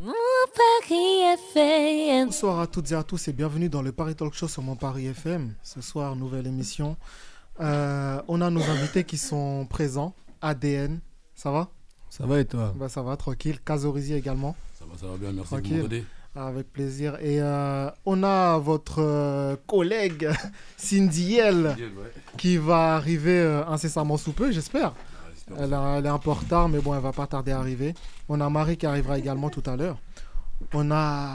Mon Paris FM. Bonsoir à toutes et à tous et bienvenue dans le Paris Talk Show sur mon Paris FM. Ce soir, nouvelle émission. Euh, on a nos invités qui sont présents. ADN, ça va Ça va et toi bah, Ça va, tranquille. Kazorizi également, ça va, ça va bien, merci Tranquille. avec plaisir. Et euh, on a votre euh, collègue Cindy Yel qui va arriver euh, incessamment sous peu, j'espère. Ah, Elle, a- elle est un peu en retard, mais bon, elle va pas tarder à arriver. On a Marie qui arrivera également tout à l'heure. On a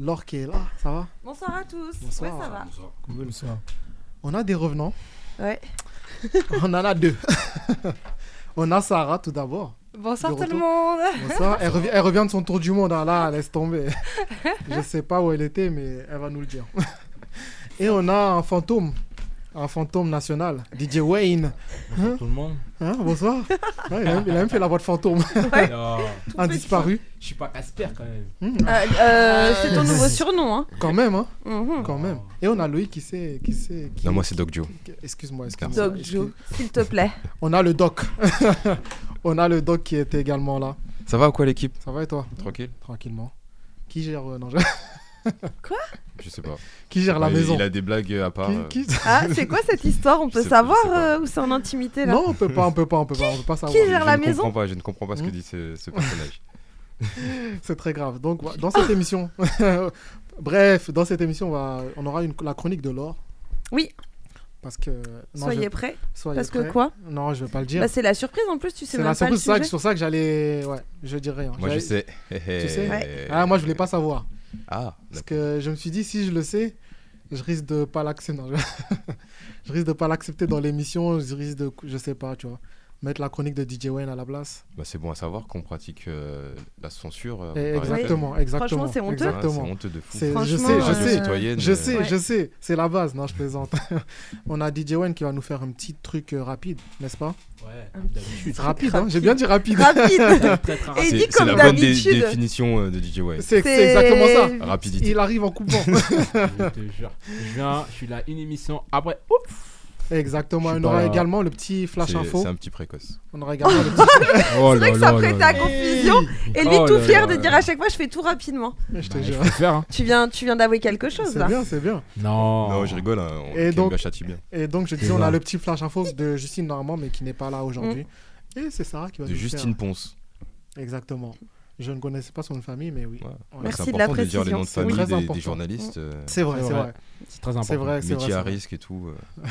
Laure qui est là, ça va Bonsoir à tous. Bonsoir. Ouais, ça va. Bonsoir. On a des revenants. Ouais. On en a deux. On a Sarah tout d'abord. Bonsoir De tout le retour. monde. Bonsoir. Elle, revient, elle revient de son tour du monde. hein. Là, laisse tomber. Je sais pas où elle était, mais elle va nous le dire. Et on a un fantôme. Un fantôme national. DJ Wayne. Tout le monde Hein, bonsoir. Ouais, il, a même, il a même fait la voix de fantôme. Non, Un disparu. Oh. je suis pas Casper quand même. Hum, Euh, euh, c'est ton nouveau surnom. Hein. quand même, hein. Mhm. Quand même. Et on a Loïc qui sait. Qui sait qui- Non, moi c'est Doc Joe. qui- Excuse-moi. excuse-moi, Doc excuse- Joe, s'il te plaît. On a le doc. on a le doc qui était également là. Ça va ou quoi l'équipe Ça va et toi Tranquille Tranquillement. Qui gère. euh, non, je- Je sais pas. Qui gère la Il- maison Il a des blagues à part. euh, Qui- qui- Ah, c'est quoi cette histoire On peut Je sais- savoir je sais pas. euh, où c'est en intimité là Non, on peut pas, on peut pas, on peut pas, on peut pas savoir. Qui je gère ne la comprends maison pas, je ne comprends pas ce que Hmm dit ce, ce personnage. C'est très grave. Donc, voilà, dans cette émission, bref, dans cette émission, on, va, on aura une, la chronique de l'or. Oui. Parce que. non, Soyez je- prêts. soyez Parce que prêts. quoi Non, je vais pas le dire. bah, C'est la surprise en plus, tu sais c'est même la pas surprise, le c'est sujet. sur ça que j'allais. Ouais, je dirais rien. Moi je J'allais- sais. Tu sais Ouais. Ah, moi, je voulais pas savoir. Ah, Parce que je me suis dit, si je le sais, je risque de pas l'accepter. non, je... je risque de pas l'accepter dans l'émission. Je risque de. Je sais pas, tu vois. Mettre la chronique de DJ Wayne à la place. bah, c'est bon à savoir qu'on pratique euh, la censure. euh, Et par exemple. exactement, Eh, exactement. Franchement, c'est honteux. Hein, Exactement. C'est honteux de fou. C'est- Franchement, je sais, euh, je sais. Citoyenne, Je euh, sais, Ouais. je sais, c'est la base, non, je plaisante. On a DJ Wen qui va nous faire un petit truc euh, rapide, n'est-ce pas Ouais, Un d'habitude. Rapide, hein, j'ai bien dit rapide. Rapide Très, très Et C'est dit c'est comme la bonne dé- d'habitude. définition euh, de DJ Way. C'est c'est exactement ça. Rapidité. Il arrive en coupant. rapide, je te jure. Je viens, je suis là une émission après. Oups exactement. Je suis On aura pas- également le petit flash C'est info. c'est un petit précoce. On aura également le petit. Oh C'est vrai que ça prête à confusion. Et lui Oh tout là fier là de là. dire à chaque fois je fais tout rapidement. Je te Bah, je jure. peux faire. Hein. Tu viens, tu viens d'avouer quelque chose C'est là. bien, c'est bien. Non. Non, je rigole. Hein, on Et Ken donc- Bach châtie bien. Et donc, je disais, C'est on a ça. le petit flash info de Justine Normand, mais qui n'est pas là aujourd'hui. Mm. Et c'est Sarah qui va De nous Justine Ponce. faire. Exactement. Je ne connaissais pas son famille, mais oui. Ouais. Ouais. Merci C'est de la important de dire les noms de précision, c'est famille très des- des, important. journalistes. euh, C'est vrai, C'est c'est vrai. vrai. C'est très important. C'est vrai, c'est vrai. Métier à c'est vrai. risque et tout. euh.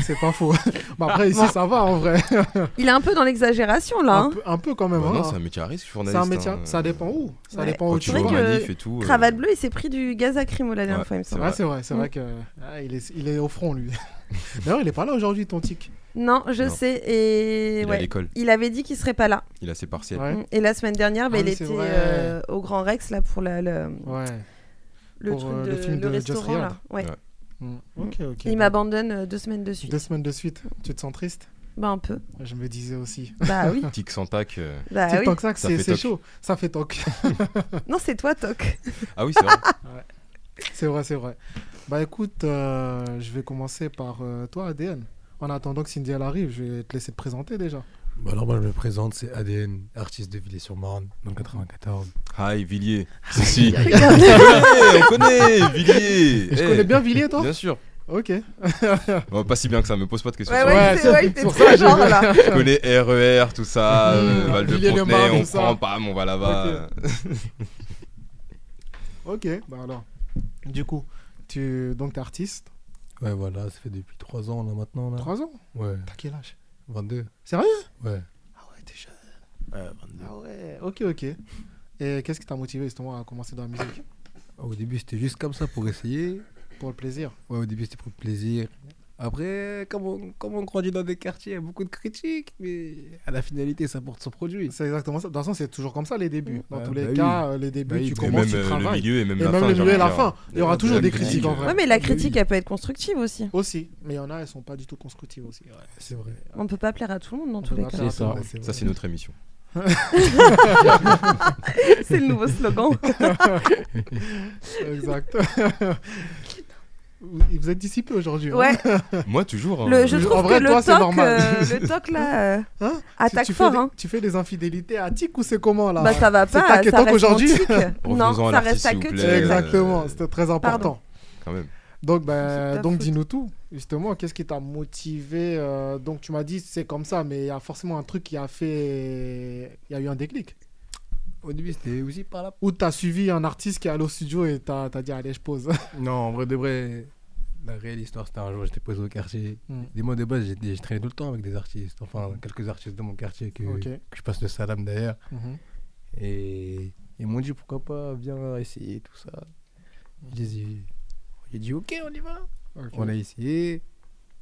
C'est pas faux. Bah, après, ici, ça va en vrai. Il est un peu dans l'exagération là. Un hein. peu- un peu quand Bah même. hein. Non, c'est un métier à risque, C'est journaliste. un métier, hein, ça euh, dépend où. Ça Ouais. dépend Quand où tu tu vas vrai vas. en que manif et tout. euh, Cravate bleue, il s'est pris du gaz lacrymo la dernière Ouais, fois, il me c'est semble. Ouais, c'est vrai, c'est Mm. vrai que ah, il, est, il est au front lui. D'ailleurs, il est pas là aujourd'hui, ton tic. Non, je Non. sais. Et Il est à ouais. l'école, Il avait dit qu'il serait pas là. il a ses partiels. Ouais. Mm. Et la semaine dernière, bah, Ah il oui, c'est était vrai. euh, au Grand Rex là pour la- le, Ouais. le Pour, truc euh, de, le film de Just restaurant Riot. là. Ouais. Ouais. Mm. Ok, ok. Il m'abandonne euh, deux semaines de suite. Deux semaines de suite. Tu te sens triste Bah un peu. Je me disais aussi. Bah oui. Tic sans tac. euh. Bah c'est oui. tant que ça que Ça c'est fait c'est toc. chaud. Ça fait toc. Non, c'est toi Toc. Ah oui, c'est vrai. c'est vrai, c'est vrai. Bah écoute, euh, je vais commencer par euh, toi, ADN. En attendant que Cindy elle arrive, je vais te laisser te présenter déjà. Bah alors moi je me présente, c'est ADN, artiste de Villiers-sur-Marne, dans le 94. Hi, Ah, Villiers. Si, si. Hey, Regardez. on connaît Villiers. Je Hey. connais bien Villiers, toi Bien sûr. Ok. Oh, pas si bien que ça, me pose pas de questions. Ouais, ouais, Ouais, c'est ouais, il c'est était pour très fort là. Je connais E RER, tout ça, euh, Mmh. Val de Villiers-le-Marne, Fontenay, on tout ça. prend, pam, on va là-bas. Ok, bah alors. Du coup, tu donc t'es artiste Ouais voilà, ça fait depuis 3 ans là maintenant là. 3 ans Ouais, T'as quel âge 22. Sérieux Ouais. Ah ouais, t'es jeune. Ouais, 22. Ah ouais, ok, ok. Et qu'est-ce qui t'a motivé justement à commencer dans la musique Ah, Au début c'était juste comme ça pour essayer, pour le plaisir. Ouais, au début, c'était pour le plaisir. Après, comme on, comme on grandit dans des quartiers, il y a beaucoup de critiques, mais à la finalité, ça porte son produit. C'est exactement ça. De toute façon, c'est toujours comme ça les débuts. Dans Ouais, tous bah les oui. cas, euh, les Bah débuts, oui, tu mais commences, même tu euh, le travailles. milieu et même Et la même fin. le j'ai milieu et envie la de fin. dire. Il y aura Même toujours la des critique, critiques en vrai. Ouais, mais la bah critique, oui. elle peut être constructive aussi. Aussi. Mais il y en a, elles sont pas du tout constructives aussi. ouais. C'est vrai. On peut pas plaire à tout le monde dans On tous peut les pas cas. faire C'est appel. ça. Ça, c'est notre émission. C'est le nouveau slogan. Exact. Vous vous êtes dissipé aujourd'hui. hein. Ouais. Moi, toujours. hein. Le, je trouve En vrai, que toi, le c'est toc, normal. euh, le toc là, euh, Hein Tu- attaque tu fais fort. des- Hein. Tu fais des infidélités à Tic ou c'est comment là Bah ça va C'est pas. tac et ça toc reste aujourd'hui. mon tic. non, Revenons-en à ça reste l'artiste, à s'il que vous tu. plaît. Exactement, Euh, c'était très important. Pardon. Quand même. Donc, C'est ben, ta donc faute. dis-nous tout, justement, qu'est-ce qui t'a motivé euh, Donc, tu m'as dit, c'est comme ça, mais il y a forcément un truc qui a fait. Il y a eu un déclic. Au début, c'était aussi par là. Ou t'as suivi un artiste qui est allé au studio et t'as t'as dit, allez, je pose. Non, en vrai de vrai, la réelle histoire, c'était un jour, j'étais posé au quartier. Mm. Des mois de base, j'étais- je traînais tout le temps avec des artistes, enfin quelques artistes de mon quartier que, Ok. que je passe le salam d'ailleurs. Mhm. Et ils m'ont dit pourquoi pas, viens essayer tout ça. J'ai dit, j'ai dit ok, on y va. Ok. On a essayé.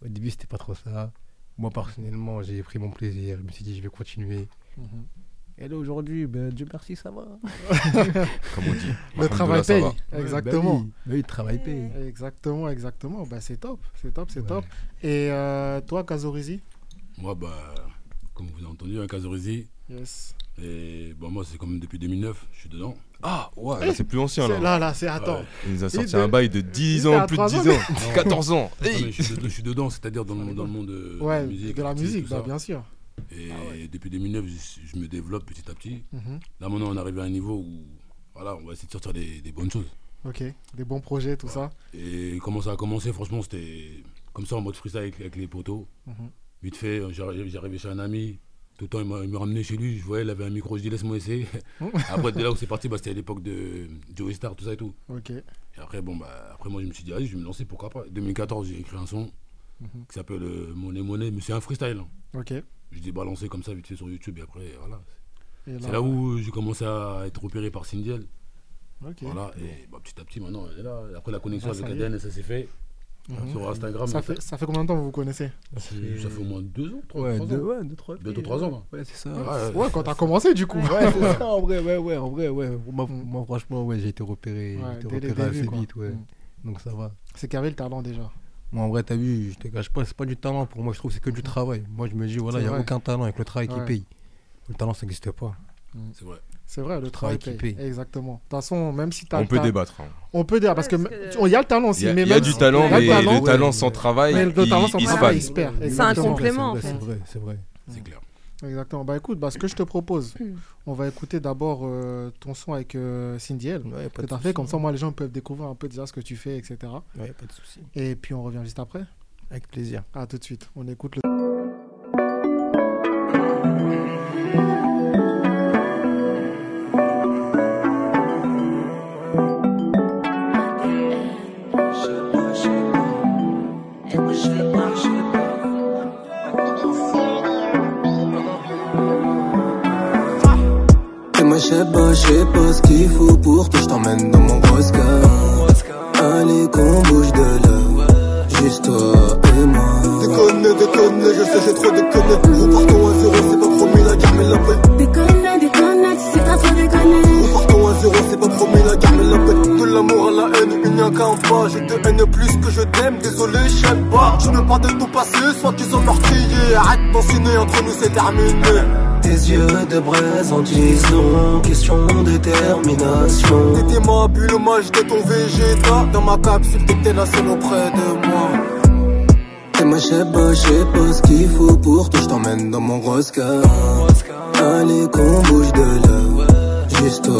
Au début, c'était pas trop ça. Moi, personnellement, j'ai pris mon plaisir. Je me suis dit, je vais continuer. Mhm. Et là, aujourd'hui, ben, Dieu merci, ça va. Comme on dit. Le travail paye. Alhamdoulilah, Exactement. Ben oui, ben oui, le travail paye. Exactement, exactement. Ben, c'est top, c'est top, c'est top. Et euh, toi, Kazorizi Moi, bah, comme vous avez entendu, hein, Kazorizi. Yes. Et bon, moi, c'est quand même depuis 2009, je suis dedans. Ah, ouais, là, c'est plus ancien, C'est- là. Là, là, c'est. Attends. Ouais. Il nous a Il sorti de- un bail de 10 il était ans, à plus de trois 10 ans. ans, 14 ans. Non, mais Hey. je, suis dedans, je suis dedans, c'est-à-dire dans, le- dans le monde de, Ouais, la musique. de la artistique, musique, tout ça. ben, bien sûr. Ah Et depuis 2009, je, je me développe petit à petit. Mhm. Là, maintenant, on arrive à un niveau où voilà, on va essayer de sortir des, des bonnes choses. Ok, des bons projets, tout ça. Et comment ça a commencé Franchement, c'était comme ça, en mode freestyle avec, avec les poteaux. Mhm. Vite fait, euh, j'arri- j'arrivais chez un ami. Tout le temps, il m'a- il me ramenait chez lui. Je voyais, il avait un micro. Je dis, laisse-moi essayer. Après, dès là où c'est parti, bah, c'était à l'époque de Joey Star, tout ça et tout. Ok. Et après, bon, bah, après, moi, je me suis dit, allez, je vais me lancer, pourquoi pas. 2014, j'ai écrit un son Mhm. qui s'appelle euh, Monnaie Monnaie, mais c'est un freestyle. hein. Ok. Et Je l'ai balancé comme ça, vite fait, sur YouTube, et après, voilà. là- C'est là où j'ai commencé à être repéré par Cindiel. Ok. Voilà, et bah, petit à petit, maintenant, elle est là. Et Après, la connexion Ah, ça avec y est. ADN, ça s'est fait. hein, Mhm. Sur Instagram, Ça en fait, ça fait combien de temps que vous vous connaissez fait- ça fait au moins deux ans, trois, Ouais, trois deux, ans. ouais, deux, trois. Bientôt trois ans, là. Ouais, c'est ça. Ouais, ouais. Ouais, quand t'as commencé du coup. Ouais, c'est ça, en vrai, ouais, ouais, en vrai, ouais. Moi, Mm. moi, franchement, ouais, j'ai été repéré, Ouais, j'ai dès été les repéré débuts, assez quoi. vite, ouais. Mm. Donc ça va. C'est qu'il y avait le talent déjà. Moi, en vrai, t'as vu, je te cache pas, c'est pas du talent pour moi, je trouve que c'est que du travail. Moi, je me dis, Mm. C'est voilà, il n'y a vrai. aucun talent avec le travail Ouais. qui paye. Le talent, ça n'existe pas. C'est vrai. C'est vrai, le travail Travail paye. qui paye. Exactement. De toute façon, même si t'as. On peut t'as- débattre. hein. On peut débattre parce que Ouais, m- parce tu- il y a le talent Il aussi. y a, mais il y a même du si- il talent, mais y a le talent, le talent sans ouais. travail, mais le talent, il, sans il se travail, fade. il se perd. C'est un Exactement. complément, C'est en vrai, c'est vrai, C'est clair. Exactement. Bah écoute, bah, ce que je te propose, on va écouter d'abord euh, ton son avec euh, Cindy L. c'est vrai. Que t'as fait, comme ça, moi, les gens peuvent découvrir un peu déjà ce que tu fais, etc. Ouais, pas de soucis. Et puis, on revient juste après. Avec plaisir. À tout de suite. On écoute le. Et moi je sais pas, je sais pas ce qu'il faut pour que je t'emmène dans mon Rosca. Allez qu'on bouge de là, juste toi et moi. Déconne, déconne, je sais j'ai trop déconné. Nous partons à zéro, c'est pas promis la gamme la paix. Déconne, déconne, tu sais pas trop déconner. Nous partons à zéro, c'est pas promis la gamme la paix. De l'amour à la haine, il n'y a qu'un pas. Je te haine plus que je t'aime, désolé j'aime pas. Je me parle de ton passé, soit qu'ils sont meurtriers. Arrête de m'enchaîner, entre nous c'est terminé. Tes yeux de braise en disent long, question détermination. T'étais ma bulle, moi j'étais ton végéta. Dans ma capsule, t'étais la seule auprès de moi. Et moi je sais pas, bah, je sais pas ce qu'il faut pour que je t'emmène dans mon Rosca. Allez qu'on bouge de là, juste toi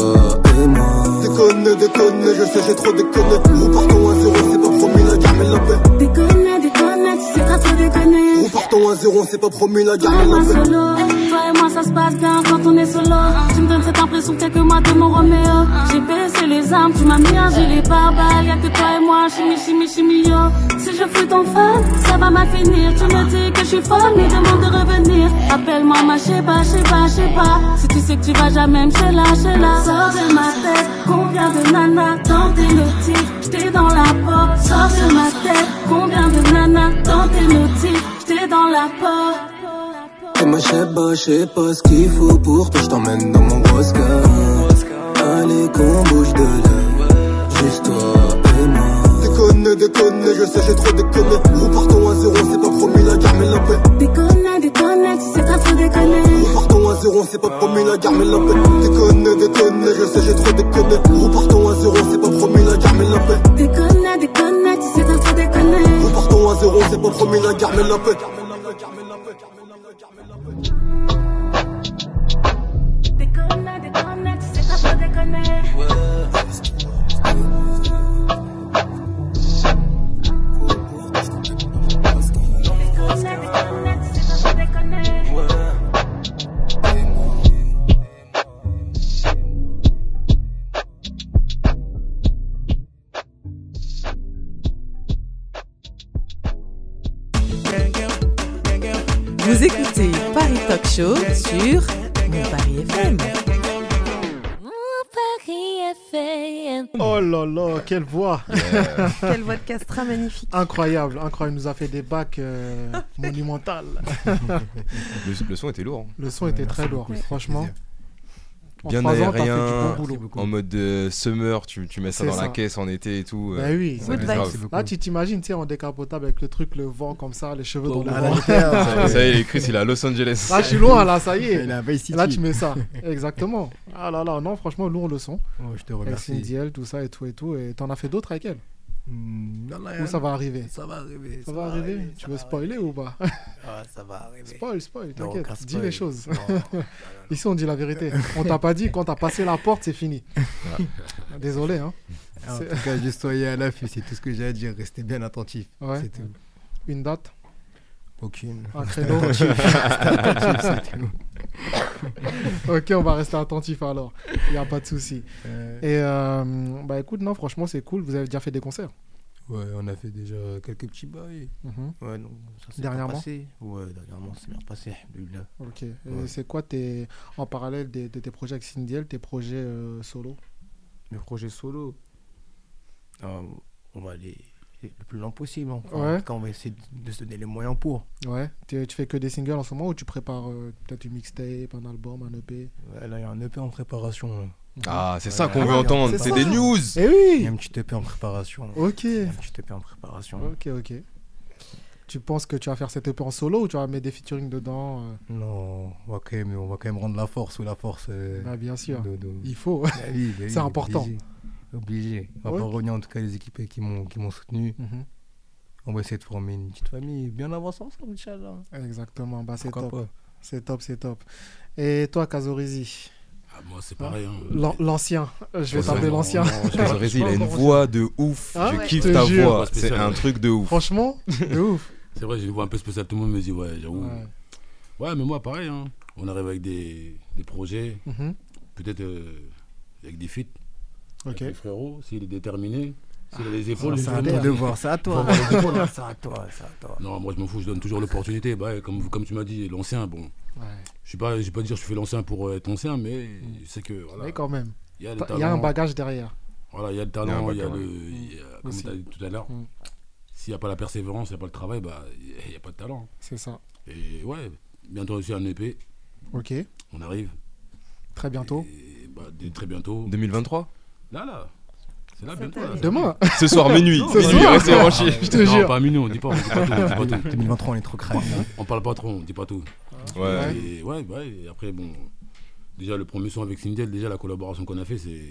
et moi. Déconne, déconne, je sais j'ai trop déconné. Nous partons à zéro, c'est pas promis la gamme et la paix. Déconne, déconne, tu sais pas trop déconner. Nous partons à zéro, c'est pas promis la gamme et Moi la paix. solo, toi et moi ça se passe bien quand on est solo. Tu me donnes cette impression que t'es que moi de mon Roméo. J'ai baissé les armes, tu m'as mis un gilet pare-balles. Y'a que toi et moi, chimie, chimie, chimie, yo. Si je fais ton fan, ça va mal finir. Tu me dis que je suis folle, mais demande de revenir. Appelle-moi ma chéba, chéba, chéba. Si tu sais que tu vas jamais me chez là, chez là. Sors de ma tête, combien de nanas dans tes notices. J'étais dans la porte, sors de la peur. Et moi je sais pas, bah, je sais pas ce qu'il faut pour que je t'emmène dans mon gros car. Allez qu'on bouge de là, juste toi et moi Déconne, déconne, je sais j'ai trop déconné Nous partons à zéro, c'est pas promis la guerre mais la paix Déconne, déconne, tu sais pas trop déconner. Nous partons à zéro, c'est pas promis la guerre mais la paix Déconne, déconne, je sais j'ai trop déconné Nous partons à zéro, c'est pas promis la guerre mais la paix Déconne, déconne, tu sais pas trop déconner. Nous partons à zéro, c'est pas promis la guerre mais la paix Déconne, déconne, tu sais pas trop déconner. Déconne, déconne, tu sais pas trop déconner. Vous écoutez Paris Talk Show sur Mon Paris FM. Oh là là, quelle voix Quelle voix de Castra magnifique. Incroyable, incroyable, il nous a fait des bacs euh, monumentales. Le, le son était lourd. hein. Le son était très lourd, franchement. En Bien trois ans, t'as fait du aérien, bon boulot. en mode euh, summer, tu, tu mets ça C'est dans ça. la caisse en été et tout. Bah euh, oui, ça va être grave. Là, tu t'imagines, tu sais, en décapotable avec le truc, le vent comme ça, les cheveux dans le Ah, vent. ça y est, ça y est, Chris, il est à Los Angeles. Là, je suis loin, là, ça y est. Il est à Vice City. Là, tu mets ça. Exactement. Ah là là, non, franchement, lourd le son. Oh, je te remercie. Avec Cindy L, tout ça et tout et tout. Et t'en as fait d'autres avec elle Hmm, non, Ou ça va arriver ça va arriver, Ça va arriver. Tu veux spoiler ou pas Ah, ça va arriver. Spoil, spoil, Non, t'inquiète. aucun Dis spoil. les choses. Non, non, non, non. Ici, on dit la vérité. On t'a pas dit, quand t'as passé la porte, c'est fini. Désolé, hein. En C'est- tout cas, je soyez à l'affût, c'est tout ce que j'ai à dire. Restez bien attentifs. Ouais. C'est tout. Une date Aucune. Un créneau Restez attentifs, c'est tout. ok, on va rester attentif alors. Il n'y a pas de souci. Euh. Et euh, bah écoute, non, franchement, c'est cool. Vous avez déjà fait des concerts. Ouais, on a fait déjà quelques petits bails. Mhm. Ouais, non, ça s'est Dernièrement bien passé. Ouais, dernièrement, c'est bien passé. alhamdoulilah. Ok. Et Ouais. c'est quoi tes, en parallèle de, de tes projets avec Cindy L, tes projets euh, solo Le projet solo, euh, on va aller le plus lent possible. hein. Enfin, Ouais. en tout cas, on va essayer de de se donner les moyens pour. Ouais. Tu, tu fais que des singles en ce moment ou tu prépares euh, peut-être une mixtape, un album, un E Mhm. EP Ouais, là, il y a un EP en préparation. là. Ah, c'est Ouais, ça qu'on ouais, veut ouais, entendre, c'est c'est ça. des news. Eh Il y oui a un petit EP en préparation. là. Ok. Il y a un petit EP en préparation. Ok, ok. Tu penses que tu vas faire cet EP en solo ou tu vas mettre des featuring dedans euh Non, on va, quand même, on va quand même rendre la force ou la force. euh, Bah, Bien sûr. de- de- Il faut. Ah oui, bah oui, C'est important. Obligé. Obligé. On va Ouais. pas revenir en tout cas les équipes qui m'ont qui m'ont soutenu. Mhm. On va essayer de former une petite famille bien avancer ensemble, Inch'Allah. Exactement. Bah, c'est Pourquoi top. C'est top, c'est top. Et toi, Kazorizi Ah, moi, c'est pareil. Hein. L'an- L'ancien. Euh, Je vais Ouais, taper non, l'ancien. non, je- Parce que Résil, il a une voix de ouf. Ah Je ouais. kiffe Je te ta jure. voix. Pas C'est spécial, un ouais. truc de ouf. Franchement, de ouf. C'est vrai, j'ai une voix un peu spéciale. Tout le monde me dit, ouais, j'avoue. Ouais. Ouais, mais moi, pareil. hein. On arrive avec des, des projets, Mhm. peut-être euh, avec des feats. Ok. Avec les frérots, s'il est déterminé, s'il a les épaules. C'est à justement. toi de voir, c'est à toi. Faut avoir les épaules, hein. C'est à toi, c'est à toi. Non, moi, je m'en fous, je donne toujours l'opportunité. Bah, comme, comme tu m'as dit, l'ancien, bon. Ouais. Je suis pas, je vais pas dire que je fais l'ancien pour euh, être ancien, mais Mm. je sais que voilà, Mais quand même, il y a le il y a un talent. bagage derrière. Voilà, il y a le Il y a un talent, il y a bac, le, il y a- comme Aussi. tu as dit tout à l'heure, Mm. s'il n'y a pas la persévérance, il n'y a pas le travail, bah, il n'y a pas de talent. C'est ça. Et ouais, bientôt aussi un EP, Ok. on arrive. Très bientôt. Et, bah, dès très bientôt. 2023 Là, là, c'est là Cette bientôt. là. année. Demain. Ce soir, minuit. Ce Minuit, soir. restez branchés. Je te non, jure. pas Minou, on dit pas, on dit pas tout, on dit pas tout. 2023, on est trop crâne. On parle pas trop, on dit pas tout. Ouais. Et ouais, ouais, et après, bon, déjà le premier son avec Sindel, déjà la collaboration qu'on a fait, c'est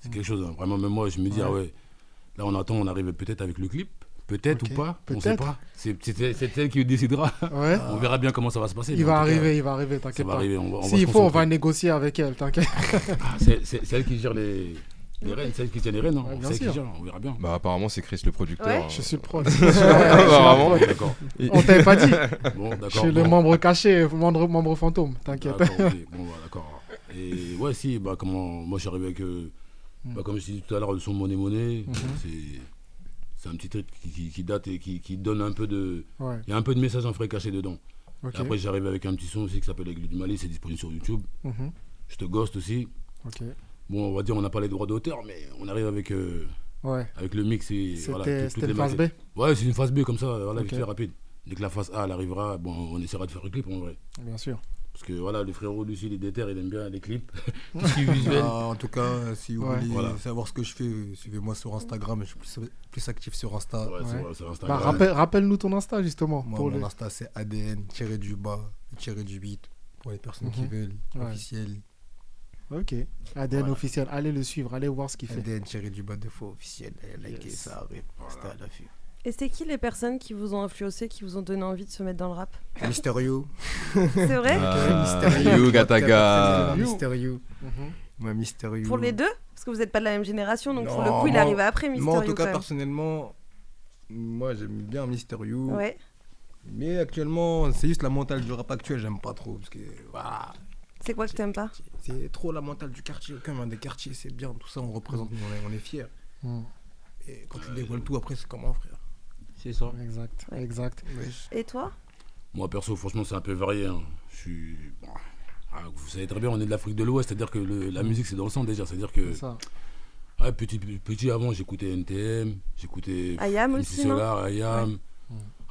c'est quelque chose. hein. Vraiment, même moi, je me dis, Ouais. ah ouais, là on attend, on arrive peut-être avec le clip, peut-être Ok, ou pas, on sait peut-être. pas. C'est c'est elle- c'est elle qui décidera. Ouais. on verra bien comment ça va se passer. mais Il en va tout cas, arriver, il va arriver, Ça t'inquiète va pas. arriver, on va, on va se S'il faut, on concentrer. va négocier avec elle, t'inquiète. Ah, C'est c'est- c'est elle qui gère les, les rênes, c'est elle qui tient les rênes, non Ouais, bien C'est elle qui sûr. gère, on verra bien. Bah, apparemment, c'est Chris le producteur. Ouais. hein. Je suis le pro. Apparemment. Bon, D'accord. On t'avait pas dit. Bon, d'accord. Je suis le bon. membre caché, membre, membre fantôme, t'inquiète. Ah, D'accord, ok. Bon, bah, d'accord. Et ouais, si, bah, comment, moi, je suis arrivé avec, euh, bah, comme je t'ai dit tout à l'heure, le son Monnaie Mhm. Monnaie. C'est- C'est un petit truc qui, qui- qui date et qui, qui donne un peu de. Ouais, Il y a un peu de message en frais caché dedans. ok. Et après, j'arrive avec un petit son aussi qui s'appelle L'Aigle du Mali, c'est disponible sur YouTube. Mhm, Je te ghost aussi. Ok. Bon, on va dire, on n'a pas les droits d'auteur, mais on arrive avec, euh, Ouais, avec le mix et c'était voilà. tout- toutes c'était les le phase B. maquettes. Ouais, c'est une phase B comme ça, voilà, Ok. vite fait, rapide. Dès que la phase A elle arrivera, bon, on essaiera de faire un clip en vrai. Bien sûr. Parce que voilà, le frérot Lucie, il est déter, il aime bien les clips. Tout ce qui est visuel. Ah, en tout cas, si vous Ouais. voulez Voilà. savoir ce que je fais, euh, suivez-moi sur Instagram. Je suis plus, plus actif sur Insta. Ouais, Ouais. Bah, rappelle- Rappelle-nous ton Insta, justement. Moi, pour mon les- Insta, c'est ADN, tiré du bas, tiré du 8, pour les personnes qui Mhm. veulent, Ouais. officiel. Ok. ADN officiel. Allez le suivre, allez voir ce qu'il fait. ADN, tiré du bas, deux fois officiel. Allez, Likez Yes. ça, arrive. Restez à l'affût. Et c'est qui les personnes qui vous ont influencé, qui vous ont donné envie de se mettre dans le rap Mister You. C'est vrai Ah, You, Gataga. Mister You. Mhm. Ouais, Mister You. Pour les deux Parce que vous n'êtes pas de la même génération, donc pour le Non, coup, il est moi- arrivé après Mister Moi, en You, tout cas, quand même. personnellement, moi, j'aime bien Mister You. Ouais. Mais actuellement, c'est juste la mentale du rap actuel, j'aime pas trop. Parce que, voilà, C'est quoi que t'aimes pas c'est trop la mentale du quartier. Quand même, un des quartiers, c'est bien, tout ça, on représente, Mhm. on est, on est fiers. Mm. Et quand tu dévoiles tout, après, c'est comment, frère C'est ça. Exact, exact. Et toi Moi, perso, franchement, c'est un peu varié. hein. Je suis. bon, ah, vous savez très bien, on est de l'Afrique de l'Ouest, c'est-à-dire que le- la musique, c'est dans le sang déjà. C'est-à-dire que. Mm. C'est ça. Ah, petit, petit avant, j'écoutais NTM, j'écoutais. IAM MC aussi, non Solar, IAM.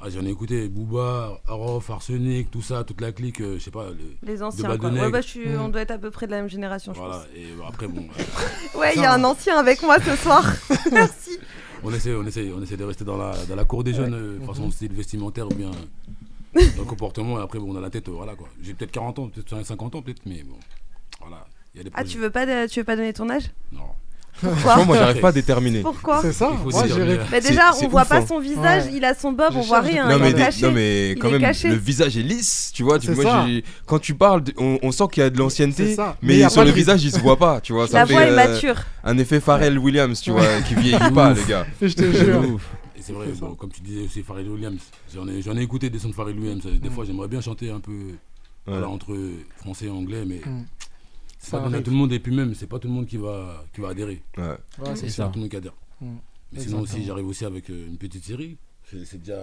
Ah, j'en ai écouté Booba, Arof, Arsenic, tout ça, toute la clique, euh, je sais pas. le- Les de anciens, Bad quoi. de Ouais, Nègre. bah, je Mm. suis- Mm. on doit être à peu près de la même génération, je Voilà, et bah, après, bon. euh, pense. Ouais, il y a un ancien avec moi ce soir. Merci. On essaie, on essaie, on essaie de rester dans la, dans la cour des jeunes, euh, Mhm. façon style vestimentaire ou bien euh, dans le comportement. Et après, bon, on a la tête, euh, voilà quoi. J'ai peut-être 40 ans, peut-être j'en ai 50 ans, peut-être, mais bon, voilà. Il y a des Ah, projets. tu veux pas, de- tu veux pas donner ton âge Non. Pourquoi moi, j'arrive pas à déterminer. Pourquoi C'est ça, Il faut moi, se j'ai dire, ré- Mais C'est- déjà, on c'est voit ouf, pas hein. son visage, Ouais. il a son bob, on voit rien. non, il mais est des- caché. non, mais Il quand est même, caché. le visage est lisse, tu vois. Tu C'est vois ça. j'ai- quand tu parles, on, on sent qu'il y a de C'est l'ancienneté, ça. Mais mais, il y a sur pas le de- visage, il se voit pas, tu vois. La ça fait, voix est mature. Un effet Pharrell Williams, tu vois, qui vieillit pas, les gars. Je te jure. Et c'est vrai, bon, comme tu disais aussi, Pharrell Williams. J'en ai, j'en ai écouté des sons de Pharrell Williams. Mm. Des fois, j'aimerais bien chanter un peu voilà, entre français et anglais, mais Mm. c'est Ça pas donné à arrive. tout le monde. Et puis même, c'est pas tout le monde qui va, qui va adhérer. Ouais. Ouais, c'est c'est ça. pas tout le monde qui adhère. Mm. Mais sinon aussi, Exactement. j'arrive aussi avec euh, une petite série. C'est c'est déjà.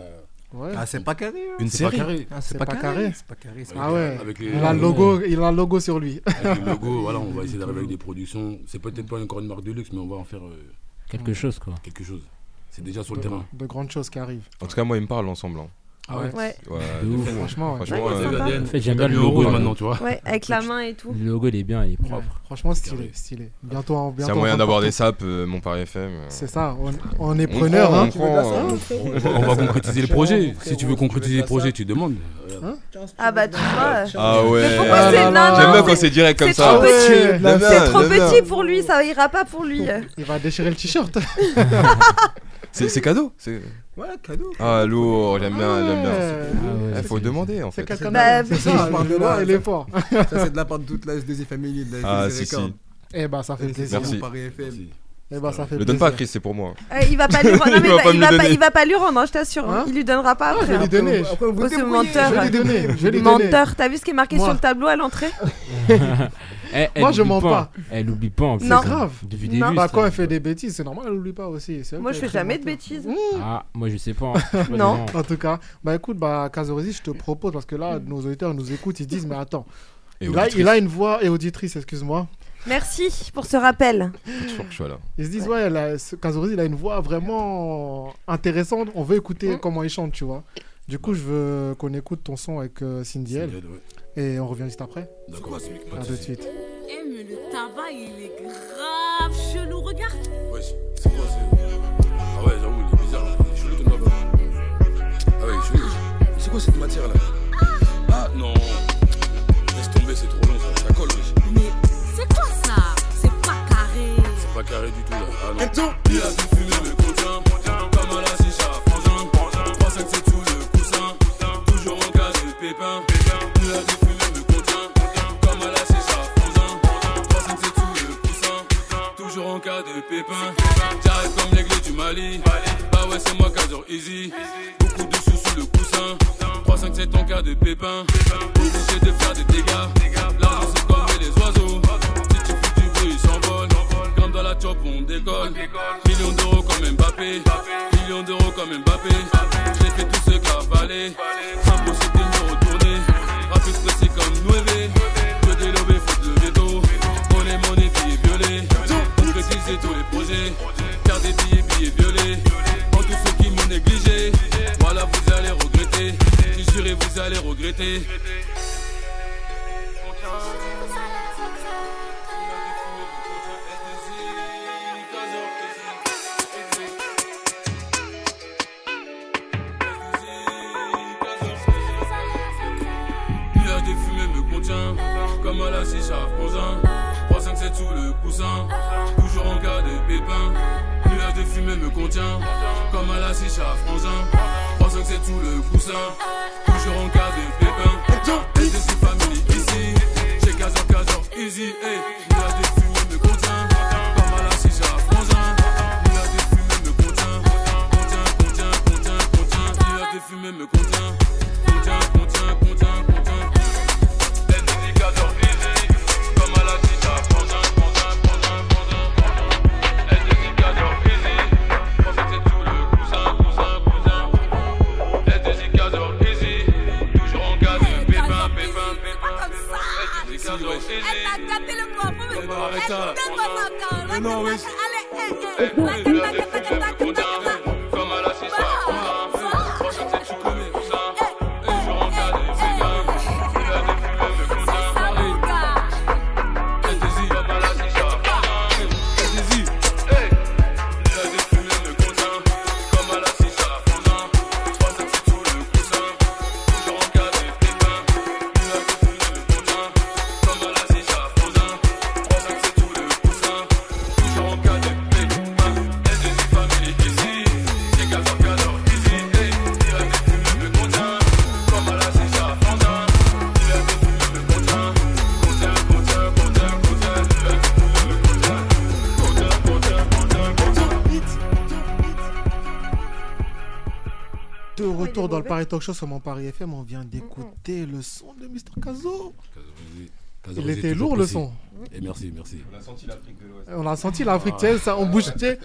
Ouais. Ah, c'est pas carré. hein. Une C'est pas série. carré. Ah, c'est C'est pas, pas carré. carré. C'est pas carré. c'est Ah pas- ouais. Avec les- Il a le logo, il a le logo sur lui. Avec le logo, voilà, on va essayer d'arriver avec des productions. C'est peut-être pas encore une marque de luxe, mais on va en faire euh, Quelque chose, quoi. quelque chose. C'est déjà sur de, le terrain. de grandes choses qui arrivent. En tout cas, moi, ils me parlent ensemble. hein. Ah ouais. Ouais. Ouais, De de ouf. fou. Franchement, ouais. Franchement, Ouais, euh, sympa. Daniel, En fait, j'aime bien le Daniel logo. Roux, par maintenant, contre. tu vois. Ouais, avec la main et tout. Le logo, il est bien, il est propre. Ouais, Franchement, stylé, Carré. stylé. Bientôt, en- s'il bientôt. y a on moyen va d'avoir des partout. sapes, euh, mon Paris FM. euh, C'est ça, on, on est on preneur. prend, Hein. on prend, euh, On va- on va concrétiser les projets. Si tu veux concrétiser les projets, tu demandes. Ah bah tu vois. Ah ouais. Mais pourquoi c'est- non, Ah, non, J'aime bien c'est- quand c'est direct comme c'est ça. trop petit. J'aime bien, C'est trop j'aime bien. petit pour lui, ça ira pas pour lui. Il va déchirer le t-shirt. C'est c'est cadeau. c'est- Ouais, cadeau. Ah lourd, j'aime bien, j'aime bien. Ouais. Ah ouais. Il faut demander en C'est fait. quelqu'un Bah, d'autre. C'est c'est- ça, je parle de le là, gars, il ça. est fort. Ça, c'est de la part de toute la SDZ Family, de la Ah SDZ si si. Records. Eh bah, ça fait plaisir. Merci. Paris FM. Eh bah, ça fait Le donne plaisir. pas à Chris, c'est pour moi. Euh, il va pas lui rendre. Non, Il mais va il va- pas il me le va pas- donner. il va pas lui rendre, hein, je t'assure. Hein Il lui donnera pas Ah, je après. vais lui hein. donner. Après, vous Oh, ce débrouillez. menteur. Je vais lui donner. Je vais lui donner. Menteur, t'as vu ce qui est marqué Moi. sur le tableau à l'entrée Eh, elle Moi, je oublie mens pas. Elle oublie pas en plus. Non. hein. grave. Depuis des Non. lustres. Bah, quand elle fait des bêtises, c'est normal, elle oublie pas aussi. c'est elle Moi qui je est fais jamais de présentateur. bêtises. Mmh. Ah, moi je sais pas. hein. Je sais pas Non. des gens. En tout cas, bah écoute, bah Kazorisi, je te propose, parce que là, nos auditeurs nous écoutent, ils disent, mais attends, Et il a, auditrice, il a une voix, et auditrice, excuse-moi. Merci pour ce rappel. sûr que je suis là. Ils se disent, ouais, elle a- ce- Kazorisi, il a une voix vraiment intéressante, on veut écouter comment il chante, tu vois. Du coup, je veux qu'on écoute ton son avec euh, Cindy C'est L, dead, ouais. et on revient juste après. D'accord, vas-y. Pas de À tout de soucis. suite. Eh mais le tabac il est grave chelou, regarde. Ouais, c'est quoi c'est Ah ouais, j'avoue, il est bizarre. hein. Il est chelou ton album. Ah ouais, il est chelou. C'est quoi cette matière là Ah non. Laisse tomber, c'est trop long ça. Ça colle, wesh. Mais c'est quoi ça C'est pas carré. C'est pas carré du tout là. Ah non. Il a tout fumé le cousin, comme à la chicha, frangin, 3, 5, 7 sous le coussin, toujours en cas de pépin. Il a tout fumé le cousin, comme à la chicha, frangin, 3, 5, 7 sous le coussin, toujours en cas de pépin. J'arrive comme l'aigle du Mali, bah ouais c'est moi Kazor Easy, beaucoup de sous sous le coussin, 3, 5, 7 en cas de pépin. Obligé de faire des dégâts, l'argent c'est comme les oiseaux, si tu fous du bruit ils s'envolent. Comme dans la chop, on décolle. Millions d'euros comme Mbappé. Millions d'euros comme Mbappé. Je l'ai fait tout ce cavaler. Impossible de me retourner. Rapide stressé comme Nueve. Que des lobés, faute de veto. On est monnaie, billets violets. Concrétiser tous les projets. Faire des billets, billets violets. En tous ceux qui m'ont négligé. Voilà, vous allez regretter. sûr et vous allez regretter. Nuage de fumée me contient, comme à la chicha, prends-en. 3, 5, 7 sous le coussin, toujours en cas de pépin. Nuage de fumée me contient, comme à la chicha, frangin. 3, 5, 7 sous le coussin, toujours en cas de pépin. Est-ce de ces familles ici, j'ai 15 heures, 15 heures, easy. Hey, nuage de fumée me contient, comme à la chicha, frangin. Nuage de fumée me contient, contient, contient, contient, contient. Nuage de fumée me contient, contient, contient, contient, contient. De retour dans le Paris Talk Show sur mon Paris FM, on vient d'écouter le son de Mr. Kazo. Il était lourd le son. Et merci, merci. On a senti l'Afrique de l'Ouest. On a senti l'Afrique, tu sais, ça, on bouge. tu sais.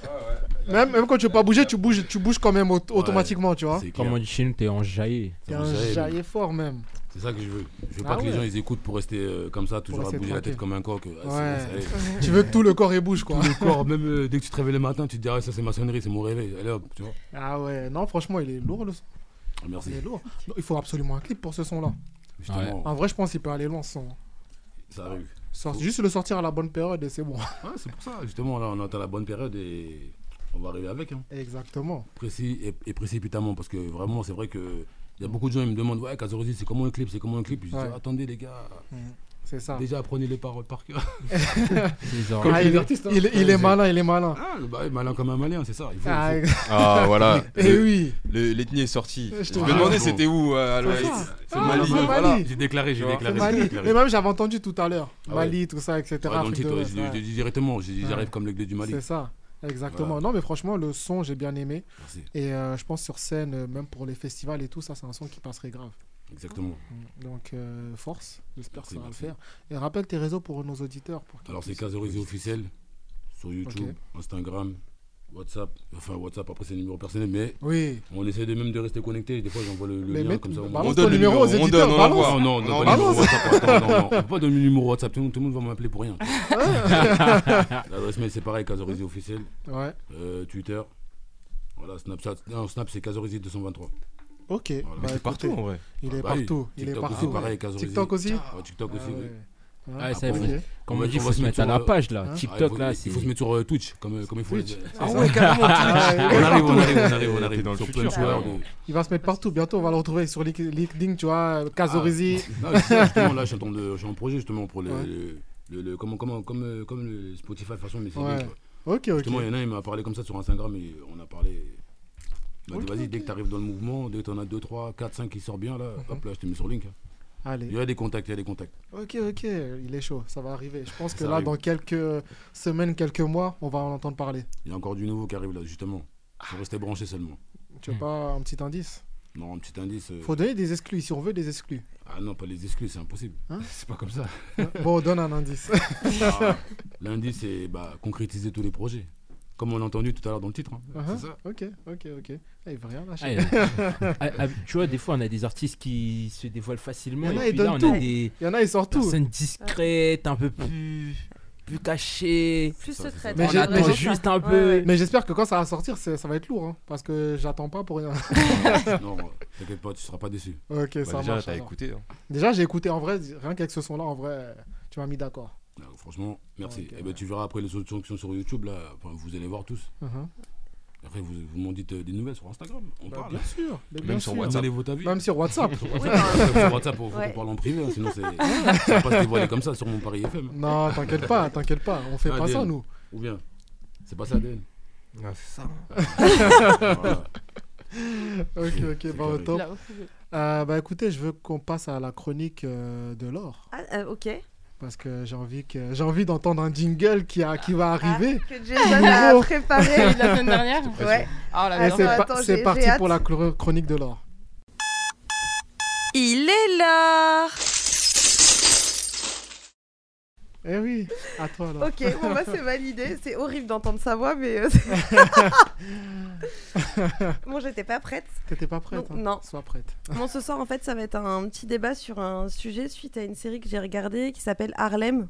Même, même quand tu veux pas bouger, tu bouges, tu bouges quand même aut- automatiquement, tu vois. Comme on dit chez nous, t'es en jaillet. T'es un jaillet fort même. C'est ça que je veux. Je veux Ah pas que les ouais. gens ils écoutent pour rester euh, comme ça, toujours à rester bouger la tête tranquille. comme un coq. Ah, Ouais. c'est bon, ça y est. Tu veux que tout le corps et bouge quoi. Tout le corps, même euh, dès que tu te réveilles le matin, tu te dis ah ça c'est ma sonnerie, c'est mon réveil. Allez hop, tu vois. Ah ouais, non, franchement, il est lourd le son. Ah, merci. Il est lourd. Non, Il faut absolument un clip pour ce son-là. Justement. En vrai, je pense qu'il peut aller loin ce son. Ça arrive. Sort- Juste le sortir à la bonne période et c'est bon. Ah, c'est pour ça. Justement là, on attend la bonne période et on va arriver avec. hein. Exactement. Précis et, et précipitamment parce que vraiment c'est vrai que il y a beaucoup de gens ils me demandent ouais Kazorzi c'est comment un clip, c'est comment un clip. Je dis Ouais. attendez les gars. C'est ça. Déjà apprenez les paroles par cœur. bizarre. Comme Ah, les il est- artistes, hein. il est- il est Ouais, malin, il est malin. Ah, bah, oui, malin comme un malin, c'est ça. il faut- Ah, il faut- Ah voilà. Eh Le- oui. le- L'ethnie est sortie. Je Je, te me jure. demandais c'était où euh, C'est à l'Ouest. ça. Ah, C'est le Mali. c'est le voilà. Mali. J'ai déclaré, j'ai Tu vois. déclaré. C'est Mali. j'ai déclaré. Mais même j'avais entendu tout à l'heure. Ah ouais. Mali, tout ça, etc. Ouais, dans le Afrique de titre, l'Ouest, je, je ouais. dis directement, j'ai dit, Ouais. j'arrive comme le gars du Mali. C'est ça, exactement. Non, mais franchement, le son, j'ai bien aimé. Merci. Et euh, je pense sur scène, euh, même pour les festivals et tout, ça, c'est un son qui passerait grave. Exactement. Donc, euh, force, j'espère que Merci, ça va le merci. faire. Et rappelle tes réseaux pour nos auditeurs. Pour qu'ils Alors c'est puissent- Casorisé officiel sur YouTube, Instagram, WhatsApp. Enfin WhatsApp après c'est le numéro personnel, mais Oui. on essaie de même de rester connecté. Des fois j'envoie le, le Mais lien mets- comme ça. au balance moins. ton On donne le numéro numéro, aux on éditeurs, donne, on balance. envoie. Non, non, on On donne pas le numéro balance. WhatsApp. Attends, non, non, on peut pas donner le numéro WhatsApp. Tout, le monde- tout le monde va m'appeler pour rien. L'adresse mail c'est pareil, Casorisé officiel. Ouais. Euh, Twitter. Voilà, Snapchat. Non, Snap c'est Casorisé 223. Ok. Voilà. Bah, écoutez, Il est Ah bah oui, partout. Il est TikTok aussi, partout. pareil, Casorisé. TikTok aussi Ouais, TikTok aussi, Ah oui. ouais. Ouais, Ah, ça, il bon, faut- ok. comme On on va- dit, on faut va se mettre sur, à la euh, page, là. hein TikTok, Ah, il faut- là, Il faut c'est- se mettre sur euh, Twitch, comme, comme il faut. les- Twitch. Ah ouais, carrément, Twitch. on arrive, on arrive, on T'es arrive, on arrive. dans le Sur futur, Twitch, ouais. on- Il va se mettre partout. Bientôt, on va le retrouver sur Link- LinkedIn, tu vois, Kazorizi. Ah, non, justement, justement, là, je suis en train de- j'ai un projet justement pour le, Ouais. le- le- le- comment, comment, comme, euh, comme le Spotify de façon, mais c'est Ouais. bien, quoi. Ok, ok. Justement, il y en a, il m'a parlé comme ça sur Instagram et on a parlé. Il m'a dit, vas-y, dès que tu arrives dans le mouvement, dès que tu en as 2, 3, 4, 5 qui sortent bien, là, hop, là, je te mets sur Link. Mhm. Allez. Il y a des contacts, il y a des contacts. Ok, ok, il est chaud, ça va arriver. Je pense que Ça là, arrive. dans quelques semaines, quelques mois, on va en entendre parler. Il y a encore du nouveau qui arrive là, justement. Ah. Faut rester branché seulement. Tu veux pas un petit indice Non, un petit indice. Hmm. euh, Faut donner des exclus, si on veut des exclus. Ah non, pas les exclus, c'est impossible. Hein c'est pas comme ça. Bon, donne un indice. Ah, L'indice, c'est bah, concrétiser tous les projets. Comme on l'a entendu tout à l'heure dans le titre. hein. Uh-huh. C'est ça. Ok, ok, ok. Eh, il veut rien Ah, lâcher. il y a- Ah, ah, tu vois, des fois, on a des artistes qui se dévoilent facilement. Il y en a, et ils puis là, donnent on a tout. des Il y en a, ils sortent tout. personnes discrètes, un peu plus. plus cachée. Plus secrète. Mais j'attends juste un peu. Mais j'espère que quand ça va sortir, c'est- ça va être lourd. hein, parce que j'attends pas pour rien. non, euh, t'inquiète pas, tu seras pas déçu. Ok, Bah, ça marche. alors. hein. Déjà, j'ai écouté en vrai. Rien qu'avec ce son-là, en vrai, tu m'as mis d'accord. Alors, Ah, franchement, merci. et ben, tu verras après les autres sons qui sont sur YouTube, là, enfin, vous allez voir tous. Mhm. Après, vous, vous m'en dites euh, des nouvelles sur Instagram. On Bah, parle. bien sûr, mais Même bien sur sûr. WhatsApp. Donnez votre avis. Même sur WhatsApp. sur Oui, WhatsApp, non. Sur WhatsApp, faut, faut Ouais. qu'on parle en privé, hein, sinon c'est. ça va pas se dévoiler comme ça sur mon Paris FM. Ah. Non, t'inquiète pas, t'inquiète pas, on fait Ah, pas ça, ADN. nous. Ah, Ou bien. C'est pas ça, ADN. Non, c'est ça. Voilà. ok, ok, C'est bah, au carré. top. Il a refusé. Euh, bah écoutez, je veux qu'on passe à la chronique euh, de l'or. Ah, euh, ok. Parce que j'ai envie, que, j'ai envie d'entendre un jingle qui, a, qui va arriver. Ah, que Jason a Nouveau. préparé la semaine dernière. Je te pressionne. Ouais. Ah, Oh là là. Et c'est, Attends, pa- attends, c'est j'ai- parti j'ai hâte. pour la chr- chronique de l'or. Il est là Eh oui, à toi alors. Ok, bon bah c'est validé. C'est horrible d'entendre sa voix, mais. euh, c'est- bon, j'étais pas prête. T'étais pas prête, Donc, hein. Non. Sois prête. Bon, ce soir, en fait, ça va être un petit débat sur un sujet suite à une série que j'ai regardée qui s'appelle Harlem,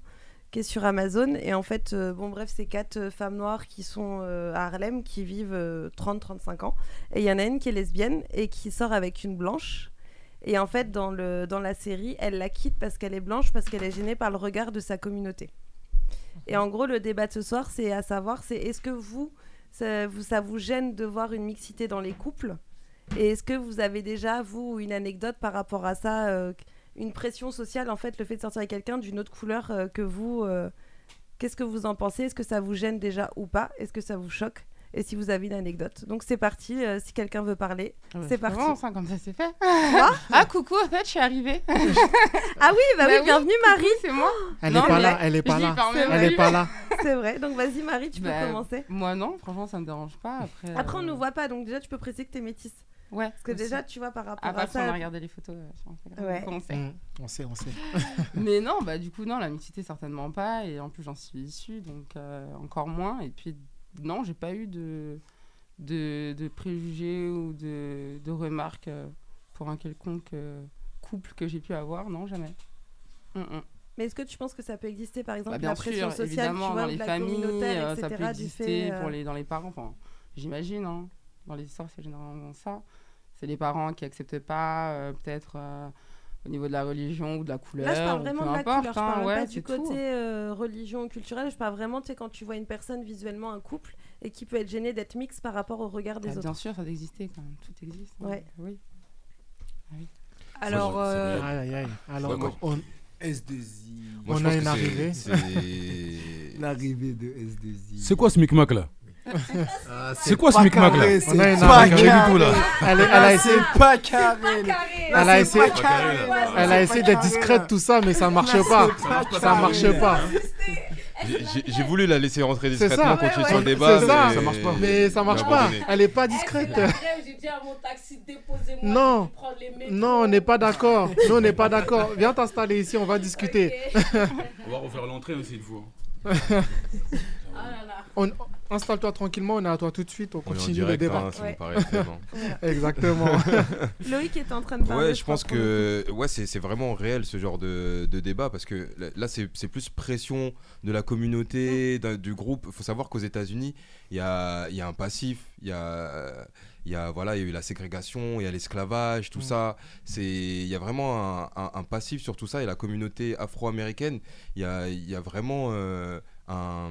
qui est sur Amazon. Et en fait, euh, bon, bref, c'est quatre euh, femmes noires qui sont euh, à Harlem, qui vivent 30-35 ans. Et il y en a une qui est lesbienne et qui sort avec une blanche. Et en fait, dans, le, dans la série, elle la quitte parce qu'elle est blanche, parce qu'elle est gênée par le regard de sa communauté. Et en gros, le débat de ce soir, c'est à savoir, c'est est-ce que vous ça, vous, ça vous gêne de voir une mixité dans les couples Et est-ce que vous avez déjà, vous, une anecdote par rapport à ça euh, Une pression sociale, en fait, le fait de sortir avec quelqu'un d'une autre couleur euh, que vous euh, Qu'est-ce que vous en pensez Est-ce que ça vous gêne déjà ou pas Est-ce que ça vous choque Et si vous avez une anecdote Donc c'est parti, euh, si quelqu'un veut parler, Ah bah, c'est parti. vraiment, ça, comme ça c'est fait. Quoi ah coucou, en fait je suis arrivée. Ah oui, bah, oui, bienvenue Marie. C'est moi. Elle Non, est pas mais- là, elle est pas je là. dis par Elle mail. est pas là. C'est vrai, donc vas-y Marie, tu Bah, peux commencer. Moi non, franchement ça me dérange pas. Après, euh, Après, on ne nous voit pas, donc déjà, tu peux préciser que t'es métisse. Ouais. Parce que aussi. déjà, tu vois, par rapport Ah, à parce ça. qu'on a regardé les photos euh, sur Instagram, Ouais. donc on sait. Mm, on sait, on sait. Mais non, bah du coup, non, la mixité, certainement pas. Et en plus, j'en suis issue, donc euh, encore moins. Et puis, non, j'ai pas eu de, de, de préjugés ou de, de remarques euh, pour un quelconque euh, couple que j'ai pu avoir. Non, jamais. Mm, mm. Mais est-ce que tu penses que ça peut exister, par exemple, Bah, bien la pression sûr, sociale, tu évidemment, vois, dans ou les de la familles, communautaire, euh, ça etc., peut du exister fait, euh, pour les, dans les parents. Enfin, j'imagine, hein. dans les histoires, c'est généralement ça. C'est les parents qui acceptent pas, euh, peut-être euh, au niveau de la religion ou de la couleur. Là, je parle ou vraiment peu de la importe, couleur, je hein, parle ouais, pas du c'est tout. côté euh, religion ou culturel. Je parle vraiment, tu sais, quand tu vois une personne visuellement, un couple, et qui peut être gêné d'être mixte par rapport au regard des Ah, autres. Bien sûr, ça doit exister quand même. Tout existe. hein. Ouais. Oui. Ah oui. Alors, C'est euh, vrai. Aïe, aïe, aïe. Alors, D'accord. on- S2I. Moi, On je a pense une que c'est- arrivée. c'est- L'arrivée de S2I. C'est quoi ce micmac là Ah, C'est quoi ce pas micmac carré, là c'est pas Elle, est- carré. elle Là, a c'est essayé. pas carré. Là, Elle a c'est essayé, pas carré, là. elle a essayé d'être discrète, tout ça, mais ça marchait c'est pas. pas carré. Ça marchait pas. J'ai- j'ai- J'ai voulu la laisser rentrer C'est ça. discrètement, continuer Ouais, sur ouais. le débat. C'est ça. mais- Ça marche pas. Mais ça j'ai marche pas. abandonné. Elle est pas discrète. J'ai dit à mon taxi, déposez-moi. Non, je vais prendre les métros. non, on n'est pas d'accord. Nous, on n'est pas d'accord. Viens t'installer ici, on va discuter. Ah On va refaire l'entrée hein, s'il faut. On- Installe-toi tranquillement, on est à toi tout de suite, on On est en continue le direct, débat. hein, ça me paraît tellement. Exactement. Loïc est en train de parler. Ouais, je pense crois, pour le que ouais, c'est c'est vraiment réel ce genre de, de débat parce que là- là, c'est c'est plus pression de la communauté, d'un- du groupe. Il faut savoir qu'aux États-Unis, il y a, il y a un passif, il y a, il y, a, voilà, il y a eu la ségrégation, il y a l'esclavage, tout ça. C'est- Il y a vraiment un, un- un passif sur tout ça et la communauté afro-américaine, il y a, il y a vraiment euh, un.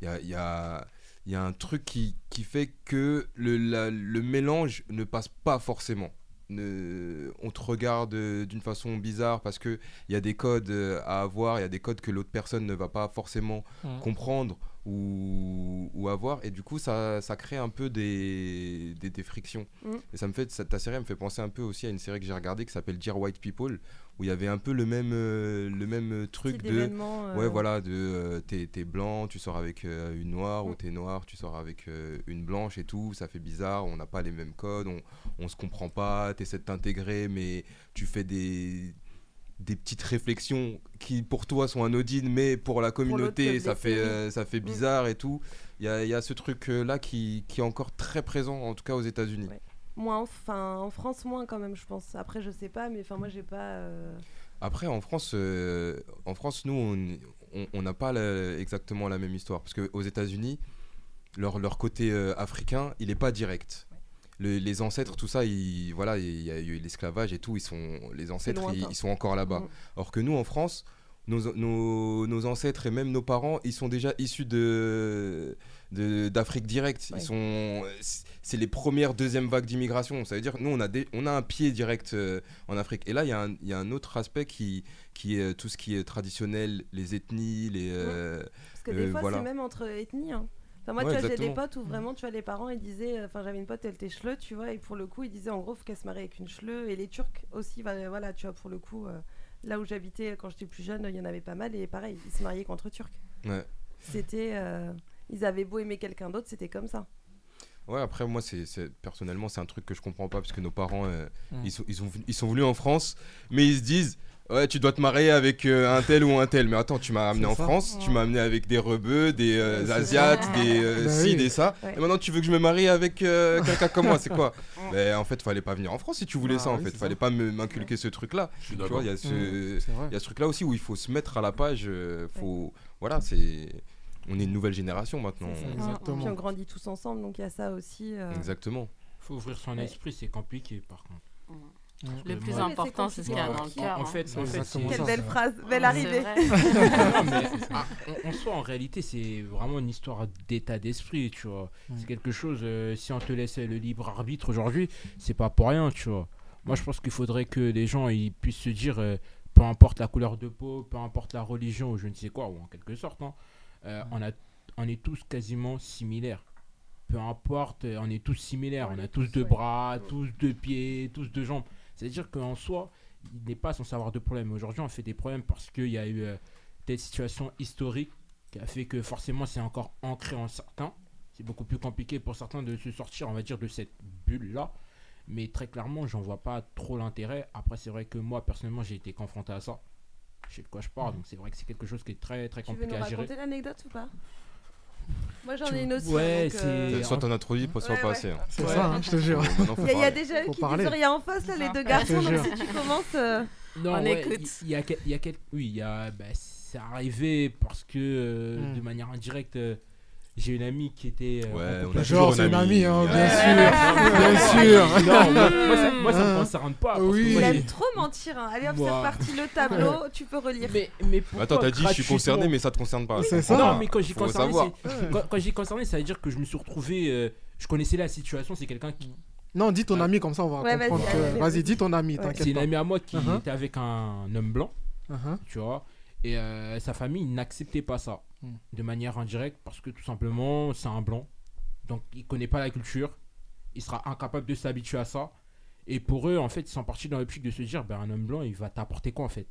Il y a- il y a il y a un truc qui, qui fait que le, la- le mélange ne passe pas forcément. Ne- on te regarde euh, d'une façon bizarre parce qu'il y a des codes euh, à avoir, il y a des codes que l'autre personne ne va pas forcément Mhm. comprendre ou, ou avoir. Et du coup, ça, ça crée un peu des, des, des frictions. Mhm. Et ça me fait, ça- ta série elle me fait penser un peu aussi à une série que j'ai regardée qui s'appelle Dear White People, où il y avait un peu le même, euh, le même euh, truc Type de... d'événement, euh, Ouais, voilà voilà, de euh, t'es t'es blanc, tu sors avec euh, une noire, ou t'es noir, tu sors avec euh, une blanche et tout, ça fait bizarre, on n'a pas les mêmes codes, on, on se comprend pas, t'essaies de t'intégrer, mais tu fais des, des petites réflexions qui pour toi sont anodines, mais pour la communauté, l'autre, ça, blessé. fait, euh, ça fait bizarre et tout. Il y a, il y a ce truc-là qui, qui est encore très présent, en tout cas aux États-Unis. Moins, enfin, en France, moins quand même, je pense. Après, je sais pas, mais enfin, moi, j'ai pas. euh, Après, en France, euh, en France nous, on, on on n'a pas la- exactement la même histoire. Parce qu'aux États-Unis, leur, leur côté euh, africain, il n'est pas direct. Le- les ancêtres, tout ça, ils- voilà, il y a eu l'esclavage et tout, ils sont, les ancêtres, ils, lointain. ils sont encore là-bas. Mm. Alors que nous, en France, nos, nos- nos ancêtres et même nos parents, ils sont déjà issus de de- d'Afrique directe. Ouais. Ils sont, c'est- c'est les premières, deuxième vague d'immigration. Ça veut dire que nous, on a des- on a un pied direct euh, en Afrique. Et là, il y, a un- il y a un autre aspect qui qui est euh, tout ce qui est traditionnel, les ethnies, les euh, Parce que des euh, fois, voilà. c'est même entre ethnies. hein. Enfin, moi, Ouais, tu vois, j'ai des exactement. Mm. potes où vraiment, tu vois, les parents, ils disaient. euh, Enfin, j'avais une pote, elle était chleu, tu vois, et pour le coup, ils disaient en gros, faut qu'elle se marie avec une chleu. Et les Turcs aussi, va- voilà, tu vois, pour le coup, euh, là où j'habitais quand j'étais plus jeune, il y en avait pas mal, et pareil, ils se mariaient contre Turcs. Ouais. C'était. euh, ils avaient beau aimer quelqu'un d'autre, c'était comme ça. Ouais, après, moi, c'est c'est- personnellement, c'est un truc que je comprends pas parce que nos parents, euh, Mm. ils, sont, ils, sont, ils sont venus en France, mais ils se disent Ouais, tu dois te marier avec euh, un tel ou un tel. Mais attends, tu m'as amené C'est en ça. France, tu m'as amené avec des rebeux, des euh, Ouais, c'est asiates, ça. des euh, Bah ci, oui. des ça. Ouais. Et maintenant, tu veux que je me marie avec euh, quelqu'un comme moi, c'est quoi Mais en fait, fallait pas venir en France si tu voulais Bah ça, en oui, fait. c'est Fallait pas me- m'inculquer ce truc-là. Tu d'accord. vois, il y a ce, Mm, c'est vrai. il y a ce truc-là aussi où il faut se mettre à la page. euh, faut, Voilà, c'est. On est une nouvelle génération maintenant. C'est ça. Puis on grandit tous ensemble, donc il y a ça aussi. euh, Exactement. Faut ouvrir son Ouais. esprit, c'est compliqué par contre. Mm. Parce Le que plus moi- important, c'est ce qu'il y a Ouais. dans le cœur, En hein. fait, C'est en fait, exactement c'est- ça. Quelle belle phrase, belle C'est arrivée. vrai. Non, mais, ah, en, en soi, en réalité, c'est vraiment une histoire d'état d'esprit, tu vois. C'est quelque chose, euh, si on te laisse le libre arbitre aujourd'hui, c'est pas pour rien, tu vois. Moi, je pense qu'il faudrait que les gens ils puissent se dire, euh, peu importe la couleur de peau, peu importe la religion ou je ne sais quoi, ou en quelque sorte, hein, euh, on, a, on est tous quasiment similaires. Peu importe, euh, on est tous similaires. On a tous deux bras, tous deux pieds, tous deux jambes. C'est-à-dire qu'en soi, il n'est pas sans savoir de problème. Aujourd'hui, on fait des problèmes parce qu'il y a eu euh, telle situation historique qui a fait que forcément c'est encore ancré en certains. C'est beaucoup plus compliqué pour certains de se sortir, on va dire, de cette bulle-là. Mais très clairement, j'en vois pas trop l'intérêt. Après, c'est vrai que moi, personnellement, j'ai été confronté à ça. Je sais de quoi je parle, donc c'est vrai que c'est quelque chose qui est très très Tu veux compliqué nous à gérer. raconter l'anecdote ou pas Moi j'en Tu ai une veux- aussi. Ouais, donc, c'est- euh, Soit t'en introduis, soit Ouais, pas ouais. assez. hein. C'est ça, hein, je te jure. Euh, maintenant, faut Il y, a- il y a parler. déjà Faut qui parler. disent rien en face là, les deux garçons, donc si tu commences. euh, Non, ouais, Il y, a, quel- il y a quel- oui, il y a, bah, c'est arrivé parce que euh, Hmm. de manière indirecte, euh, j'ai une amie qui était. euh, Ouais, en on a couple. Genre, c'est une amie, hein, bien sûr. Bien sûr. Non, hein. moi, moi, ça, moi, ça me Hein. concerne Ah, pas. parce que Oui. moi, Il j'ai- aime trop mentir. hein. Allez hop, c'est Moi. reparti le tableau, tu peux relire. Mais, mais Bah, Attends, t'as dit je suis concerné, mais ça te concerne pas. C'est ça. Non, mais quand j'y Faut concerné, savoir. c'est- quand, quand j'y concerné, ça veut dire que je me suis retrouvé. euh, je connaissais la situation, c'est quelqu'un Hmm. qui. Non, dis ton ami, comme ça on va Ouais, vas-y, comprendre. allez, que- vas-y. Vas-y, dis ton ami, t'inquiète. C'est une pas. amie à moi qui Uh-huh. était avec un homme blanc, Uh-huh. tu vois, et euh, sa famille n'acceptait pas ça Hmm. de manière indirecte parce que tout simplement c'est un blanc, donc il connaît pas la culture, il sera incapable de s'habituer à ça, et pour eux en fait ils sont partis dans l'optique de se dire ben un homme blanc il va t'apporter quoi en fait,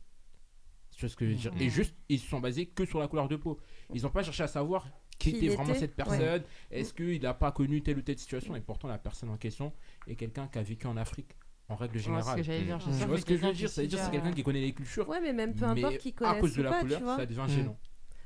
tu vois ce que je veux dire, et Mhm. juste ils se sont basés que sur la couleur de peau, ils n'ont pas cherché à savoir qui Qui était il vraiment était, cette ouais. personne, est-ce qu'il n'a pas connu telle ou telle situation, et pourtant la personne en question est quelqu'un qui a vécu en Afrique en règle ce que générale. j'allais dire, je Tu sais vois que ce que je quelqu'un veux qui dire, ça veut dire c'est suit, quelqu'un euh, qui connaît les cultures. Ouais, mais même peu importe qu'ils connaissent à cause de ou la pas, couleur, tu vois. ça devient Mm. gênant.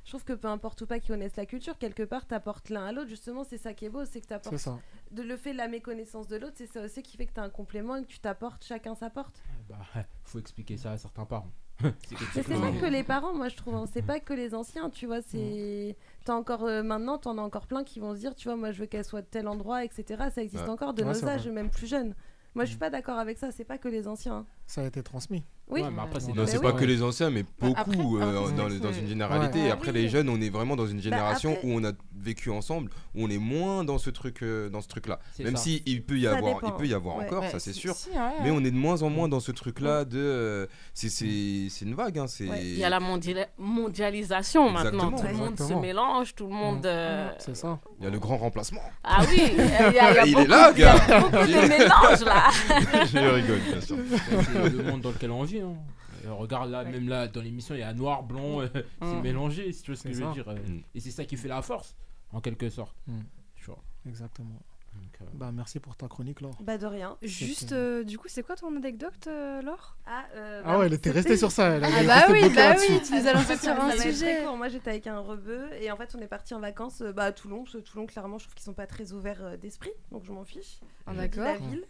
Je trouve que peu importe ou pas qu'ils connaissent la culture, quelque part t'apportes l'un à l'autre. Justement, c'est ça qui est beau, c'est que t'apportes. C'est ça. De le fait de la méconnaissance de l'autre, c'est ça aussi qui fait que t'as un complément et que tu t'apportes, chacun s'apporte. Hmm. Bah, faut expliquer ça à certains parents. quelque Mais chose- c'est pas que les parents, moi je trouve, hein. Mm. c'est pas que les anciens, tu vois, c'est... T'as encore, euh, maintenant, t'en as encore plein qui vont se dire, tu vois, moi je veux qu'elle soit de tel endroit, etc. Ça existe Ouais. encore de Ouais, c'est nos vrai. Mm. âges, même plus jeunes. Moi je suis pas d'accord avec ça, c'est pas que les anciens. hein. Ça a été transmis. Bah Oui. mais après, c'est Non, c'est pas que les anciens, mais beaucoup après- euh, après, dans, c'est- dans une généralité. Ouais. Bah Et après, les jeunes, on est vraiment dans une génération après- où on a vécu ensemble, où on est moins dans ce truc, euh, dans ce truc-là. C'est Même ça. si il peut y Ça avoir, il dépend. peut y avoir Ouais. encore, Ouais, ça c'est si- sûr. si, ouais, ouais. Mais on est de moins en moins dans ce truc-là de, euh, c'est c'est c'est une vague, hein. C'est Il y a la mondia- mondialisation maintenant. Exactement. Tout le monde se Exactement. mélange, tout le Mm. monde. euh, C'est ça. Il y a le grand remplacement. Ah oui, il y a, il y a Il beaucoup, est là, il y a gars. beaucoup de mélange là. Je rigole, bien sûr. C'est le monde dans lequel on vit. hein. Euh, regarde là, même là, dans l'émission, il y a noir, blanc, euh, c'est Hmm. Mm. mélangé, si tu vois ce que C'est je veux ça. dire. euh, Hmm. Et c'est ça qui fait la force, en quelque sorte. Hmm. Mm. Tu vois. Exactement. Donc, euh, Bah, merci pour ta chronique, Laure. Bah de rien. euh, euh, Juste, du coup, c'est quoi ton anecdote, Laure Ah, Ah ouais, elle était restée sur ça. Elle Ah avait bah resté oui, bloquée bah là-dessus. oui, tu nous as lancé sur Ah, Ça un va être très sujet. court. Moi j'étais avec un rebeu et en fait on est parti en vacances euh, bah, à Toulon, parce que Toulon clairement je trouve qu'ils sont pas très ouverts euh, d'esprit, donc je m'en fiche. Ah, Je dis la d'accord. ville.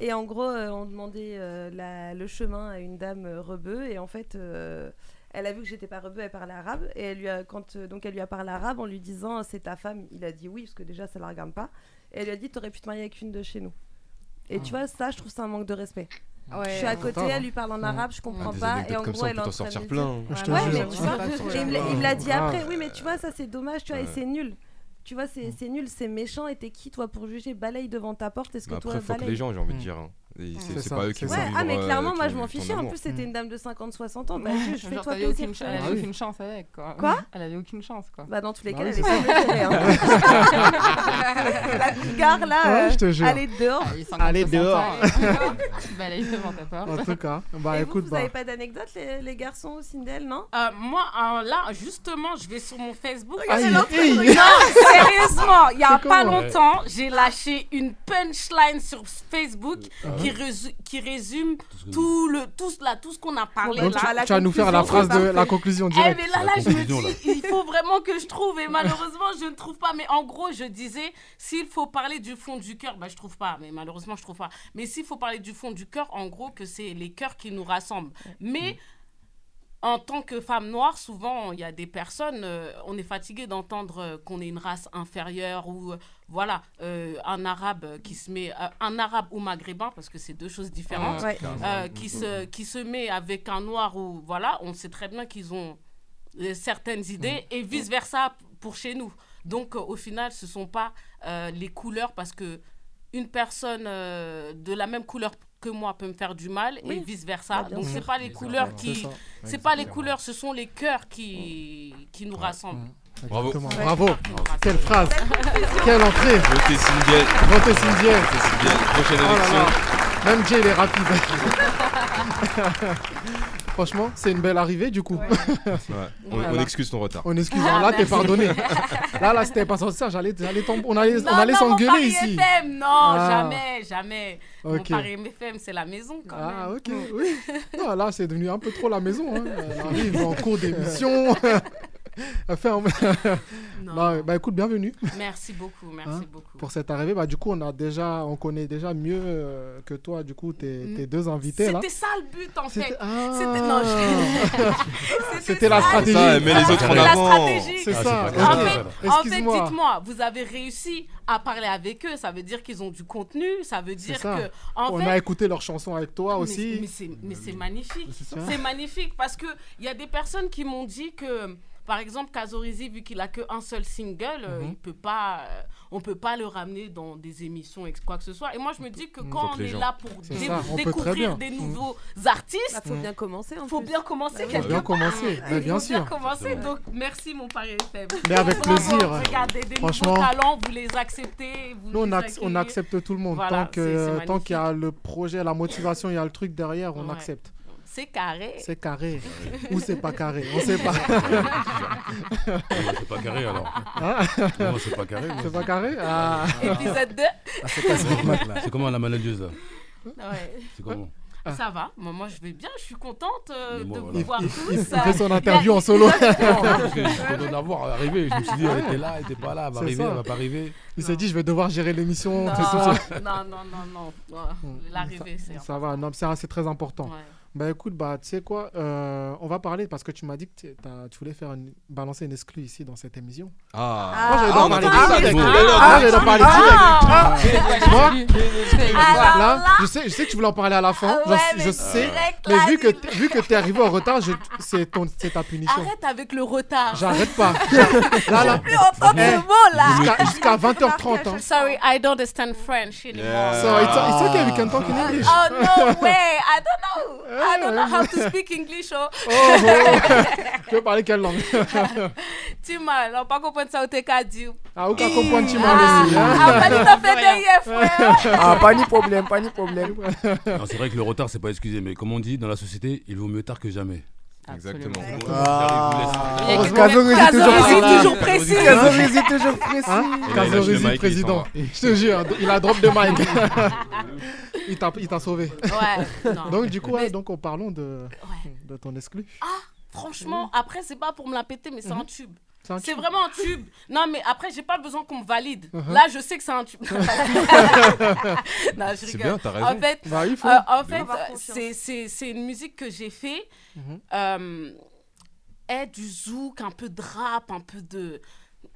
Et en gros euh, on demandait euh, la- le chemin à une dame euh, rebeu et en fait euh, Elle a vu que j'étais pas rebeu, elle parlait arabe. Et elle lui a, quand, euh, donc elle lui a parlé arabe en lui disant euh, C'est ta femme. Il a dit oui, parce que déjà, ça la regarde pas. Et elle lui a dit T'aurais pu te marier avec une de chez nous. Et Ah. tu vois, ça, je trouve ça un manque de respect. Ouais, je suis à en même côté, temps, elle lui parle en ouais. arabe, je comprends Ah, des pas. Et anecdotes en comme gros, ça, on elle peut est en t'en train de sortir me plein, dire- hein. Je te Ouais, jure. mais tu vois, Ouais, et il me l'a- il me l'a dit grave. après. Oui, mais tu vois, ça c'est dommage, tu vois, et Ouais. c'est nul. Tu vois, c'est c'est nul, c'est méchant. Et t'es qui, toi, pour juger Balaye devant ta porte Est-ce que Mais toi, Bah, après, fuck balaye les gens, j'ai envie de dire, hein. Et c'est- C'est pas eux qui Ouais, vont vivre, ah, mais euh, clairement, qui moi vont je m'en vivre ton fichais. En amour. plus, c'était une dame de 50-60 ans. Bah, Ouais, juge, genre, fais-toi t'avais plaisir. aucune tu chance- Elle vois. avait aucune chance avec, quoi. Quoi Elle avait aucune chance, quoi. Bah, dans tous les Bah cas, oui, elle avait c'est pas ça. préféré, hein. La bigarre, là, Ouais, je te euh, jure. allez dehors. Allez, 50, Allez 60, dehors. allez. Bah, allez, devant ta porte. En tout cas, Et bah vous, écoute, vous bah, avez pas d'anecdote, les, les garçons au Sindel, non Moi, euh, là, justement, je vais sur mon Facebook. Aïe, Non, aïe. sérieusement, il y a C'est pas comment longtemps, j'ai lâché une punchline sur Facebook Ah qui, ouais. résu- qui résume tout, le, tout, là, tout ce qu'on a parlé. Donc, là. tu- tu vas nous faire la phrase de la conclusion Eh, mais directe. là, là, je me dis, il faut vraiment que je trouve. Et malheureusement, je ne trouve pas. Mais en gros, je disais, s'il faut parler du fond du cœur, bah, je trouve pas. Mais malheureusement, je trouve pas. Mais s'il faut parler du fond du cœur, en gros, que c'est les cœurs qui nous rassemblent. Mais en tant que femme noire, souvent, il y a des personnes, euh, on est fatigué d'entendre euh, qu'on est une race inférieure ou, euh, voilà, euh, un arabe qui se met, euh, un arabe ou maghrébin, parce que c'est deux choses différentes, Ah, ouais. euh, qui, se, qui se met avec un noir ou, voilà, on sait très bien qu'ils ont euh, certaines idées Mm. et vice-versa pour chez nous. Donc, euh, au final, ce ne sont pas euh, les couleurs parce que une personne euh, de la même couleur que moi peut me faire du mal et Oui. vice-versa. Bah, bien Ah, Donc, sûr. c'est pas les Exactement. couleurs C'est qui... ça. C'est pas les couleurs, ce sont les cœurs qui, qui nous rassemblent. Bravo. Exactement. Ouais. Bravo. Bravo. Oh, Quelle phrase. Quelle entrée. Votez Sindiel. Votez Sindiel. Votez Sindiel. Prochaine Oh là élection. là. Même Jay, il est rapide. Franchement, c'est une belle arrivée du coup. On- on excuse ton retard. On excuse. Ah, Alors là, t'es merci. pardonné. Là, là, c'était pas censé ça. J'allais, j'allais t'en- on allait, on Non, allait non, mon s'engueuler Paris ici. FM, non, Ah. jamais, jamais. Mon Ok. Paris FM, c'est la maison quand Ah même. ok, oui. Non, là c'est devenu un peu trop la maison. Hein. Elle arrive en cours d'émission. Elle fait un- bah, bah, écoute, bienvenue. Merci beaucoup, merci Hein, beaucoup. Pour cette arrivée, bah, du coup on, a déjà, on connaît déjà mieux euh, que toi du coup tes, tes deux invités. là. Mm. C'était ça le but en fait. C'était- C'était Ah. non, je- C'était la ça. stratégie. Ça, elle met les autres en C'était avant. La stratégie. C'est Ah, ça. c'est pas En grave. fait, en fait, Excuse-moi. dites-moi, vous avez réussi à parler avec eux. Ça veut dire qu'ils ont du contenu. Ça veut C'est dire ça. que en on fait, a écouté leurs chansons avec toi Mais- aussi. Mais, c'est- mais c'est magnifique. C'est ça. C'est magnifique parce qu'il y a des personnes qui m'ont dit que, par exemple, Kazorizi, vu qu'il a qu'un seul single, euh, Mhm. il peut pas, euh, on peut pas le ramener dans des émissions et quoi que ce soit. Et moi, je me dis Mm. que quand Faut on que les est gens- là pour C'est dé- ça, on peut très bien. découvrir des Mhm. nouveaux artistes, Bah, faut bien commencer. faut bien commencer quelque bien part. commencer, bah, Il bien faut bien sûr. commencer. Donc, merci, mon Paris FM. Mais avec Vraiment, plaisir. Regardez des Franchement. nouveaux talents, vous les acceptez. Vous Nous, on, les ac- on accueillez. accepte tout le monde. Voilà, tant que- c'est- c'est euh, tant magnifique. qu'il y a le projet, la motivation, il y a le truc derrière, on Ouais. accepte. C'est carré. C'est carré. Ah Ou c'est pas carré, on sait pas. Moi, c'est pas carré, alors. Hein Moi, c'est pas carré, moi. C'est pas carré Ah. Épisode 2. Ah, c'est quoi, c'est comment, là C'est comment la maladieuse là Ah Ouais. C'est comment Ah. Ça va, moi, moi, je vais bien, je suis contente euh, Mais moi, de voilà. vous voir Il- tous. il- il fait euh, son y a- interview en solo. Non, parce que je suis content d'avoir arrivé. Je me suis dit, elle était là, elle était pas là, elle va C'est arriver, ça. elle va pas arriver. Il s'est dit, je vais devoir gérer l'émission. tout ça. Non, non, non, non, non. L'arrivée, c'est. Ça va, non, c'est c'est très important. Ouais. Bah écoute, bah, tu sais quoi, euh, on va parler parce que tu m'as dit que t'es- t'as- tu voulais faire une- balancer une exclue ici dans cette émission. Ah. Moi j'allais Ah, d'en on parler parle de ça, direct. d'accord. Moi j'allais d'en parler Ah. direct. Ah. Tu vois Ah, Alors Là, je sais, je sais que tu voulais en parler à la fin. ouais, je, je mais sais. direct, Mais là, vu que, t- vu que t'es arrivé en retard, je- c'est ton- c'est ta punition. Arrête avec le retard. J'arrête pas. J'arrête- Là, là. plus entendre Eh, ce mot là. jusqu'à- Jusqu'à 20h30. hein. Sorry, I don't understand French anymore. So it's, it's okay, we can talk in English. Eh, Oh no way, I don't know. I don't know how to speak English. Oh. Oh, oh. tu veux parler quelle langue Tu m'as, on pas comprendre ça au TK Ah, ou qu'à comprendre, tu Ah, m'as hein. laissé. ah, pas tout à fait derrière, frère. Ah, pas ni problème, pas ni problème. Non, c'est vrai que le retard, c'est pas excusé, mais comme on dit, dans la société, il vaut mieux tard que jamais. Exactement. Ah. Il y a quelqu'un- Kazorizi, toujours précis. Kazorizi, toujours précis. Et là, il lâche le Kazorizi, mic, il président. s'en va. Je te jure, il a drop de mic. Il t'a- il t'a sauvé. Ouais, non. Donc, du coup, ouais, donc, en parlant de, de ton exclu. Ah. Franchement, après, c'est pas pour me la péter, mais c'est un tube. un C'est vraiment un tube. Non, mais après, j'ai pas besoin qu'on me valide. Mhm. Là, je sais que c'est un tube. non, je C'est rigole. bien, t'as raison. En fait, Bah, il faut. euh, en De fait ouf. euh, c'est- c'est c'est une musique que j'ai fait. Mhm. euh, est du zouk, un peu de rap, un peu de.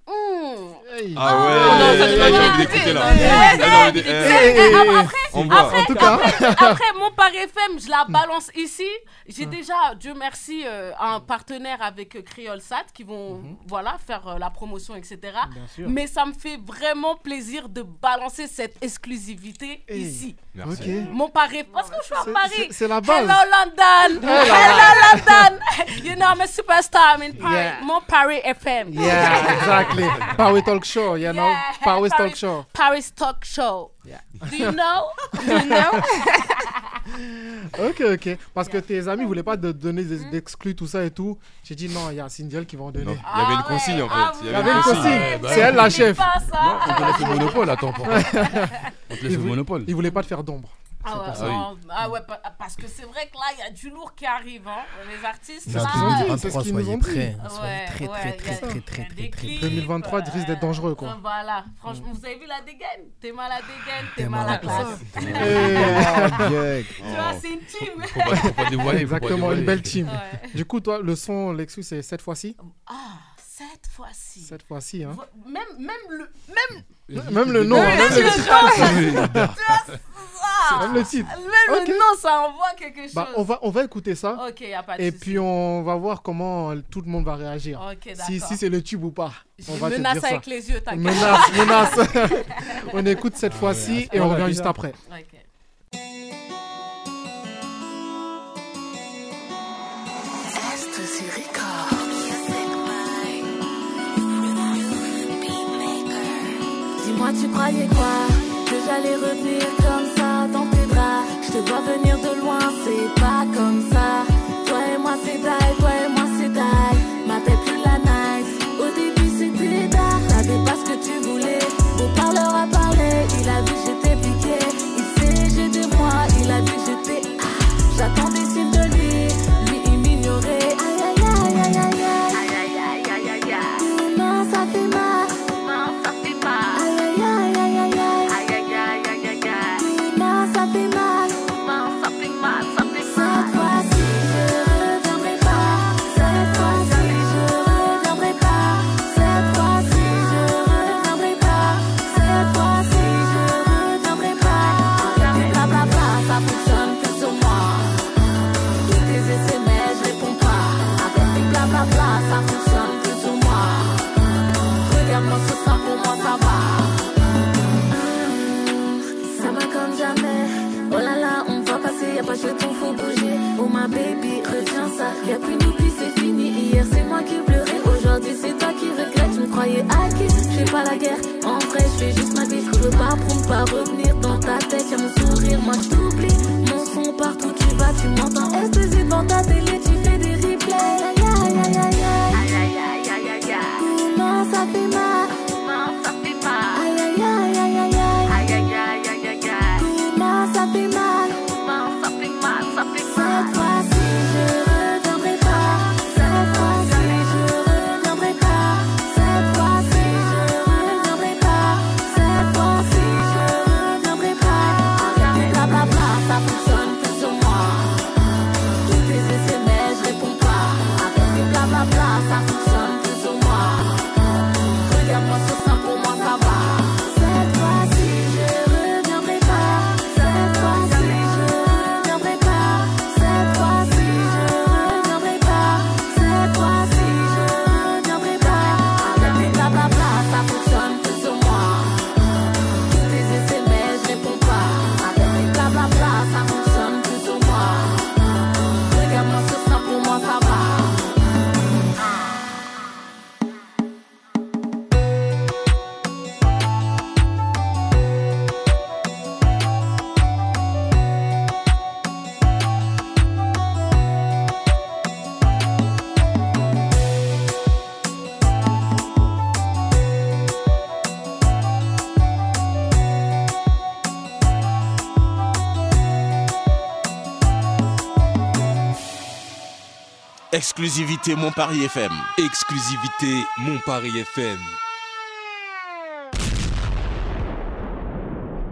Mmh. Ah ouais, là, j'ai envie d'écouter, là. Eh, Là, j'ai envie eh, d'écouter. eh, Eh, eh, eh, après, on voit. après, En tout cas. après- après, mon pari FM, je la Hmm. balance ici. J'ai déjà, Dieu merci, euh, un partenaire avec euh, Créole Sat qui vont Hmm. voilà, faire euh, la promotion, etc. sûr. Mais ça me fait vraiment plaisir de balancer cette exclusivité ici. Merci. Ok. Mon pari, parce que je suis à Paris. c'est- c'est la base. Hello London. là là. Hello London. you know, I'm a superstar. I'm in Paris. Yeah. Mon pari Yeah, FM. exactly. Power Talk Show, you know? Power Talk Show. Paris Talk Show. Do you know? Do you know? Ok, ok. Parce que tes amis voulaient pas te donner des- Hmm. d'exclus, tout ça et tout. J'ai dit non, il y a Cindy qui va en donner. Ah Il y avait une consigne en fait. Il y avait une consigne. C'est elle la chef. Non, on te laisse le monopole, attends, pourquoi On te laisse Il le vou- monopole. Il voulait pas te faire d'ombre. Ah ouais, C'est pour non, ah ouais, pa- parce que c'est vrai que là, il y a du lourd qui arrive, hein. Les artistes, C'est là... ce qu'ils nous euh, disent, c'est ce qu'ils nous ont dit. Ouais, ouais, il y a- il y a des clips, 2023 euh, risque d'être dangereux, euh, quoi. Voilà, franchement, vous avez vu la dégaine T'es mal à dégaine, t'es T'es mal mal à à classe. classe. Tu Ah, Hey. vois, c'est une team. Faut pas- faut pas dévoiler, faut pas Exactement, dévoiler. une belle team. Ouais. Du coup, toi, le son, Lexus, c'est cette fois-ci Ah, cette fois-ci. Cette fois-ci, hein. Vo- Même, même le... Même... Même le nom, Même hein, le nom. titre. Ah, Même le titre. Même Ok. le nom, ça envoie quelque chose. Bah, on va, on va écouter ça. Ok, y a pas de Et souci. puis on va voir comment tout le monde va réagir. Ok, si d'accord. si c'est le tube ou pas. Je On va te menace dire avec ça. les yeux, t'inquiète. Menace, menace. on écoute cette Ah ouais, fois-ci à ce et on moment-là, revient déjà. juste après. Ok. Dis-moi, tu croyais quoi Que j'allais revenir comme ça dans tes draps. Je te vois venir de loin, c'est pas comme ça. Toi et moi, c'est die, toi et moi, c'est die. M'appelle plus la nice. Au début, c'était dark. T'avais pas ce que tu voulais. Au parleur a parlé, il a vu que j'étais piqué. Il s'est jeté de moi, il a vu que j'étais. Ah, J'attendais signe de lui, lui il m'ignorait. Aïe aïe aïe aïe aïe aïe. Aïe aïe aïe aïe aïe. Mince, ça fait mal. Mince, ça fait mal. Aïe aïe aïe aïe aïe. Aïe aïe aïe aïe aïe aïe. Mince, ça fait mal. Mince, ça fait mal, ça fait mal. Cette fois-ci, je reviendrai pas. Cette fois-ci, je reviendrai pas. Cette fois-ci, je reviendrai pas. Cette fois-ci, je reviendrai pas. Avec bla bla bla, ça fonctionne plus sur moi. Tous tes SMS, je réponds pas. Avec tes blablabla, ça fonctionne plus sur moi. Regarde-moi ce soir, pour moi ça va. Ça va comme jamais. Oh là là, on va passer, y'a pas de jeton, faut bouger. Oh ma baby, retiens ça. Y'a plus nous, puis c'est fini. Hier c'est moi qui pleurais, aujourd'hui c'est toi qui regrette. Je me croyais acquis, je fais pas la guerre. En vrai, je fais juste ma vie, je veux pas prendre, pas revenir dans ta tête. Y'a mon sourire, moi je t'oublie. Mon son partout, tu vas, tu m'entends. Est-ce devant ta télé, tu fais des replays. Aïe aïe aïe aïe aïe. Aïe aïe aïe aïe aïe. Mince, ça fait mal. Mince, ça fait mal. Aïe aïe aïe aïe aïe aïe. Aïe aïe aïe aïe aïe aïe. Mince, ça fait mal. Mince, ça fait mal, ça fait mal. Cette fois-ci, je reviendrai pas. Cette fois-ci, je reviendrai pas. Cette fois-ci, je reviendrai pas. Cette fois-ci, je reviendrai pas. Avec blablabla, ça fonctionne plus sur moi. Tous tes SMS, je réponds pas. Avec tes blablabla, ça fonctionne plus sur moi. Regarde-moi ce soir, pour moi ça va. Cette fois-ci, je reviendrai pas. Cette fois-ci, je reviendrai pas. Cette fois-ci, je reviendrai pas. Cette fois-ci, je reviendrai pas. Avec tes blablabla, ça fonctionne plus sur moi. Tous tes SMS, je réponds pas. Avec tes blablabla, ça fonctionne plus sur moi. Regarde-moi ce soir, pour moi ça va. Exclusivité Mon Paris FM. Exclusivité Mon Paris FM.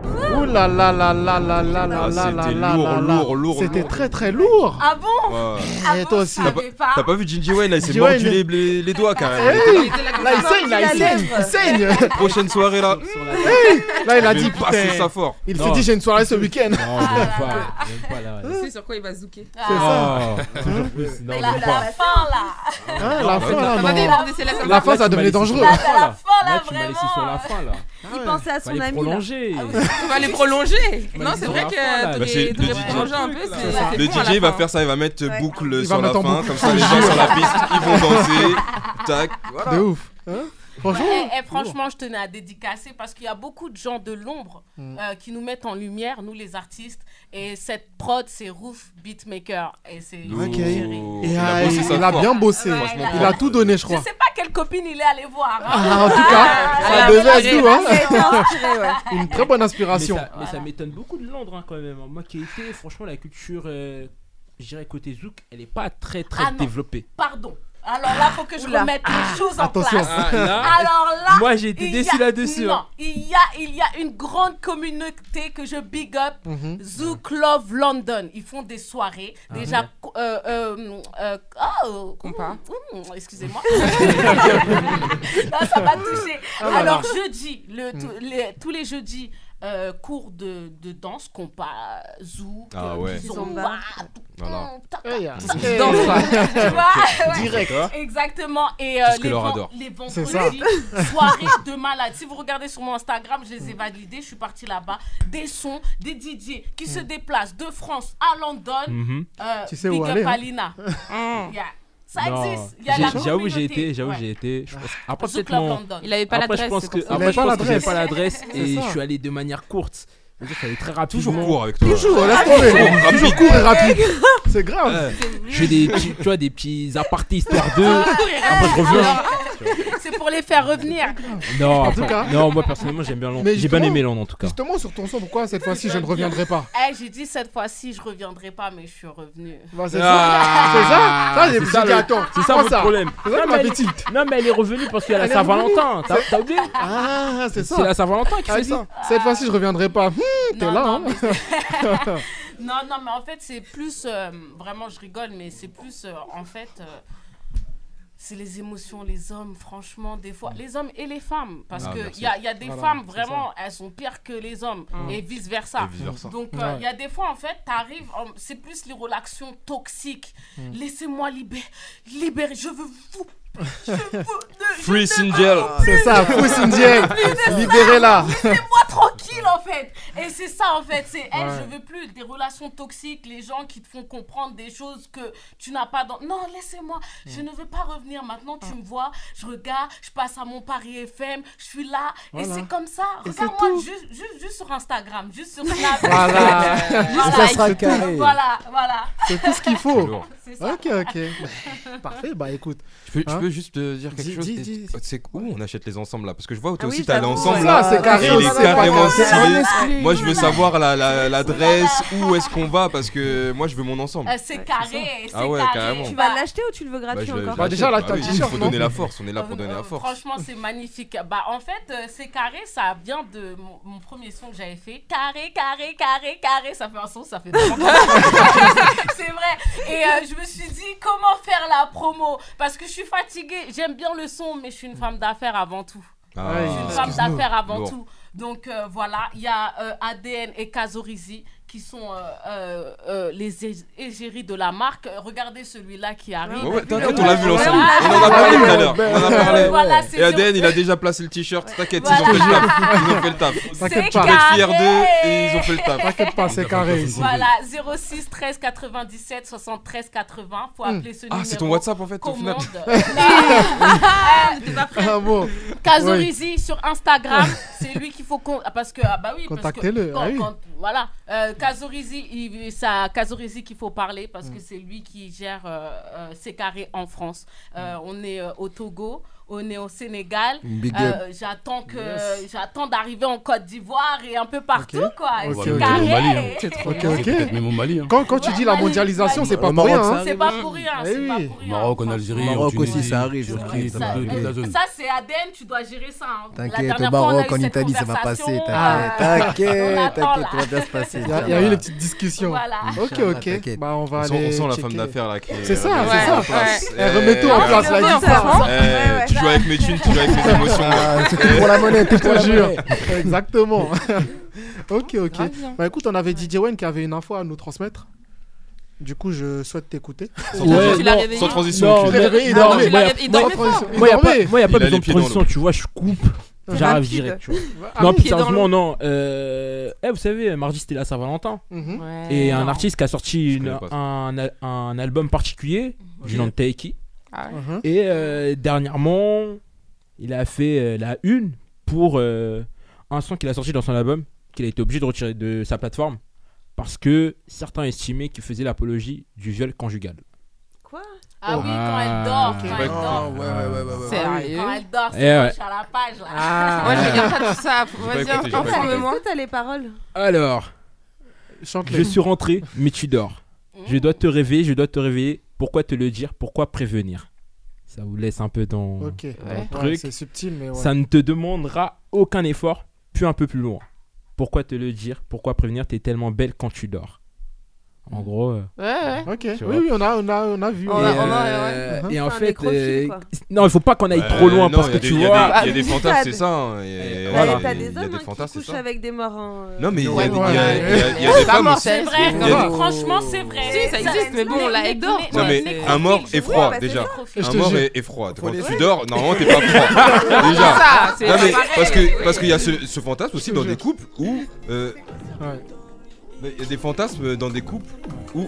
Ouh là là là là là là là là Ah, là c'était là lourd, là là. lourd, lourd, C'était lourd. très très lourd. Ah bon Ouais. Et toi aussi. T'as pas, t'as pas vu Gingy Wayne, là, il s'est Gingy mordu Wayne. Ah les, les- les doigts quand même. Hey, là, il saigne, là, il saigne, il saigne. Prochaine soirée là. Hey, là, il a Je dit vais passer putain. ça fort. Il s'est dit j'ai une soirée ce week-end. Ah Tu sais sur quoi il va zouker Ah. C'est ça. Hein Mais la, la fin là Ah, la fin, là, Ça va non. bien, vous laissez la La fin, ça devenait dangereux. La, la, la fin là, Là, tu m'as laissé sur la fin, là. Ah Il pensait à son Fallait ami. prolonger. Ah On va les prolonger. Tu m'as Non, dit c'est sur vrai la que fin, là. t'aurais- Bah, c'est- le t'aurais DJ. prolongé un peu. c'est- c'est Le bon à la DJ va fin. faire ça, il va mettre boucle Il va sur la mettre en fin, boucle. comme ça les gens sur la piste, ils vont danser. Tac, voilà. De ouf. Hein Franchement. Ouais, eh, eh, franchement, je tenais à dédicacer parce qu'il y a beaucoup de gens de l'ombre Mm. euh, qui nous mettent en lumière, nous les artistes. Et cette prod, c'est Roof Beatmaker. Et c'est Ok. c'est chéri. Et Il a ah, bossé il, ça il a fort. bien bossé. Ouais, Franchement, il a tout donné, je Je crois. sais pas quelle copine il est allé voir. hein. Ah, en tout cas, ça Ah, devait ah, être ah, nous, hein. ah, ah, ah, Une très bonne inspiration. Mais ça, mais ça m'étonne beaucoup de Londres hein, quand même. Moi qui ai été, franchement, la culture, euh, je dirais côté zouk, elle est pas très très Ah non. développée. Pardon. Alors là, faut que je Oula. remette les choses en Attention. place. Ah, là. Alors là, Moi, j'ai été il y a- déçu là-dessus, Non, hein. il y a, il y a une grande communauté que je big up, Mhm. Zouk Love London. Ils font des soirées. Ah. déjà, euh, euh, euh, oh, mm, mm, excusez-moi. Non, ça m'a touché. Ah, bah, Alors non. jeudi, le, Mm. tous les, tous les jeudis. euh, cours de, de danse, compas, zouk, Ah euh, ouais. zumba, Voilà. Hum, Mmh, Eh, Hey. Danse, là. Tu vois, ouais. Direct. Exactement. Et C'est euh, ce que les, Laura ven- adore. les C'est vendredis, soirée de malade. Si vous regardez sur mon Instagram, je les ai validés. Je suis partie là-bas. Des sons, des DJ qui se déplacent de France à London. Mhm. Euh, Tu sais Big où up aller, hein. Alina. Mm. Yeah. Ça Non. existe. Il y a la J'ai- J'avoue, j'ai communauté. été, j'avoue, Ouais. j'ai été. Je pense- Après, Zouk peut-être Love mon- London. Il avait pas Après, je l'adresse, pense c'est que pour ça. après, je Il avait pas pense que j'avais l'adresse. pas l'adresse C'est et ça. je suis allé de manière courte. C'est-à-dire qu'il fallait très rapide. Toujours court avec toi. Ah, Toujours, laisse tomber. Rapide. Toujours court et rapide. C'est grave. Je fais des, petits- tu vois, des petits apartés histoire d'eux. Après, je reviens. Ah, Alors, C'est pour les faire revenir. Non, En tout enfin, cas. non, moi personnellement, j'aime bien Londres. Mais J'ai bien justement- aimé Londres en tout cas. Justement, sur ton son, pourquoi cette fois-ci je ne reviendrai pas Eh, j'ai dit cette fois-ci, je reviendrai pas, mais je suis revenue. Bah, c'est ça. Ah, C'est ça. Ça, j'ai- j'ai dit, le- attends. C'est ça prends votre problème. C'est ça qui m'a mais fait elle, non, mais elle est revenue parce qu'elle a Elle est la revenue. Saint-Valentin. T'as C'est- t'as oublié Ah, c'est ça. C'est la Saint-Valentin qui Ah, fait dis, ça. Cette fois-ci, je reviendrai pas. Hum, T'es là, hein. Non, non, mais en fait, c'est plus. euh, vraiment, je rigole, mais c'est plus. euh, en fait. euh, c'est les émotions, les hommes, franchement, des fois. Les hommes et les femmes. Parce Ah, qu'il merci. y a, y a des Voilà, femmes, c'est vraiment, elles sont pires que les hommes. Mm. Et vice-versa. Et vice-versa. Donc, euh, il Ouais. y a des fois, en fait, t'arrives. en- C'est plus les relations toxiques. Mm. Laissez-moi libérer. Libérer. Je veux vous. Free Singel. Ah, C'est ça, fou Sindiel. Libérez-la. Laissez-moi tranquille en fait. Et c'est ça en fait, c'est elle, Ouais. je veux plus des relations toxiques, les gens qui te font comprendre des choses que tu n'as pas dans Non, laissez-moi. Je Mm. ne veux pas revenir maintenant, tu me vois, je regarde, je passe à mon Paris FM, je suis là et Voilà. c'est comme ça. Et c'est Regarde-moi juste, juste juste sur Instagram, juste sur Snap. Voilà. Ça Voilà. sera carré. Voilà, voilà. C'est tout ce qu'il faut. C'est ça. Ok, ok. Parfait, bah écoute. Je peux, je Hein peux juste te dire quelque Dis- chose dis- et- C'est où on achète les ensembles là Parce que je vois où toi Ah oui, aussi t'as allé j'avoue, ensemble ouais. là. Ça, c'est carré, Il c'est est pas carrément grave. stylé. C'est un exclu. Moi je veux savoir la- la- l'adresse, où est-ce qu'on va parce que moi je veux mon ensemble. Ah, Euh, c'est carré, c'est Ah ouais, carré. carrément. Tu vas l'acheter ou tu le veux gratuit je vais- encore je vais acheter. là, t'as Bah le oui, t-shirt, faut non donner la force, on est là pour donner Euh, la force. Franchement, c'est magnifique. Bah, en fait, euh, c'est carré, ça vient de mon, mon premier son que j'avais fait. Carré, carré, carré, carré. Ça fait un son, ça fait. vraiment- c'est vrai. Et euh, je me suis dit, comment faire la promo Parce que je suis fatiguée. J'aime bien le son, mais je suis une femme d'affaires avant tout. Ah, je suis une femme excuse-nous. d'affaires avant Lourd. tout. Donc euh, voilà, il y a euh, ADN et Kazorizi qui sont euh, euh, euh, les ég- égéries de la marque. Euh, Regardez celui-là qui arrive. Ouais, ouais, t'inquiète, on l'a vu l'ensemble. On en a parlé tout à l'heure. On en Voilà, a parlé. c'est Et ADN, sur- il a déjà placé le t-shirt. T'inquiète, ils ont Voilà. fait le taf. Ils ont fait le taf. T'inquiète Tu pas. peux être fier d'eux et ils ont fait le taf. T'inquiète pas, c'est carré ici. Voilà, 06 13 97 73 80. Faut Hmm. appeler ce numéro. Ah, c'est ton WhatsApp, en fait, au final. Commande. euh, Non. Ah bon Kazorizi sur Instagram, c'est lui qu'il faut con- ah, parce que ah bah oui parce que Contactez-le, quand- ah oui. quand- voilà euh, Kazorizi, il- ça Kazorizi qu'il faut parler Mm. Mm. parce que c'est lui qui gère euh, euh, C'est carré en France. Euh, on est euh, au Togo, on est au Sénégal. Big Euh, up. j'attends que Yes. j'attends d'arriver en Côte d'Ivoire et un peu partout quoi. Et Ok, Ah, c'est ok. carré. Au Mali, hein. C'est trop Ok, bien. ok. C'est peut-être même au Mali, hein. Quand, quand tu dis la mondialisation, c'est pas pour rien. hein. C'est pas pour rien. c'est pas pour Au Maroc, en Algérie, Maroc en aussi, Tunisie, ça arrive, ça Turquie, arrive, tout- ça toute arrive. la zone. Ça, c'est ADN, tu dois gérer ça. hein. La T'inquiète, au dernière fois, on a Maroc, eu en cette Italie, ça va conversation. passer. Ah. T'inquiète, t'inquiète, On attend, t'inquiète, tout va bien se passer. Il y, a- il y a eu les petites discussions. Voilà. Ok, Inch'Allah, ok. t'inquiète. Bah, on va On sent- aller. on sent la checker. femme d'affaires, là, qui est- C'est ça, Ouais, c'est ça. en place. Eh, Remets-toi en Eh, place, la ouais, vie ouais. Eh, tu joues avec mes thunes, tu joues avec mes émotions. Ah, c'est Eh. tout pour la Jure. monnaie. Exactement. ok, ok. Ah, bien. Bah, écoute, on avait DJ Wayne qui avait une info à nous transmettre. Du coup, je souhaite t'écouter. Sans Ouais, transition. Tu l'as non, réveillé sans transition, Non, tu je l'ai l'as- réveillé, Ah, dormez. tu l'as réveillé, il Sans dormait transition. fort. Moi, y a pas- Dormez. moi, y a pas Il a besoin les de pieds dans transition, l'eau. tu vois, je coupe. J'arrive Rapide. direct, tu vois. Ah, non, oui. plus sérieusement, non. Euh, eh, vous savez, mardi c'était la Saint-Valentin. Mhm. Ouais. Et un Non. artiste qui a sorti une- connais pas ça. un, al- un album particulier du Ok. nom de Taiki. Ah ouais. Mhm. Et euh, dernièrement, il a fait euh, la une pour euh, un son qu'il a sorti dans son album, qu'il a été obligé de retirer de sa plateforme. Parce que certains estimaient qu'il faisait l'apologie du viol conjugal. Ah oui, quand elle dort. Quand elle dort. Quand elle dort, Eh ouais. c'est moche à la page. Là. Ah. Moi, je regarde pas tout ça. Vas-y, hein, écouté, j'ai pas écouté. Est-ce que t'as les paroles Alors, je suis rentré, mais tu dors. Je dois te réveiller, je dois te réveiller. Pourquoi te le dire Pourquoi prévenir Ça vous laisse un peu dans, Ok. dans Ouais. le truc. Ouais, c'est subtil, mais ouais. Ça ne te demandera aucun effort, puis un peu plus loin. Pourquoi te le dire Pourquoi prévenir T'es tellement belle quand tu dors. En gros. euh, Ouais, ouais. Ok. Tu Oui, vois. oui, on a, on a, on a vu. hein. Et, on a- on a- euh, ouais. et en C'est un fait, nécrophile, euh, quoi. non, il faut pas qu'on aille Ouais, trop loin non, parce y a que des- tu y a vois. des- y a des fantasmes, c'est ça, hein, et- Et et voilà. T'as Il des y a hommes des hein, fantasmes, qui Ah, c'est couchent ça. avec des morts. hein, euh. Non, mais il y a Ouais, des- il y ouais. a- il y a- il y a des Pas femmes mort, aussi. c'est vrai. Il y a- non, Franchement, c'est vrai. Si, ça existe, mais bon, là, elle dort. Non Ouais, mais c'est- un mort est Ouais, froid bah, c'est déjà. ça. Et je Un te mort jure. est, est froid. Faut Quand les- tu dors, normalement t'es pas froid. déjà. Ça, c'est Non, mais pas parce pareil. que parce qu'il y a ce, ce fantasme aussi dans des couples où euh, il y a des fantasmes dans des couples où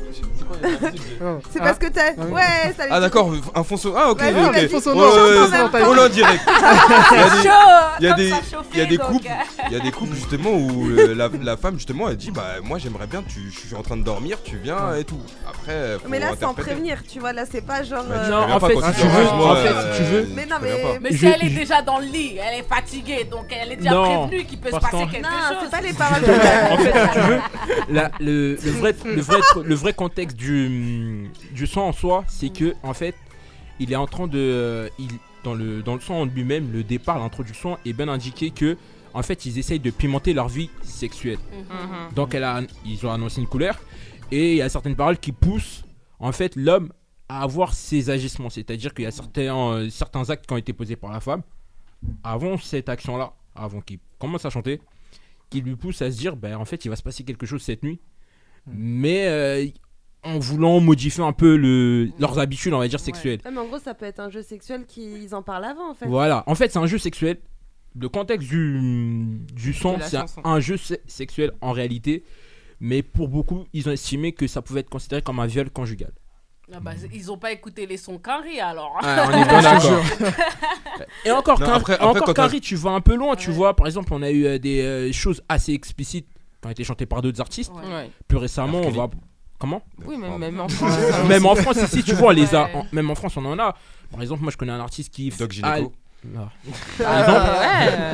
C'est parce que t'as. Ouais, ça Bah ah d'accord un fond sonore ah ok Vas-y, ok vas-y, fond sonore. Euh, Fond sonore. on l'a en direct C'est chaud, il y a comme ça des il y a chauffait, des donc. couples il y a des couples justement où euh, la, la femme justement elle dit bah moi j'aimerais bien tu je suis en train de dormir tu viens et tout après faut Mais là, sans interpréter. prévenir, tu vois, là, c'est pas genre. Bah, euh, tu préviens pas quand si tu veux, dors, en euh, fait, si tu veux- Mais non, préviens mais. pas. Mais Je- si elle est je- déjà dans le lit, elle est fatiguée, donc elle est déjà Non, prévenue qu'il peut se parce passer qu'en- quelque Non, chose. c'est pas les paroles de Exactement. en fait, si tu veux, la- le, le vrai, le, vrai, le vrai contexte du, du sang en soi, c'est que, en fait, il est en train de. euh, Il, dans, le, dans le sang en lui-même, le départ, l'introduction est bien indiqué que, en fait, ils essayent de pimenter leur vie sexuelle. Mhm. Donc, elle a, ils ont annoncé une couleur et il y a certaines paroles qui poussent, en fait, l'homme à avoir ses agissements. C'est-à-dire qu'il y a certains, euh, certains actes qui ont été posés par la femme avant cette action-là, avant qu'il commence à chanter, qui lui pousse à se dire, ben en fait, il va se passer quelque chose cette nuit. Mais euh, en voulant modifier un peu le, leurs habitudes, on va dire, sexuelles. Ouais, mais en gros, ça peut être un jeu sexuel qu'ils en parlent avant, en fait. Voilà, en fait, c'est un jeu sexuel. Le contexte du, du son, De la c'est un, chanson. un jeu se- sexuel en réalité. Mais pour beaucoup, ils ont estimé que ça pouvait être considéré comme un viol conjugal. Ah bah, ils ont pas écouté les sons qu'Henri alors. Ouais, Ah, on est bien d'accord. Et encore, Non, qu'un- après- après, encore quand Carrie, on- tu vas un peu loin, tu vois. Par exemple, on a eu euh, des euh, choses assez explicites qui ont été chantées par d'autres artistes. Ouais. Plus récemment, on va. Comment Oui, mais même en France. hein. Même en France, ici, tu vois, on les a. Ouais. en- Même en France, on en a. Par exemple, moi, je connais un artiste qui. Doc Gynéco. Ah,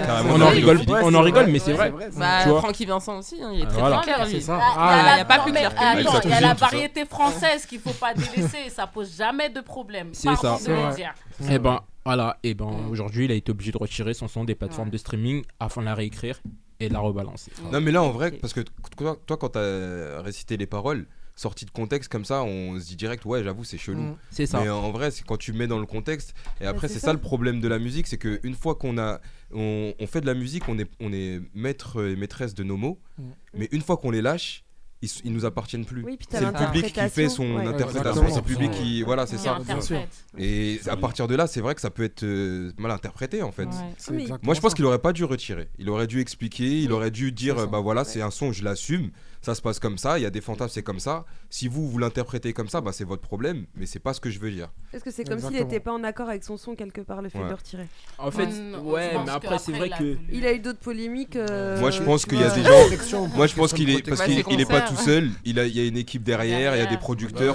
Par exemple, on en rigole, on en rigole, mais c'est vrai. Bah, Tu vois. Francky Vincent aussi, hein, il est Ah, très voilà. clair. C'est lui. ça. Il y a Il la- n'y a pas non, plus mais clair. attends, Avec sa il y a cousine, la tout ça. variété française qu'il faut pas délaisser, ça pose jamais de problème. C'est Pardon ça. de le dire. Mm. Et ben voilà, et ben aujourd'hui, il a été obligé de retirer son son des plateformes de streaming afin de la réécrire et de la rebalancer. Non mais là en vrai parce que t- toi, toi, quand t'as récité les paroles sorties de contexte comme ça on se dit direct ouais j'avoue c'est chelou Mm. C'est ça. mais en vrai c'est quand tu mets dans le contexte et après c'est c'est ça. ça. le problème de la musique c'est que une fois qu'on a on, on fait de la musique on est on est maître et maîtresse de nos mots Mm. mais une fois qu'on les lâche ils, s- ils nous appartiennent plus. Oui, puis t'as c'est le public qui fait l'interprétation. son Ouais. interprétation, Exactement. c'est le public qui Ouais. voilà c'est Qui ça. interprète. Et à partir de là, c'est vrai que ça peut être euh, mal interprété en fait. C'est Mais- exactement Moi, je pense qu'il aurait pas dû retirer. Il aurait dû expliquer, il aurait dû dire euh, bah voilà, c'est un son, je l'assume, ça se passe comme ça, il y a des fantasmes, c'est comme ça. Si vous vous l'interprétez comme ça, bah c'est votre problème, mais c'est pas ce que je veux dire. Parce que c'est comme s'il Exactement. n'était pas en accord avec son son quelque part, le fait Ouais. de le retirer. En fait, Ouais, ouais, je pense mais après, que c'est après, vrai il a que- voulu- Il a eu d'autres polémiques. euh, Moi, je pense tu qu'il y a vois. des gens. Moi, je pense qu'il est parce Bah, qu'il ses il est pas concerts. tout seul. Il a, il y a une équipe derrière, il y a des producteurs,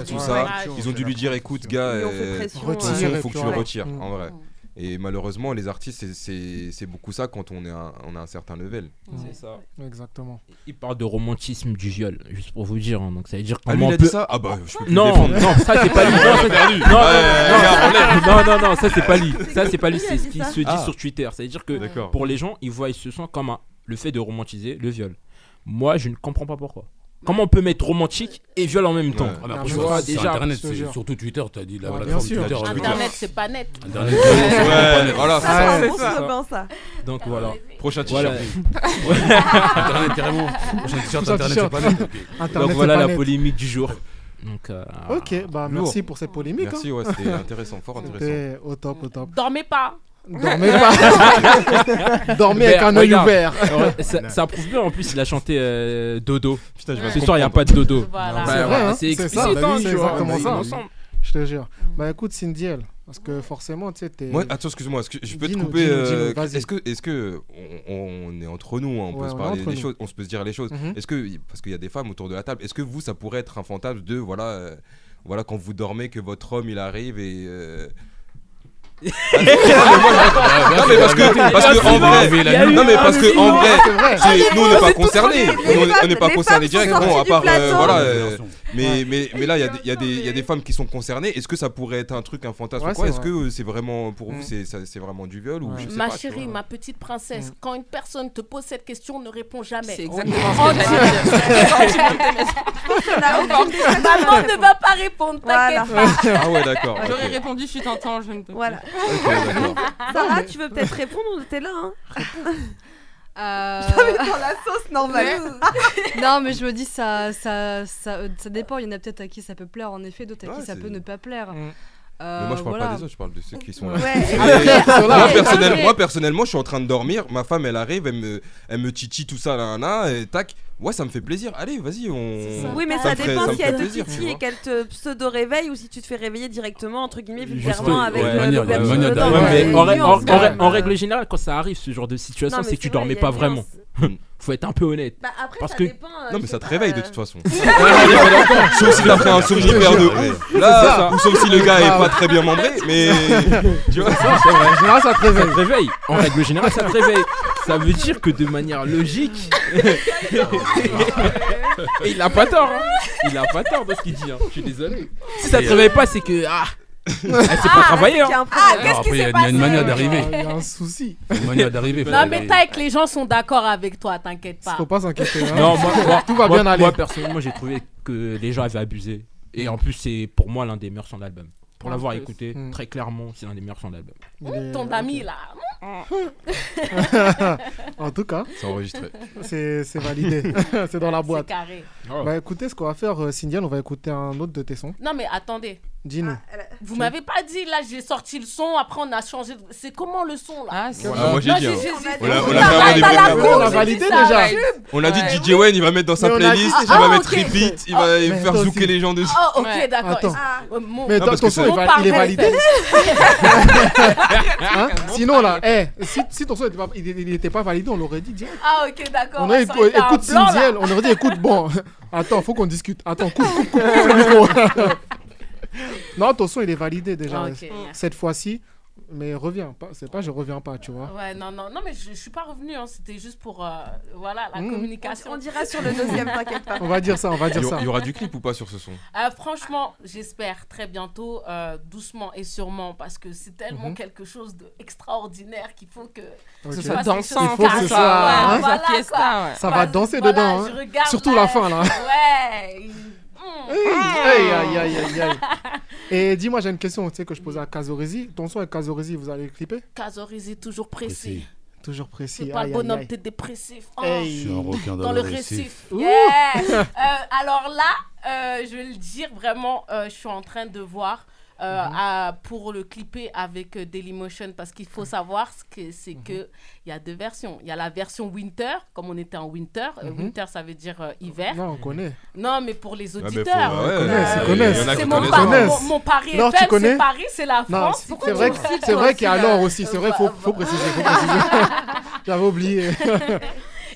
Bah Ouais, tout ouais, ça. ouais. Ils ont dû lui dire, écoute, gars, Ils lui ont fait euh, pression, ton ouais. son, faut que tu le Ouais. retires, Mm. en vrai. Et malheureusement, les artistes, c'est- c'est c'est beaucoup ça quand on est à, on a un certain level. C'est ça. Exactement. Il parle de romantisme du viol, juste pour vous dire. hein. Donc ça veut dire Ah, comment lui, il on a dit peut- ça Ah bah, je peux plus non, le défendre. non, ça c'est pas lui. Non, On ça- a perdu. non, Ouais, non, regarde, on non, non, lève. non, non, ça c'est pas lui. Ça c'est pas lui. C'est ce qui se dit Ah. sur Twitter. Ça veut dire que D'accord. pour les gens, ils voient, ils se sentent comme un- le fait de romantiser le viol. Moi, je ne comprends pas pourquoi. Comment on peut mettre romantique et viol en même temps Ah, mais après, Tu je vois, pense que c'est déjà- Internet, je te c'est jure. surtout Twitter, t'as dit la Ah, bien plateforme sûr. Twitter. euh, Internet, Twitter. c'est pas net. Internet, Ouais, c'est vraiment pas net. voilà, Ah, ça. ouais, C'est c'est ça. ça. Donc voilà. Prochain t-shirt. Voilà. Internet, carrément. Prochain t-shirt, Prochain Internet, t-shirt. c'est pas net, ok. Internet, Donc c'est voilà pas la net. polémique du jour. Donc, euh, Ok, bah lourd. merci pour cette polémique. Ah, Merci, hein. ouais, c'était intéressant, fort C'était au top, au top. Dormez pas. Dormez pas. Dormez avec Ben, un œil regarde. ouvert. Alors, ça, ça prouve bien en plus, il a chanté euh, Dodo. je vais Ce pas soir, il n'y a pas comprendre. de Dodo. Voilà. Bah, C'est vrai, voilà, hein, c'est ça, explicite, hein, c'est tu vois. exactement Bah, ça. innocent. Je te jure. Bah écoute, Cindy elle, parce que forcément, tu sais, t'es. euh, Moi, attends, excuse-moi, est-ce que je peux te Dis-nous, couper dis-nous, euh, dis-nous, vas-y. Est-ce que, est-ce que on, on est entre nous, hein, on Ouais, peut se on est parler entre des nous. choses, on se peut se dire les choses. Mhm. Est-ce que, parce qu'il y a des femmes autour de la table, est-ce que vous, ça pourrait être un fantasme de, voilà, euh, voilà, quand vous dormez, que votre homme il arrive et euh, Ah, non, mais moi, je- non mais parce que parce que en Il y vrai a eu non mais un parce que en événement. vrai Ah, C'est vrai. c'est- nous on n'est pas C'est tout concernés sorti. Nous, on n'est- on Les n'est pas femmes concernés sont direct sorties bon à du part euh, plateau. voilà Ouais. euh, mais mais mais là il y a des- il y a des il y a des femmes qui sont concernées est-ce que ça pourrait être un truc un fantasme Ouais, ou quoi c'est est-ce vrai. que euh, c'est vraiment pour vous Mm. c'est ça- c'est vraiment du viol ou je sais Ma pas, tu chérie, vois. ma petite princesse, quand une personne te pose cette question, ne réponds jamais. Mm. C'est exactement Oh, ce que tu- j'allais dire. Quand tu montes tes messages. Maman ne va pas répondre, t'inquiète Voilà. pas. Ah ouais, d'accord, J'aurais répondu, je suis t'entends, je ne peux Voilà. d'accord. Sarah, tu veux peut-être répondre ou t'es là hein Euh... dans la sauce normale. non, mais je me dis, ça, ça, ça, euh, ça dépend. Il y en a peut-être à qui ça peut plaire, en effet, d'autres à qui Ouais, ça c'est- Mm. peut ne pas plaire. Euh, Mais moi je parle voilà. pas des autres, je parle de ceux qui sont là. Ah, Ouais. Ah, Et- Après, moi, après, personnel- après. moi, personnellement je suis en train de dormir, ma femme elle arrive, elle me, elle me titille tout ça là, là, là, et tac, ouais ça me fait plaisir, allez vas-y on... Oui, mais me ça, ferait- dépend me si ferait elle te plaisir, tu titille vois. et qu'elle te pseudo-réveille ou si tu te fais réveiller directement, entre guillemets, Ouais, vulgairement avec ouais. le- Manière, le il y a berceau manière dedans. d'avoir- Ouais, Ouais, mais en, ré- une en- nuance, en quand ré- même. en règle générale, quand ça arrive ce genre de situation, hein. Non, mais c'est que tu c'est vrai, dormais il y a pas une vraiment. nuance. Faut être un peu honnête. Bah, après, Parce ça que dépend, euh, Non mais je ça te sais réveille de pas, toute façon. euh. sauf si t'as fait un somnifère de Ouais. ouf. C'est Là, ça. ou sauf si le Bah, gars est Grave. pas très bien membré, mais tu vois ça, c'est vrai. En général, ça te réveille. En règle générale, ça te réveille. Ça veut dire que de manière logique. Et il a pas tort. hein. Il a pas tort dans ce qu'il dit. hein. Je suis désolé. Si ça te euh, réveille pas, c'est que. Ah Elle s'est Eh, pas Ah, travaillée. hein. tiens, ah, qu'est-ce Alors, qui après, il s'est y a- il y a une passé manière d'arriver. Il y a un souci. Il y a une manière d'arriver. faut Non, mais aller- t'as que les gens sont d'accord avec toi, t'inquiète pas. Faut pas s'inquiéter. hein. Non, moi, moi- tout va moi- bien aller. Moi, personnellement, j'ai trouvé que les gens avaient abusé. Et en plus, c'est pour moi l'un des meilleurs sons de l'album. Pour En l'avoir plus. écouté, Mm. très clairement, c'est l'un des meilleurs sons de l'album. Il est- Ton ami là. Mm. en tout cas, C'est enregistré. C'est c'est validé. c'est dans la boîte. carré. Ah Oh. Bah écoutez, ce qu'on va faire, euh, Cindy, elle, on va écouter un autre de tes sons. Non, mais attendez. Dis-nous. Vous m'avez pas dit, là j'ai sorti le son, après on a changé. de- C'est comment le son là Ah, Voilà, moi, j'ai dit, hein. On l'a- on l'a Putain, vraiment bah, des t'as bonnes la raisons. con, On l'a j'ai validé dit ça, déjà. ouais. euh, On a dit Ouais. DJ Wen, il va mettre dans sa Mais on a dit- playlist, il Ah, va mettre ok. repeat, il va il va faire zouker les gens dessus. Ah, ok, d'accord. Attends. Ah, euh, mon- Mais Non, ton- parce ton que son, c'est- il, va- il est Mon validé. Hein Sinon, là, eh, si, si ton son n'était pas, il- il était pas validé, on l'aurait dit direct. Ah, ok, d'accord. On a ouais, écou- ça aurait été un écoute blanc, là. Cindy, elle, on aurait dit écoute, bon, attends, faut qu'on discute. Attends, coupe, coupe, coupe, coupe le micro. non, ton son, il est validé déjà. Ah, ok. Cette fois-ci, mais reviens pas. C'est pas je reviens pas, tu vois. Ouais, non, non, non, mais je, je suis pas revenue, hein, c'était juste pour euh, voilà, la Mm. communication. On- on dira sur le deuxième, t'inquiète pas. On va dire ça, on va dire Il y aura- ça. Il y aura du clip ou pas sur ce son Euh, franchement, j'espère très bientôt, euh, doucement et sûrement, parce que c'est tellement Mhm. quelque chose d'extraordinaire qu'il faut que. Mm-hmm. Ok. je Ça fasse dansant, quelque chose faut que ce de- soit, hein, voilà, ça fiesta, quoi. ouais. Ça Voilà, va danser voilà, dedans. je hein. regarde, Surtout la fin, là. Ouais. mm. Aïe, aïe, aïe, aïe, aïe. Et dis-moi, j'ai une question tu sais, que je posais à Kazorezi. Ton son avec Kazorezi, vous allez le clipper Kazorizi toujours précis. Toujours précis. C'est pas aïe, le aïe, bonhomme, aïe. t'es dépressif. Oh. Hey. Je suis un requin dans le récif. Ouh. Yeah. Euh, alors là, euh, je vais le dire vraiment, euh, je suis en train de voir. euh, Mhm. à- pour le clipper avec euh, Dailymotion parce qu'il faut savoir ce que c'est Mhm. que il y a deux versions il y a la version winter comme on était en winter euh, Mhm. winter ça veut dire euh, hiver Non, on connaît. non mais pour les Ah, mais faut- auditeurs ouais, Ils connaissent, ils connaissent. c'est Ils mon, connaissent. par- Ils connaissent. mon- mon Paris Laure, tu FM, c'est connais Paris c'est la Non, France c'est- Pourquoi c'est tu vrai, me que- cites, c'est toi vrai qu'il y a aussi, là alors aussi. C'est vrai, faut, faut préciser. faut préciser. J'avais oublié.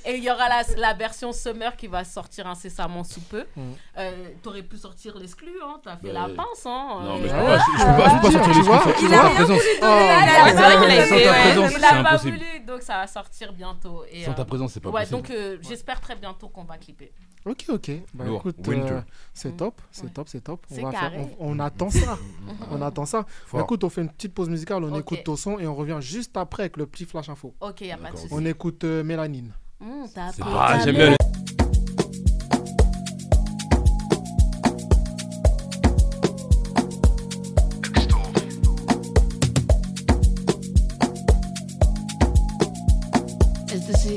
Et il y aura la, la version summer qui va sortir incessamment sous peu. Mm. Euh, T'aurais pu sortir l'exclu, hein. T'as fait Bah, la pince, hein. non, euh, mais je peux pas- je- je peux pas- je peux pas sortir l'exclu sans- sans ta présence. Ah, c'est vrai qu'il a Sans ta été- ouais, présence, il c'est a pas impossible. voulu, donc ça va sortir bientôt. Et, Sans ta présence, c'est pas ouais, possible. Donc euh, j'espère très bientôt qu'on va clipper. Ok, ok. Bah, Lourd. écoute, Winter. euh, c'est top, c'est top, c'est top. C'est On, va faire- carré. on, on attend ça. on attend ça. Bah, Fort. écoute, on fait une petite pause musicale, on Ok. écoute ton son et on revient juste après avec le petit flash info. Ok, y a pas de souci. On écoute euh, Mélanine. Mmh, t'as C'est- pas- Ah, t'as j'aime bien le-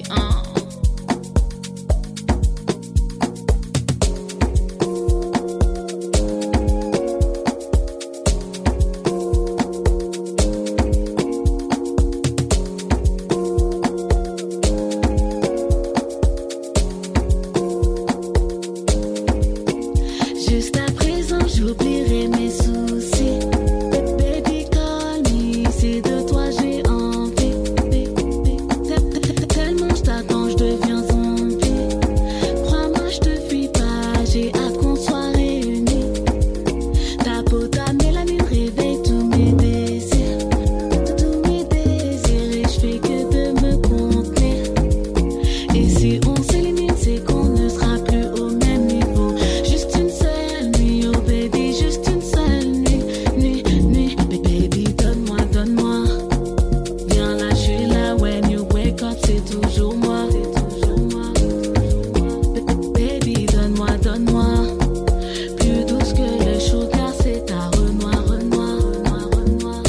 SDC1 Jusqu'à présent, j'oublierai mes soucis. Baby, call me. C'est de toi, j'ai envie. Tellement je t'attends, je deviens zombie. Crois-moi, je te fuis pas. J'ai hâte qu'on soit réunis. Ta peau, ta mélanine réveille tous mes désirs. Tous mes désirs. Et je fais que de me contenir. Et si on s'élimine, c'est qu'on ne sera plus au même niveau. Juste une seule nuit, oh baby, juste une seule nuit, nuit, nuit. Ba- Baby, donne-moi, donne-moi. Viens là, je suis là, when you wake up, c'est toujours moi. Ba- Baby, donne-moi, donne-moi. Plus douce que le sugar, c'est ta renoir, renoir, renoir, renoir.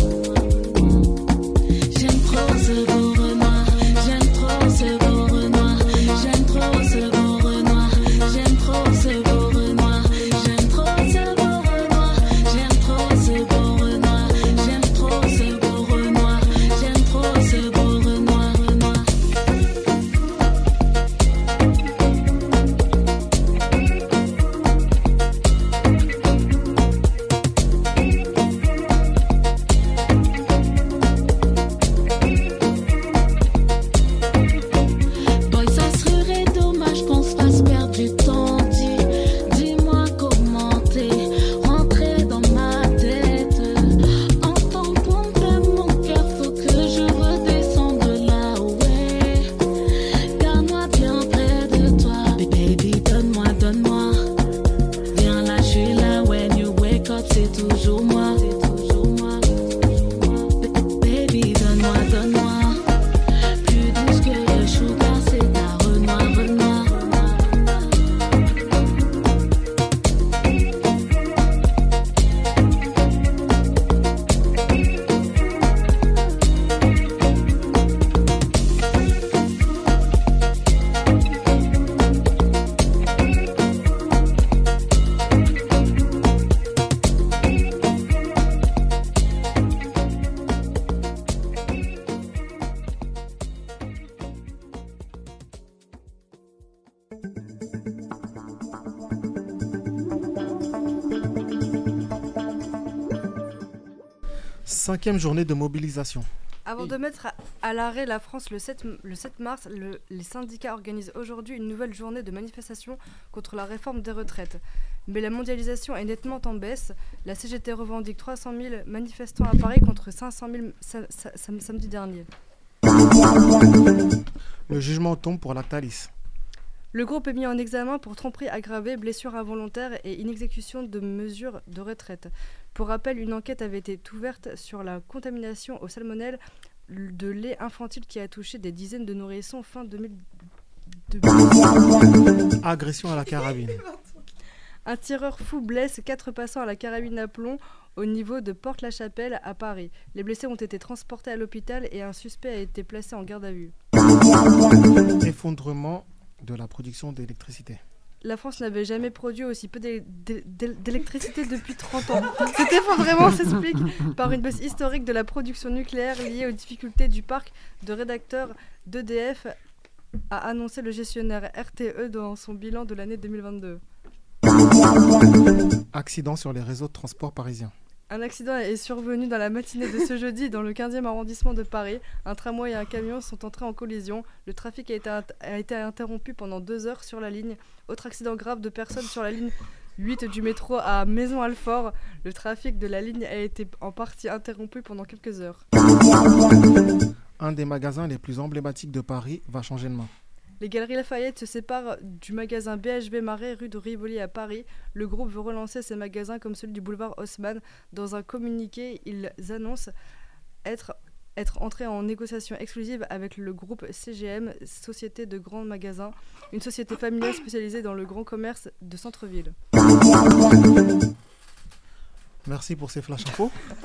J'aime trop ce beau renoir, j'aime trop ce beau renoir, j'aime trop ce beau renoir, j'aime trop ce beau renoir, j'aime trop ce beau renoir, j'aime trop ce beau renoir, j'aime trop ce beau renoir, j'aime trop ce beau renoir, renoir. Boy, ça serait dommage qu'on se fasse perdre du temps. Dis- Dis-moi comment t'es rentré dans ma tête. En tant qu'on t'aime, mon cœur, faut que je redescende là, ouais. Garde-moi bien près de toi. Ba- Baby, donne-moi, donne-moi. Viens là, je suis là, when you wake up, c'est toujours moi. Ba- Baby, donne-moi, donne-moi. Plus douce que le sugar, c'est ta renoir, renoir. Cinquième journée de mobilisation. Avant de mettre à, à l'arrêt la France le 7, m- le 7 mars, le- les syndicats organisent aujourd'hui une nouvelle journée de manifestation contre la réforme des retraites. Mais la mondialisation est nettement en baisse. La CGT revendique 300 000 manifestants à Paris contre 500 000 sa- sa- sam- samedi dernier. Le jugement tombe pour Lactalis. Le groupe est mis en examen pour tromperie aggravée, blessure involontaire et inexécution de mesures de retraite. Pour rappel, une enquête avait été ouverte sur la contamination au salmonelle de lait infantile qui a touché des dizaines de nourrissons fin 2002. Agression à la carabine. Un tireur fou blesse quatre passants à la carabine à plomb au niveau de Porte-la-Chapelle à Paris. Les blessés ont été transportés à l'hôpital et un suspect a été placé en garde à vue. Effondrement de la production d'électricité. La France n'avait jamais produit aussi peu d'é- d'é- d'é- d'électricité depuis 30 ans. Cet effondrement s'explique par une baisse historique de la production nucléaire liée aux difficultés du parc de rédacteurs d'EDF, a annoncé le gestionnaire RTE dans son bilan de l'année 2022. Accident sur les réseaux de transport parisiens. Un accident est survenu dans la matinée de ce jeudi dans le 15e arrondissement de Paris. Un tramway et un camion sont entrés en collision. Le trafic a été, int- a été interrompu pendant deux heures sur la ligne. Autre accident grave de personnes sur la ligne 8 du métro à Maison-Alfort. Le trafic de la ligne a été en partie interrompu pendant quelques heures. Un des magasins les plus emblématiques de Paris va changer de main. Les Galeries Lafayette se séparent du magasin BHB Marais rue de Rivoli à Paris. Le groupe veut relancer ses magasins comme celui du boulevard Haussmann. Dans un communiqué, ils annoncent être, être entrés en négociation exclusive avec le groupe CGM, Société de Grands Magasins, une société familiale spécialisée dans le grand commerce de centre-ville. Merci pour ces flash infos.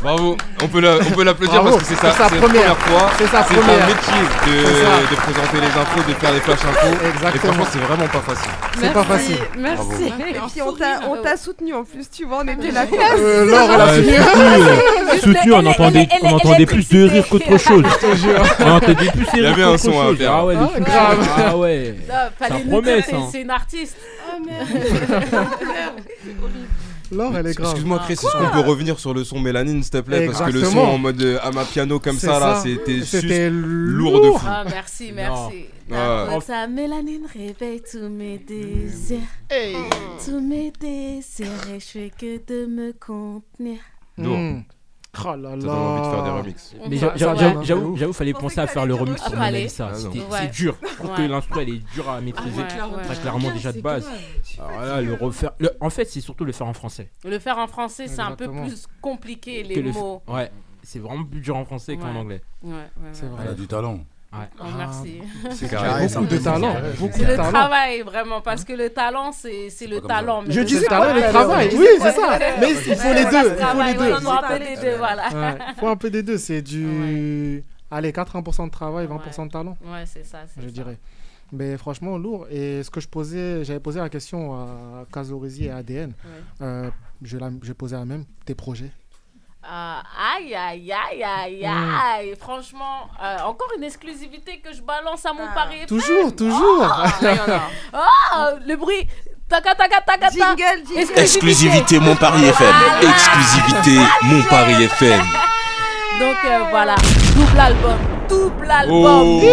Bravo, on peut la- on peut l'applaudir Bravo, parce que c'est sa, c'est la fois. C'est sa c'est première. un métier de, C'est ça. de présenter les infos, de faire les flash infos. Et Exactement. franchement, c'est vraiment pas facile. C'est pas Merci, facile. Merci. Bravo. Et puis on t'a- on t'a soutenu en plus, tu vois, on était là. Euh, Laure, elle a Ouais, soutenu. soutenu. Soutenu, on entendait, on entendait plus de rire qu'autre chose. On entendait plus de Il y rire avait un qu'autre son à chose. faire. Ah ouais, les Ah, fous. grave. Ah ouais. Ah, Ça fallait nous promet, dire, ça. c'est- C'est une artiste. Ah, Oh merde. Laure, elle est grave. Excuse-moi, Chris, Ah, est-ce qu'on peut revenir sur le son mélanine, s'il te plaît Parce que le son Exactement. en mode euh, à ma piano comme C'est ça, là, ça. c'était C'était juste lourd Oh, de fou. Ah, merci, merci. Ouais. Comme ça, mélanine réveille tous mes désirs. Tous mes désirs et je fais que de me contenir. Lourd. Mm. Oh là Ça là. donne envie de faire des remixes. Mais Ça- j'a- ça j'a- j'a- donne- j'avoue, j'avoue, fallait Je penser à faire le remix sur Fallait. Monalisa. Ah, non. C'était Ouais. c'est dur. Pour que Ouais. Ah, l'instru elle est dure à maîtriser. ouais, ouais. Très clairement Ouais, déjà de c'est base. grave. Alors là, le refaire. le- En fait, c'est surtout le faire en français. Le faire en français, c'est un peu Exactement. plus compliqué, Que les le f- mots. Ouais. C'est vraiment plus dur en français qu'en Ouais. anglais. Ouais, ouais, ouais. C'est vrai. Elle a du talent. Ouais. Oh, merci. Ah, C'est carré, Beaucoup de c'est carré. talent. C'est Beaucoup C'est de le talent. travail, vraiment, Hein parce que le talent, c'est c'est le talent. mais Je le dis le travail, talent et le c'est- travail. Oui, c'est ça. Mais il faut Ouais, les voilà, deux. Il ce faut les travail, deux. ouais, faut un peu les deux, voilà. Ouais, faut un peu des deux. C'est du. Allez, 80% de travail, 20% de talent. Ouais, c'est ça, c'est Je ça. dirais. Mais franchement, lourd. Et ce que je posais, j'avais posé la question à Kazorizi et à ADN. Ouais. Euh, je la- J'ai posé la même. Tes projets Ah, aïe, aïe, aïe, aïe, Mm. aïe. Franchement, euh, encore une exclusivité que je balance à mon pari. Toujours, toujours. Ah, le bruit. Taca, taca, taca, Jingle, jingle. Exclusivité Montparis FM. Exclusivité Montparis FM. Donc euh, voilà, double album, double album, Oh. double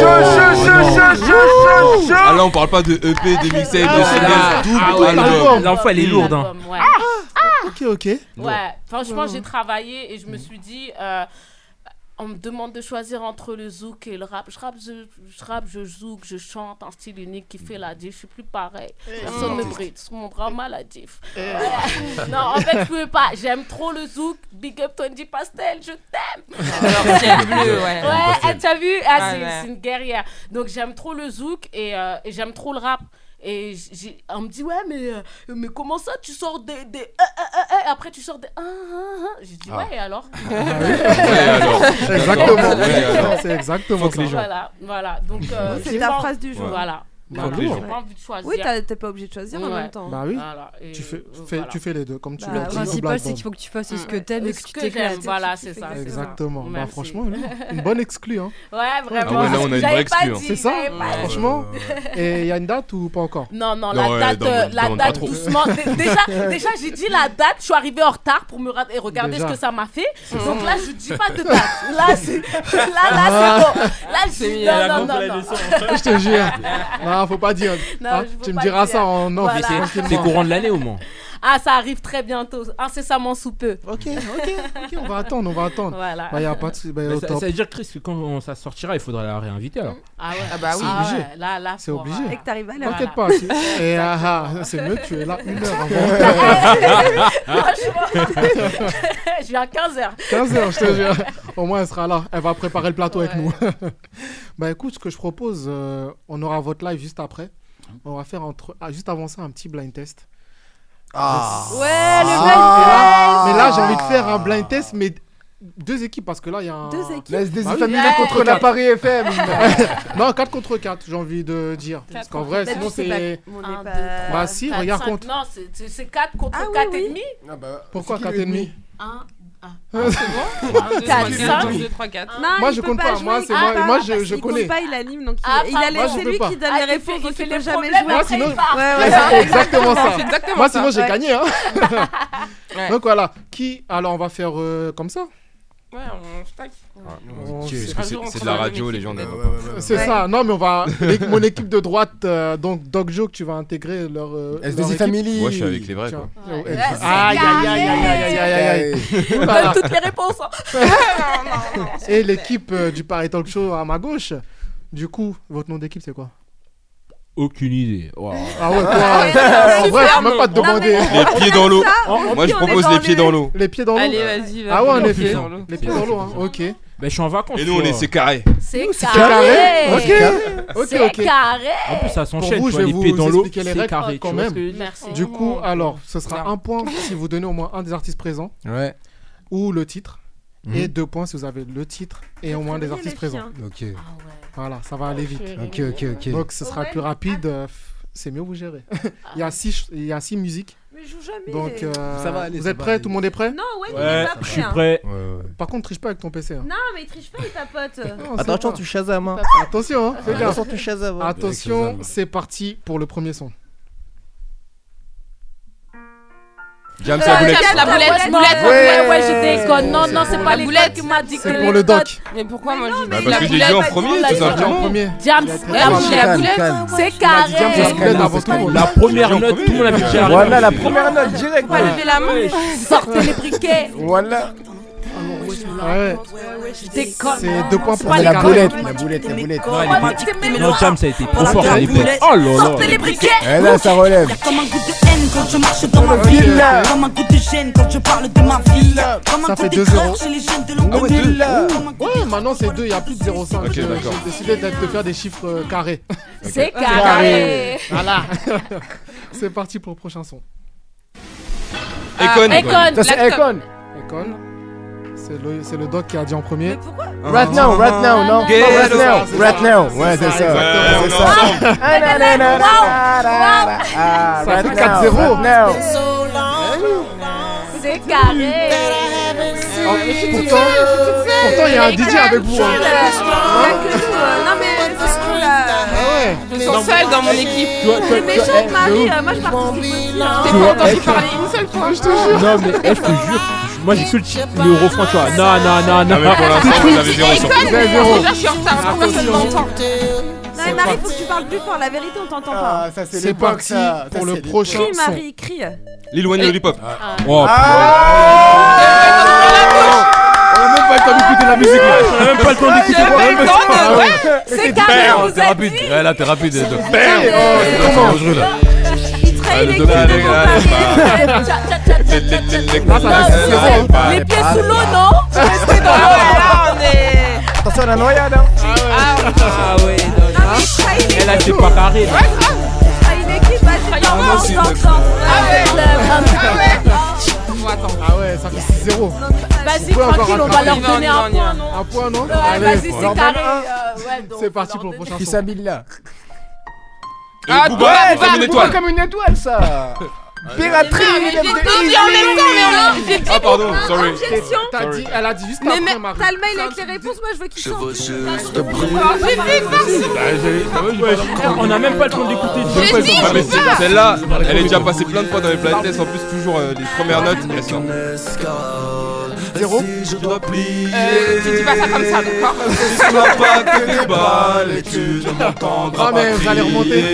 Chaud, chaud, chaud, album. chaud, Ah là, on parle pas de EP, de mixtape, de single, Ah, là, ah double ouais, album. l'enfant, elle est lourde, hein. Album, ouais. Ah Ok, ok. Ouais, franchement, j'ai travaillé et je me suis dit, euh, on me demande de choisir entre le zouk et le rap. Je rappe, je, je rappe, je zouk, je chante, un style unique qui fait la diff. Je suis plus pareil. Personne ne Hey. brille sur mon bras maladif. non, en fait, je peux pas. J'aime trop le zouk. Big up Tony Pastel, je t'aime. Alors, ciel bleu, ouais. Ouais, tu as vu ah, Ouais, c'est- ouais. C'est une guerrière. Donc, j'aime trop le zouk et, euh, et j'aime trop le rap. Et j- j'ai- on me dit, ouais, mais, euh, mais comment ça Tu sors des. des euh, euh, euh, euh, après, tu sors des. ah, ah, ah. J'ai dit, Ah. ouais, et alors Exactement. Ouais, alors. C'est exactement ça. Voilà, voilà. Donc, euh, C'est j'ai ta pas- phrase du jour. Voilà. Bah, Voilà, lourd. j'ai pas envie de choisir. Oui, t'as- t'es pas obligé de choisir en Ouais. même temps. Bah oui. Voilà, et tu, fais, euh, fais- voilà. tu fais les deux, comme tu Bah, l'as le dit. principal, double c'est album. qu'il faut que tu fasses ce que t'aimes et que Ce tu que t'éclates. j'aime, voilà, c'est ça. c'est ça. Exactement. Bah, Merci. franchement, une- une bonne exclue. Hein. Ouais, vraiment. Ah ouais, là, on a une vraie J'avais pas exclue, hein. dit, C'est ça j'avais pas dit. Franchement. Et il y a une date ou pas encore Non, non, Non, ouais, la date, demande- euh, la demande pas date trop. doucement. Dé- Déjà, déjà j'ai dit la date, je suis arrivée en retard pour me ra- et regarder Déjà. ce que ça m'a fait. Mm. Donc là, je dis pas de date. Là, c'est là, là, Ah. c'est bon. Là, je C'est dis mis à la non, non, gonfle, non, la non. Je te jure. Non, faut pas dire. Non, Hein, je veux tu me pas diras dire. ça en off. Mais c'est- C'est c'est courant de l'année au moins. Ah, ça arrive très bientôt, incessamment sous peu. Ok, ok, ok, on va attendre, on va attendre. Voilà. Bah, y a pas de sou- bah, Mais au ça, top. ça veut dire, Chris, que quand ça sortira, il faudra la réinviter alors. Ah ouais, Ah bah oui. Ah C'est ouais, obligé. là, euh, là, C'est faut- obligé. Et que t'arrives à l'heure. T'inquiète Voilà. pas. c'est- Et ah, ah, c'est mieux que tu es là une heure avant. Franchement, je viens à 15h. 15h, je te jure. Au moins, elle sera là. Elle va préparer le plateau avec nous. bah écoute, ce que je propose, euh, on aura votre live juste après. On va faire entre, ah, juste avant ça un petit blind test. Ah. Yes. Ouais, le blind test. Mais là, j'ai envie de faire un blind test, mais deux équipes, parce que là, il y a un... Bah Deux équipes. Laisse des familles familles contre contre quatre. Paris FM. non, 4 contre 4, j'ai envie de dire. Parce qu'en vrai, Même sinon, si c'est Bah, c'est... pas- on n'est Un, pas- deux, trois, Bah si, quatre, regarde cinq. contre. Ah bah. Non, c'est- c'est 4 contre 4 et demi. Pourquoi 4,5 1, Ah, c'est bon Un, deux, trois, Quatre. quatre. Un, deux, trois, quatre. Non, moi il je peut compte pas pas, moi jouer, c'est il moi, peut moi pas, je, parce je qu'il compte connais. pas, il anime, donc il, Ah, il pardon. a les- Moi, je c'est peux lui pas. qui donne Ah, les il fait- réponses, il donc fait il les peut jamais problèmes, jouer. après, Ouais, sinon- il part. Ouais, c'est exactement ça. C'est exactement Moi ça. sinon j'ai Ouais. gagné. hein. Ouais. Donc voilà, qui alors on va faire euh, comme ça Ouais, on stack. Ah, On Ok, sait. parce que c'est- c'est de la radio, les gens n'aiment pas. C'est ça. Non mais on va l'é- mon équipe de droite euh, donc Doc Joe que tu vas intégrer leur euh, S2I leur équipe. Family. Moi, je suis avec les vrais, Tu quoi. vois. Ouais. Aïe Ouais, c'est aïe aïe aïe aïe aïe aïe On aïe. donne Voilà. toutes les réponses, hein. Non, non, non, Et l'équipe euh, du Paris Talk Show à ma gauche. Du coup, votre nom d'équipe c'est quoi Aucune idée. Waouh. Ah ouais, toi, en vrai, faut même pas te demander. Les pieds dans l'eau. Moi, je propose les pieds dans l'eau. Les pieds dans l'eau. Allez, vas-y, vas-y. Ah ouais, en Les pieds effet. dans l'eau. Les pieds dans l'eau, hein. Ok. Ben, je suis en vacances. Et nous, on tu est vois. c'est carré. C'est carré. carré. Ok, ok, C'est ok. carré. En plus, ça Pour s'enchaîne. vous, je tu vois, vais les vous pieds dans l'eau, expliquer les c'est règles carré. quand tu vois même. ce que je veux dire Merci. Du coup, alors, ce sera un point si vous donnez au moins un des artistes présents. Ouais. Ou le titre. Mhm. Et deux points si vous avez le titre et au moins des artistes présents. Ah Ok. Voilà, ça va aller vite. Ok, ok, ok. Donc, ce sera le plus rapide. Ah. euh, f- C'est mieux vous gérez. il, y a six, il y a six musiques. Mais je joue jamais. Donc, euh, Ça va aller, vous ça êtes va prêts aller. Tout le monde est prêt Non, ouais, il est pas prêt, hein. Par contre, triche pas avec ton PC. hein. Non, mais il triche pas, il tapote. Non, c'est Ah. pas. Attention, hein, fais gaffe. Attention, tu Shazam, hein. Attention, Avec Shazam. c'est parti pour le premier son. James, Euh, la boulette. James, la boulette, boulette, ouais, ouais, je déconne. Non, non, c'est pas les boulette qui m'a dit C'est que pour le les doc. potes. Mais pourquoi moi je Bah, parce que j'ai dit en premier, tout simplement. James, la Calme, calme, boulette, calme. c'est carré. James, la boulette avant tout le monde. La première note, tout le monde a pu gérer. Voilà la première note directe. Pas lever la main. Sortez les briquets. Voilà. Ouais. Je déconne. C'est deux points C'est pour pas les les carrés. boulette, la boulette, la boulette. Ouais, elle est partie. Non, James, ça a été trop fort. la elle est boulette. belle. Oh là Sortez là. les briquets. Et là, ça relève. Comme un goût de haine quand je marche dans ma ville. Comme un goût de gêne quand je parle de ma ville. Comme un Ça goût fait de 2-0. crainte chez les jeunes de l'ombre. Ouh. Ouais, maintenant c'est 2, il y a plus de 0,5. Ok, J'ai d'accord. j'ai décidé d'être- de faire des chiffres euh, carrés. C'est carré. Voilà. c'est parti pour le prochain son. Econ. Econ, Ça, c'est laptop. Econ. Econ. C'est le, c'est le doc qui a dit en premier. Mais pourquoi Right now, right now, non Get pas right it. now, C'est right ça, now, c'est ouais ça, c'est ça, exactement. c'est On est ça. ensemble. Ah, na, na, na, na, Wow. na, ah, Ça right fait now, 4-0. right now. C'est carré. Pourtant, pourtant, il y a un DJ avec vous. hein. hein. Non, mais c'est bon, là. Je me sens seule dans mon équipe. C'est méchant, Marie. euh, Moi, je participe aussi. hein. T'es pas entendu parler une seule fois. Je te Non, mais eh, je te jure, moi j'ai que le, le refrain, tu vois. Non, non, non, non. Non, mais pour l'instant, vous avez zéro sur Econ, tout. déjà, je suis en retard. Pourquoi ça ne m'entend Non, mais Marie, faut que tu parles plus fort. La vérité, on t'entend pas. Ah, C'est parti pour le prochain Crie, son. Marie, crie. Lil Wayne Lollipop. Oh, On n'a même pas le temps d'écouter la musique là. On a même pas le temps d'écouter. On a même pas le temps de- ouais, Ah ouais. c'est carré, Merde, vous T'es êtes rapide. Ouais, là, t'es rapide. Doc. Merde. Ouais, c'est dangereux, là. Il trahit Allez, les Doc, allez, allez, allez, Tcha, tcha, tcha, tcha, tcha, tcha, tcha. bah. Les pieds sous l'eau, non Tu restais dans l'eau. Là, on est. Attention la noyade hein. Ah ouais, Elle a c'est pas carré. là. Ah, Trahit l'équipe. Vas-y, t'entends, c'est t'entends, t'entends. Ah Ah ouais, ça fait 6-0. Vas-y, pouvez encore tranquille, on va rattraper. leur donner un point, non Un point, non Ouais, Vas-y, on leur donne c'est carré. un. euh, ouais, donc, C'est parti pour le prochain son. là. Ah, Booba, ouais, comme une Booba étoile. comme une étoile ça. Piraterie, Mais mesdames j'ai et tout dit en même temps, mais alors, j'ai dit Ah, pardon, sorry. Objection. T'as dit, elle a dit juste Mais, après, mais Marie. t'as le mail avec les réponses. Moi, je veux qu'il sorte. On a même pas le temps d'écouter. Ah, mais c'est- Celle-là, elle est déjà passée plein de fois dans les planètes. En plus, toujours euh, les premières notes, hein. elles sortent. Zéro. Euh, tu dis pas ça comme ça, hein. d'accord hein, Ah, mais vous allez remonter.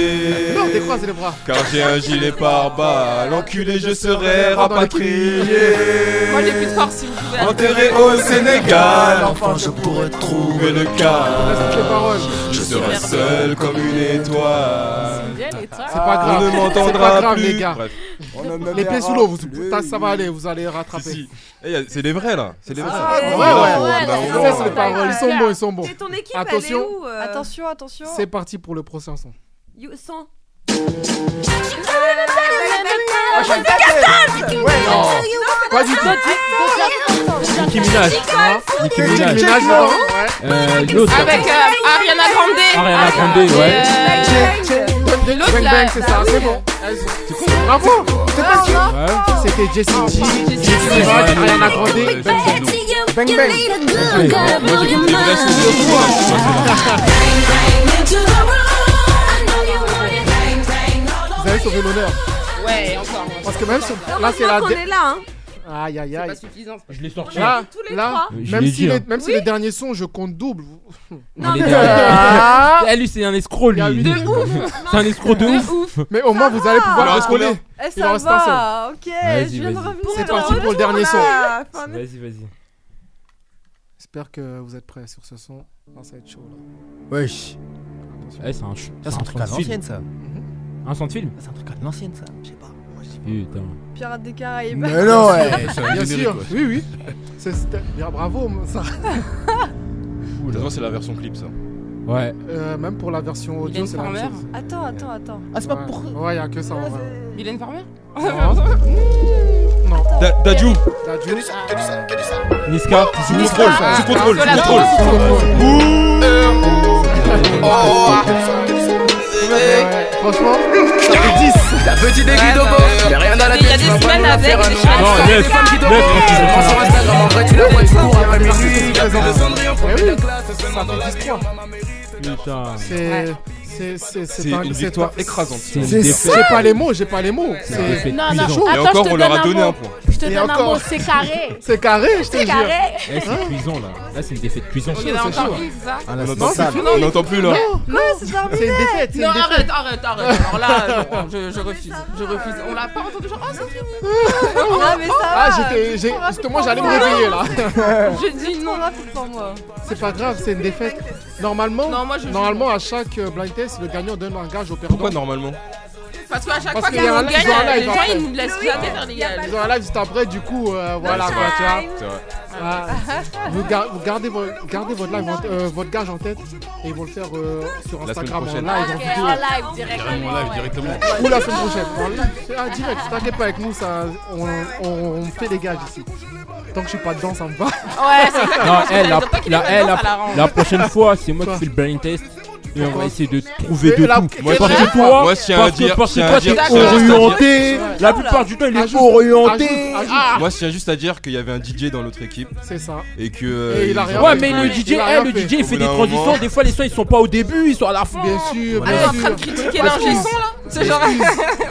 Non, décroisez les bras. Car j'ai un gilet par balle, enculé je serai rapatrié. Moi, j'ai plus de force si vous pouvez. Enterré au Sénégal, enfin je pourrais trouver le cas. Je serai seul comme une étoile. C'est pas grave. On ne C'est pas m'entendra grave, plus. les gars. Bref. Les pieds sous l'eau, vous- ça ça va aller, vous allez rattraper. Si. Eh, y a- C'est des vrais là, c'est des vrais. Ah, Ah, ouais, ouais, Ah, ouais, ouais, c'est les paroles, ils sont bons, ils sont bons. Et ton équipe, elle est Attention, où euh, Attention, attention. c'est parti pour le prochain son. You- Sans. Ah, Pas du tout. Nicki Minaj. Nicki Minaj. Ménage hein. dedans. Euh, L'autre. Avec euh, Ariana Grande. Ariana Grande, ouais. Euh, Donne- donne- Bang Bang, c'est ça, c'est bon. Bravo C'est pas sûr C'était Jessie G, Jessie G, Ariana Grande, Bang Bang. Bang Bang. Vous avez sauvé l'honneur. Ouais, encore. Parce que même si là, Heureusement c'est la. qu'on dé- est là, hein. Aïe aïe aïe. C'est pas suffisant. Je l'ai sorti. Là, là, trois. Je même l'ai si dit, les- hein. même si les derniers sons, je compte double. Non, les mais- derniers. Eh, lui, c'est un escroc, lui. De ouf. C'est un escroc de ouf. Mais au moins, vous allez Il en pouvoir reste recoller. combien Eh, Il en ça reste un seul. va, ok, Vas-y, je viens de vas-y. revenir. C'est parti pour le dernier son. là. Enfin, Vas-y, vas-y. J'espère que vous êtes prêts sur ce son. Non, ça va être chaud là. Wesh. Eh, c'est un, ch- Ça, c'est un truc à son de film. l'ancienne, ça. Un son de film C'est un truc à l'ancienne ça. Putain. Pirates des Caraïbes. Eh, Mais non, ouais. C'est Bien un sûr, générique, oui, oui. C'est- c'était- bien, bravo, ça. Heureusement, c'est la version clip, ça. Ouais. Euh, même pour la version audio, c'est la même chose. Attends, attends, attends. Ah, c'est pas pour. Ouais, y'a que ça en vrai. Mylène Farmer Non. Dadju. Dadju. Ah. Niska. Sous contrôle, Ah, sous contrôle, ah, sous contrôle. sous contrôle. Oh, ah, Franchement, ça fait 10. La petite des bah, Guidobo, j'ai rien dans la tête, tu vas pas nous la faire euh, un nom. Non, neuf, neuf, Je prends sur Instagram, en vrai tu la vois, tu cours après minuit. Y'a plus de cendrillon, Eh premier oui. de classe, seulement dans la vie. Putain. C'est. C'est c'est- c'est C'est un- une c'est victoire un- écrasante. C'est- C'est une C'est défaite. pas les mots, j'ai pas les mots. C'est Non, non, chaud. attends, je te donne mot. Je te Et donne un encore. mot, c'est carré. C'est carré, je te C'est jure. carré. Eh, c'est cuisant, là. Là, c'est une défaite cuisante. Il y en a encore une, c'est ça Ah, On là, c'est entend sale. plus, on n'entend plus là. Non, c'est terminé. une défaite, Non, arrête, arrête, arrête. Alors là, non, je, je refuse, je refuse. On l'a pas entendu genre, oh, c'est fini. Ah, mais ça Ah, va. j'étais. j'ai- Rapide Justement, pour j'allais me moi. réveiller là. Je dis non. Rapide pour moi. C'est pas grave, c'est une défaite. Normalement, normalement à chaque euh, blind test, le gagnant donne un gage au perdant. Pourquoi normalement Parce qu'à chaque Parce fois qu'il y a un qu'on live, ils ont un gagne, les live gens après. ils nous laissent jamais faire les gars. Ils ont un live juste après, du coup, euh, voilà time. quoi, tu vois. C'est vrai. Ah, vous, gar- vous gardez, vo- gardez votre, live en- euh, votre gage en tête et ils vont le faire euh, sur La Instagram en semaine live, en prochaine. Ah, Ok, vidéo. En live directement. Carrément live directement. Ou la semaine prochaine. En live. Ah, direct, t'inquiète pas avec nous, ça, on, on- on fait des gages ici. Tant que je suis pas dedans, ça me va. Ouais, c'est ça. Non, elle, la, Tant qu'il la- est pas elle, dedans, la- ça la rend. la prochaine fois, c'est moi qui Quoi fais le brain test. Et on Pourquoi va essayer de trouver de Et la- tout. Moi, parce c'est- que toi, moi, c'est un parce que- dire- parce que c'est un toi, dire- t'es c'est un dire- orienté. La plupart du temps, il est orienté. Ajoute, Ah. Moi, je tiens juste à dire qu'il y avait un DJ dans l'autre équipe. C'est ça. Et que. euh, Et il a ils rien ont- Ouais, mais le DJ, il a eh, rien le fait. DJ, il Au bout fait des d'un moment. transitions. Des fois, les sons, ils sont pas au début, ils sont à la fin. Bien sûr, Elle est en train de ah, critiquer l'ingé son là. C'est genre.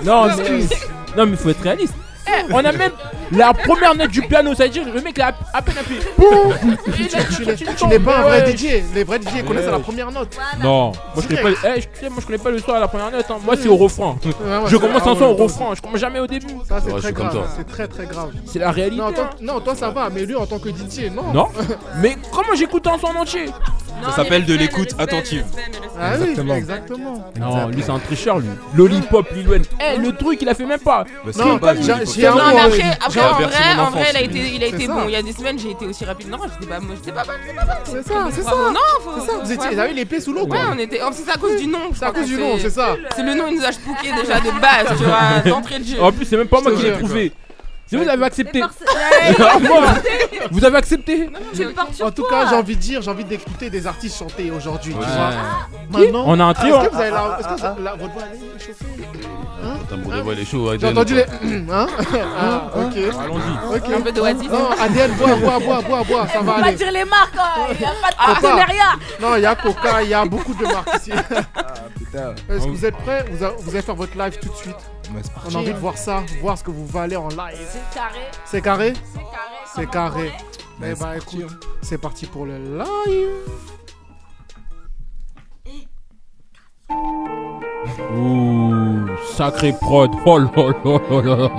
Non, mais, ah. non, mais faut être réaliste. Eh, on a même la première note du piano, ça veut dire le mec il a à peine appuyé. Boum Et il a- Tu n'es- tu n'es pas un vrai DJ. Les vrais DJ connaissent à la Ouais. première note. Non, moi je, connais pas, eh, je- tu sais, moi je connais pas le son à la première note, hein. moi c'est au refrain. Hmm. ouais, je c'est- commence ah un ouais, son au ouais. refrain, je commence jamais au début. Ça, c'est Ouais, je très suis comme grave. toi. C'est très très grave. C'est la réalité. Non, en tant- hein. non, toi ça va, mais lui en tant que DJ, non. Non Mais comment j'écoute un son en entier Ça s'appelle de l'écoute attentive. Ah oui, Exactement. exactement. exactement. Non, lui c'est un tricheur lui. Lollipop, Lil Wayne. Eh, le truc il a fait même pas. c'est Non, pas j'ai- Lollipop. j'ai un Non, mais J'ai après, après en inversé vrai, mon en vrai, il a enfance. été, il a C'est été ça. bon. Il y a des semaines, j'ai été aussi rapide. Non, j'étais pas, bah, moi, j'étais pas bonne. j'étais pas bonne. C'est ça, c'est ça. Bravo. Non, faut. C'est ça, vous faut étiez, vous avouer. avez l'épée sous l'eau quoi. Ouais, on était. oh, c'est à cause du nom. je C'est à crois cause qu'on du nom, s'est- c'est ça. C'est le nom, il nous a spouqué déjà de base, tu vois, Ah, d'entrée de jeu. En plus, c'est même pas moi Je te qui l'ai jure. trouvé. Si vous avez accepté. Ouais, Ah, moi. Vous avez accepté En tout cas, j'ai envie de dire, j'ai envie d'écouter des artistes chanter aujourd'hui. tu Ouais. vois. Qui Maintenant, On a un trio, Est-ce hein. que vous avez la, est-ce que vous avez la- votre voix elle est chauffée Hein Tambour de voix, il est chaud. J'ai Aiden, entendu les. quoi. Hein Ah, ok. Allons-y. Ok. Un peu d'oasis. Non, Adèle, bois, bois, bois, bois, bois, ça On va va aller. dire les marques, hein. il n'y a pas de Ah, Faut pas. partenariat. Non, il y a Coca, il y a beaucoup de marques ici. Putain. Ah, Est-ce que vous êtes prêts vous, a- vous allez faire votre live tout de suite. Ouais, c'est parti. On a envie de voir ça, voir ce que vous valez en live. C'est carré. C'est carré C'est carré. C'est comment carré. on Eh est bah écoute, c'est parti pour le live. Ouh, sacré prod. Oh là là là là là.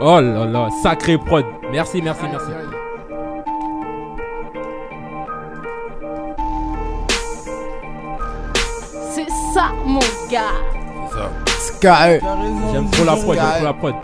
Oh là là, sacré prod. Merci, merci, merci. C'est ça, mon gars. Carré. J'aime trop la prod, j'aime trop la prod.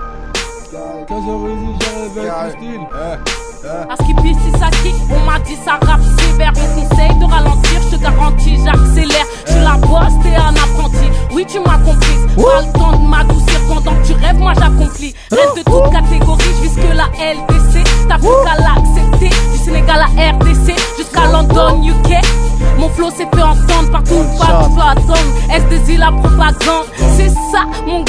Parce qu'il pisse, si ça kick, on m'a dit ça rappe sévère. On conseille de ralentir, je te garantis, j'accélère. Tu la bosse, t'es un apprenti. Oui, tu m'as comprise. Pas le temps de m'adoucir pendant que tu rêves, moi j'accomplis. Rêve de toute catégorie, je vise que la LDC. T'as plus qu'à l'accepter, du Sénégal à RDC, jusqu'à London, UK. Mon flow s'est fait entendre partout, où pas tu peux attendre. Est-ce des îles à propagande? C'est ça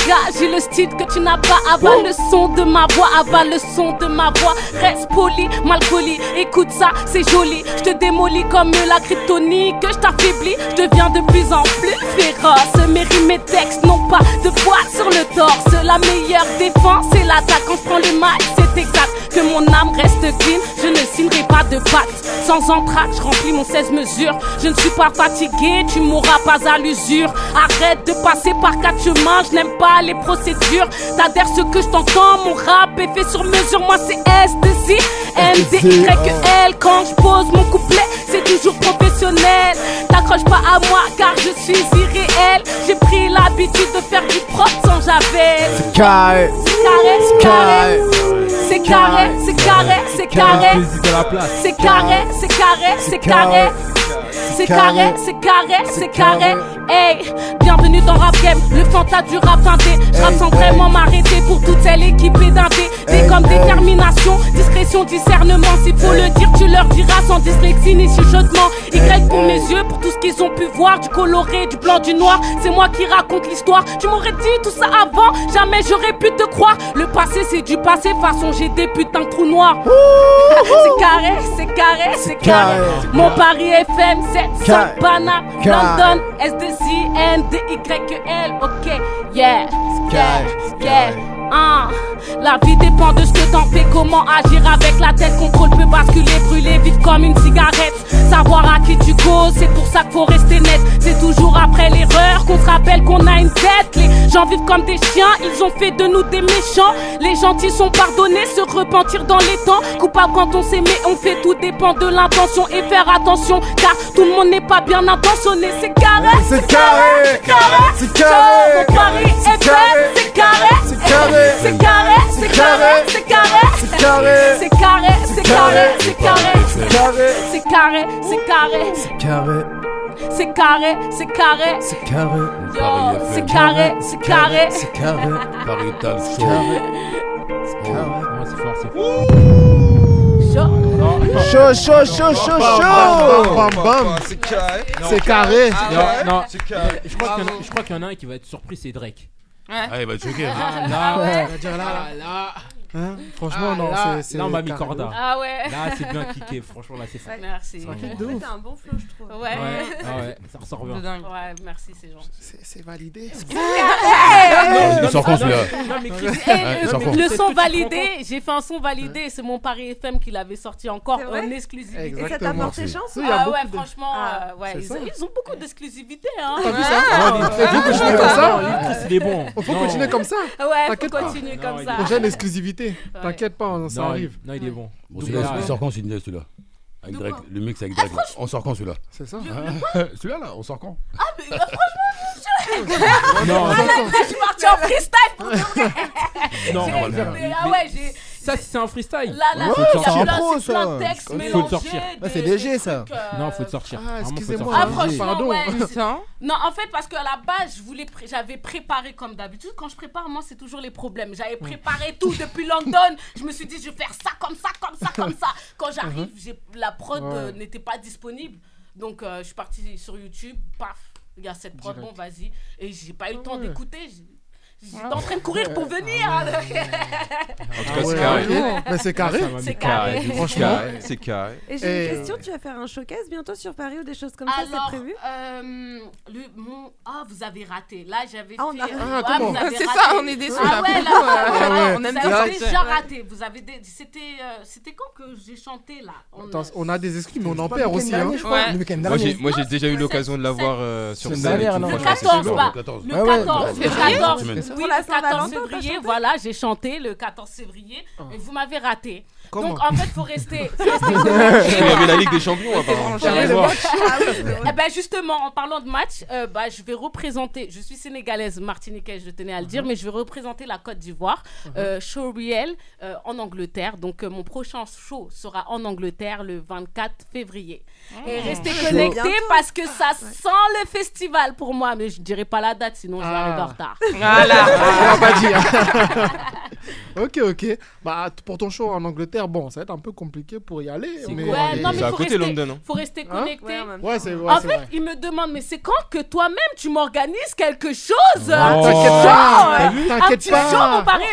gars, j'ai le style que tu n'as pas. Avale le son de ma voix, avale le son de ma voix. Reste poli, mal poli, écoute ça, c'est joli. Je te démolis comme la kryptonie, que je t'affaiblis. Je deviens de plus en plus féroce. Mérite mes textes, non pas de poids sur le torse. La meilleure défense, c'est l'attaque. Quand je prends le match, c'est exact. Que mon âme reste clean, je ne signerai pas de pacte. Sans entraque, je remplis mon 16 mesures. Je ne suis pas fatigué, tu mourras pas à l'usure. Arrête de passer par quatre chemins, je n'aime pas les procédures. T'adhères ce que je t'entends, mon rap est fait sur mesure. Moi c'est S, D, I, N, D, Y, L. Quand je pose mon couplet, c'est toujours professionnel. T'accroches pas à moi car je suis irréel. J'ai pris l'habitude de faire du propre sans javel. Carré. C'est carré, c'est carré, c'est carré, c'est carré, Musique de la place. c'est carré, c'est carré, c'est carré. C'est carré, c'est carré, c'est carré. Hey, bienvenue dans Rap Game, le fantas du rap indé. Je rappe sans vraiment m'arrêter pour toute celle équipée d'un dé. Dé comme détermination, discrétion, discernement. S'il faut le dire, tu leur diras sans dyslexie ni chuchotement. Y pour mes yeux, pour tout ce qu'ils ont pu voir. Du coloré, du blanc, du noir. C'est moi qui raconte l'histoire. Tu m'aurais dit tout ça avant, jamais j'aurais pu te croire. Le passé, c'est du passé. Façon, j'ai des putains de trous noirs. C'est carré, c'est carré, c'est carré. carré. Mon Paris FM 7, Carré. 5 Bana, Carré. London, SDC, N, D, Y, L. Ok, yeah, yeah, yeah. Hein. La vie dépend de ce que t'en fais, comment agir avec la tête. Contrôle peut basculer, brûler vite comme une cigarette. Savoir à qui tu causes, c'est pour ça qu'il faut rester net. C'est toujours après l'erreur qu'on se rappelle qu'on a une tête. Les gens vivent comme des chiens, ils ont fait de nous des méchants. Les gentils sont pardonnés, se repentir dans les temps. Coupable quand on s'aimait, on fait tout dépend de l'intention. Et faire attention, car tout le monde n'est pas bien intentionné. C'est carré, C'est carré, c'est carré, Mon Paris c'est est fait, carré, c'est carré, c'est carré, c'est carré, c'est carré, c'est carré, c'est carré, c'est carré, c'est carré, c'est carré, c'est carré, c'est carré, c'est Carré, carré, c'est carré, c'est carré, c'est carré. Yo, Oh, c'est carré, c'est carré, c'est carré. Paris Talk Show. C'est fort, c'est Chaud, chaud, chaud, chaud, chaud. C'est carré. Non. Ah Non, non. Je crois qu'il y en a- je crois qu'il y en a un qui va être surpris, c'est Drake. Ouais. Ah, il va être choqué. Ah, Ah là, ouais. ouais. Il va dire, là, là. Ah, là. Hein Franchement, Ah, non, là. c'est- c'est Là, on m'a mis carré. corda. Ah ouais. Là, c'est bien kické. Franchement, là, c'est fort. Merci. Ouais. T'as un bon flow, je trouve. Ouais. Ouais, ah ouais, ça ressort bien. De dingue. Ouais, merci, c'est gentil. Ah, eh, C'est validé. Hey Non, il sort quand, celui-là Non, mais Chris, Ouais, hey, il sort quand Le Est-ce que son tu validé, j'ai fait un son validé, c'est mon Paris FM qui l'avait sorti encore en exclusivité. Et ça t'a apporté Exactement. chance, ou il y a Ah ouais, beaucoup de- franchement, Ah, euh, ouais, c'est ils, ça. ils ont beaucoup d'exclusivité. Hein. Ah, T'as vu ça Ouais, il- il faut continuer comme ça. Ah, Ouais. Chris, il est bon. Faut Non. continuer comme ça. Ouais, faut T'inquiète pas. continuer comme ça. Prochaine exclusivité. T'inquiète pas, on- ça Non, arrive. Non, il est bon. Bon, Double celui-là, euh, A. il sort quand Sydney, celui-là Avec Drake, le mix Ah, avec Drake. là. On sort quand celui-là C'est ça. Celui-là, là, on sort quand Ah, euh, Non, Non, ah, là, après, je suis partie en freestyle pour de vrai. Non, J'ai- voilà. mais- Ah ouais, j'ai. Ça, c'est un freestyle. Là, là, Ouais, c'est c'est plein- un là, pro, c'est plein de ça. textes Faut le mélangés, sortir. des- Ouais, c'est des léger, ça. trucs, euh, Non, faut le sortir. Vraiment, faut le excusez-moi, sortir. Ah, franchement, ouais. Pardon. c'est- Non, en fait, parce qu'à la base, je voulais pré- j'avais préparé comme d'habitude. Quand je prépare, moi, c'est toujours les problèmes. J'avais préparé tout depuis London. Je me suis dit, je vais faire ça, comme ça, comme ça, comme ça. Quand j'arrive, Mhm. j'ai- la prod euh, Ouais. n'était pas disponible. Donc, euh, je suis partie sur YouTube. Paf, il y a cette prod, Direct. bon, vas-y. Et j'ai pas eu le temps ouais. d'écouter. J'- J'étais Ouais. en train de courir pour Ouais. venir. Ah ouais. Ah En tout cas, ouais, c'est carré. ouais. Mais c'est carré. Ça m'a mis C'est carré. carré. euh, Franchement. Carré, C'est carré. Et j'ai une Et- question, tu vas faire un showcase bientôt sur Paris ou des choses comme Ah, ça, Alors, c'est prévu euh, le, mon... Ah, vous avez raté. Là, j'avais Ah, on fait... a- euh, Ah, comment vous avez C'est raté. ça, on est déçus, là. Ah ouais, là, Ah vous avez- ouais. vous On aime avez bien déjà ça. raté. Vous avez... dé- C'était euh, c'était quand que j'ai chanté, là On- Attends, on a des exclus, mais on en pas perd le aussi. week-end Hein. dernier, je crois. Ouais. Le week-end Moi, j'ai- dernier. Moi, j'ai déjà eu l'occasion de la voir euh, sur C'est scène. dernière, et tout. non Franchement, Le c'est 14, super. bah, le Ouais, ouais, 14, bah, le 14, semaine. oui, la le 14 Saint-Valentin, février, voilà, j'ai chanté le 14 février, et vous m'avez raté. Ah. Comment Donc en fait, faut rester. faut Parce rester- qu'il y avait la Ligue des Champions, apparemment. Faut rester- J'allais voir. Ah oui, Eh ben justement, en parlant de match, euh, bah, je vais représenter. Je suis sénégalaise, martiniquaise, je tenais à le dire, mais je vais représenter la Côte d'Ivoire. euh, show réel euh, en Angleterre. Donc euh, mon prochain show sera en Angleterre le 24 février. Et restez Chaud. connectés Bientôt. parce que ça sent le festival pour moi, mais je dirai pas la date sinon j'arrive en retard. Ah, On va dire. ok, ok. Bah, t- pour ton show en Angleterre, bon, ça va être un peu compliqué pour y aller. C'est mais- cool. Ouais, non, mais faut rester- Faut rester Hein connecté. Ouais, c'est ouais, en c'est fait, vrai. il me demande, mais c'est quand que toi-même tu m'organises quelque chose Ah, hein, t'inquiète tu pas. sors, T'as vu T'inquiète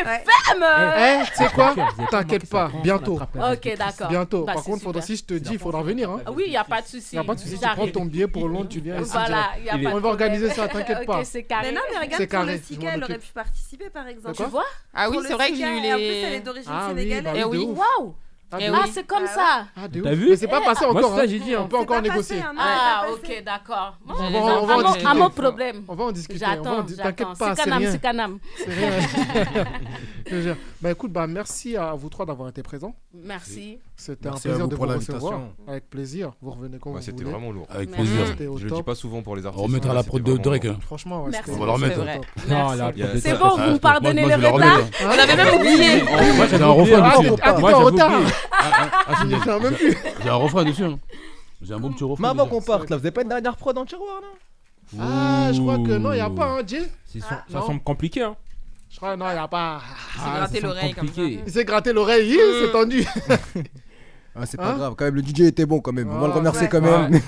pas. Eh, femme tu sais quoi T'inquiète pas, bientôt. euh. Ok, d'accord. Bientôt. Bah, Par c'est contre, faudra, si super. je te dis, il faudra venir. Hein. Ah Oui, il n'y a pas de souci. Y a pas de souci, tu prends J'arrive. ton billet pour Londres, tu viens ici. euh, Voilà, direct. y a pas de On va problème. organiser ça, t'inquiète pas. Ok, c'est carré. Mais non, mais C'est regarde, pour carré, le je m'en Sika, elle aurait occupe. pu participer par exemple. De quoi Tu vois Ah oui, Pour le c'est vrai que Sika, j'ai eu Et en plus, les- elle est d'origine Ah oui, bah sénégalaise. oui, Eh oui. de ouf. Waouh Ah, Eh de oui. ouf. Ah, c'est comme ça. Ah, de T'as ouf. vu Mais c'est Eh, pas passé Moi, c'est encore. ça, hein. j'ai dit, hein. On peut encore négocier. Ah, ok, d'accord. Moi, On j'ai va- les on va en enfants. discuter. À mon problème. On va en discuter. on va en J'attends, dis- j'attends. T'inquiète pas, C'est c'est canam, rien. c'est canam. C'est rien. Je te jure. Bah écoute, bah merci à vous trois d'avoir été présents. Merci. C'était un Merci à plaisir vous de pour vous l'invitation. recevoir. Avec plaisir. Vous revenez quand Ouais, vous c'était voulez. vraiment lourd. Avec plaisir. C'était au Je le dis top. pas souvent pour les artistes. On remettra mais la c'était prod de vraiment Drake, lourd. hein. Franchement, ouais, Merci. On va leur C'est mettre. vrai. Non, Merci. là, C'est ça- bon, ça- vous me moi, pardonnez je vais le leur retard mettre, hein. On avait même oublié. Moi, j'ai un Ah, refrain t'es- dessus. ah, t'es Moi, en j'ai retard. oublié. Ah, ah, ah, j'ai- j'en ai même plus. J'ai un refrain dessus. hein. J'ai un bon petit refrain. Mais avant déjà. qu'on parte, là, vous avez pas une dernière prod dans le tiroir là Ah, je crois que non, il n'y a pas, hein, Jay C'est son- non. Ça semble compliqué, hein. Je crois que non, il n'y a pas. Ah, ça gratté semble l'oreille comme compliqué. ça. Il s'est gratté l'oreille, hi, Hmm. c'est tendu. Ah, c'est pas Hein Ah, grave, quand même, le DJ était bon quand même. On va le remercier quand même.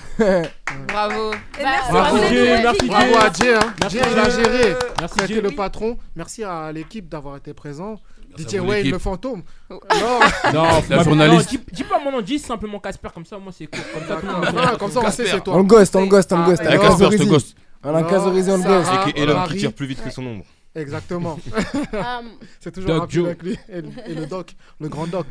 Bravo. Bravo, Jay, merci Bravo à Jay, hein. Merci, Jay, il a Jay. géré. Merci, C'était Jay. le patron. Merci à l'équipe d'avoir été présent. à DJ vous, Wayne, l'équipe. le fantôme. Oh. Non, Non, La journaliste. non, dis, dis pas mon nom, dis simplement Casper, comme ça, moi, c'est cool. Comme ça, tout le monde Ah, comme ça, on sait, c'est toi. On le ghost, on le ghost, on le ghost. Ah, Alain non. Cazorisi. Casper, c'est ghost. Alain Non, Cazorisi, on le ghost. Sarah, Et qui est l'homme Marie. qui tire plus vite que son ombre. Exactement. c'est toujours Doc rapide Joe. avec lui. Et, le- et le doc, le grand doc.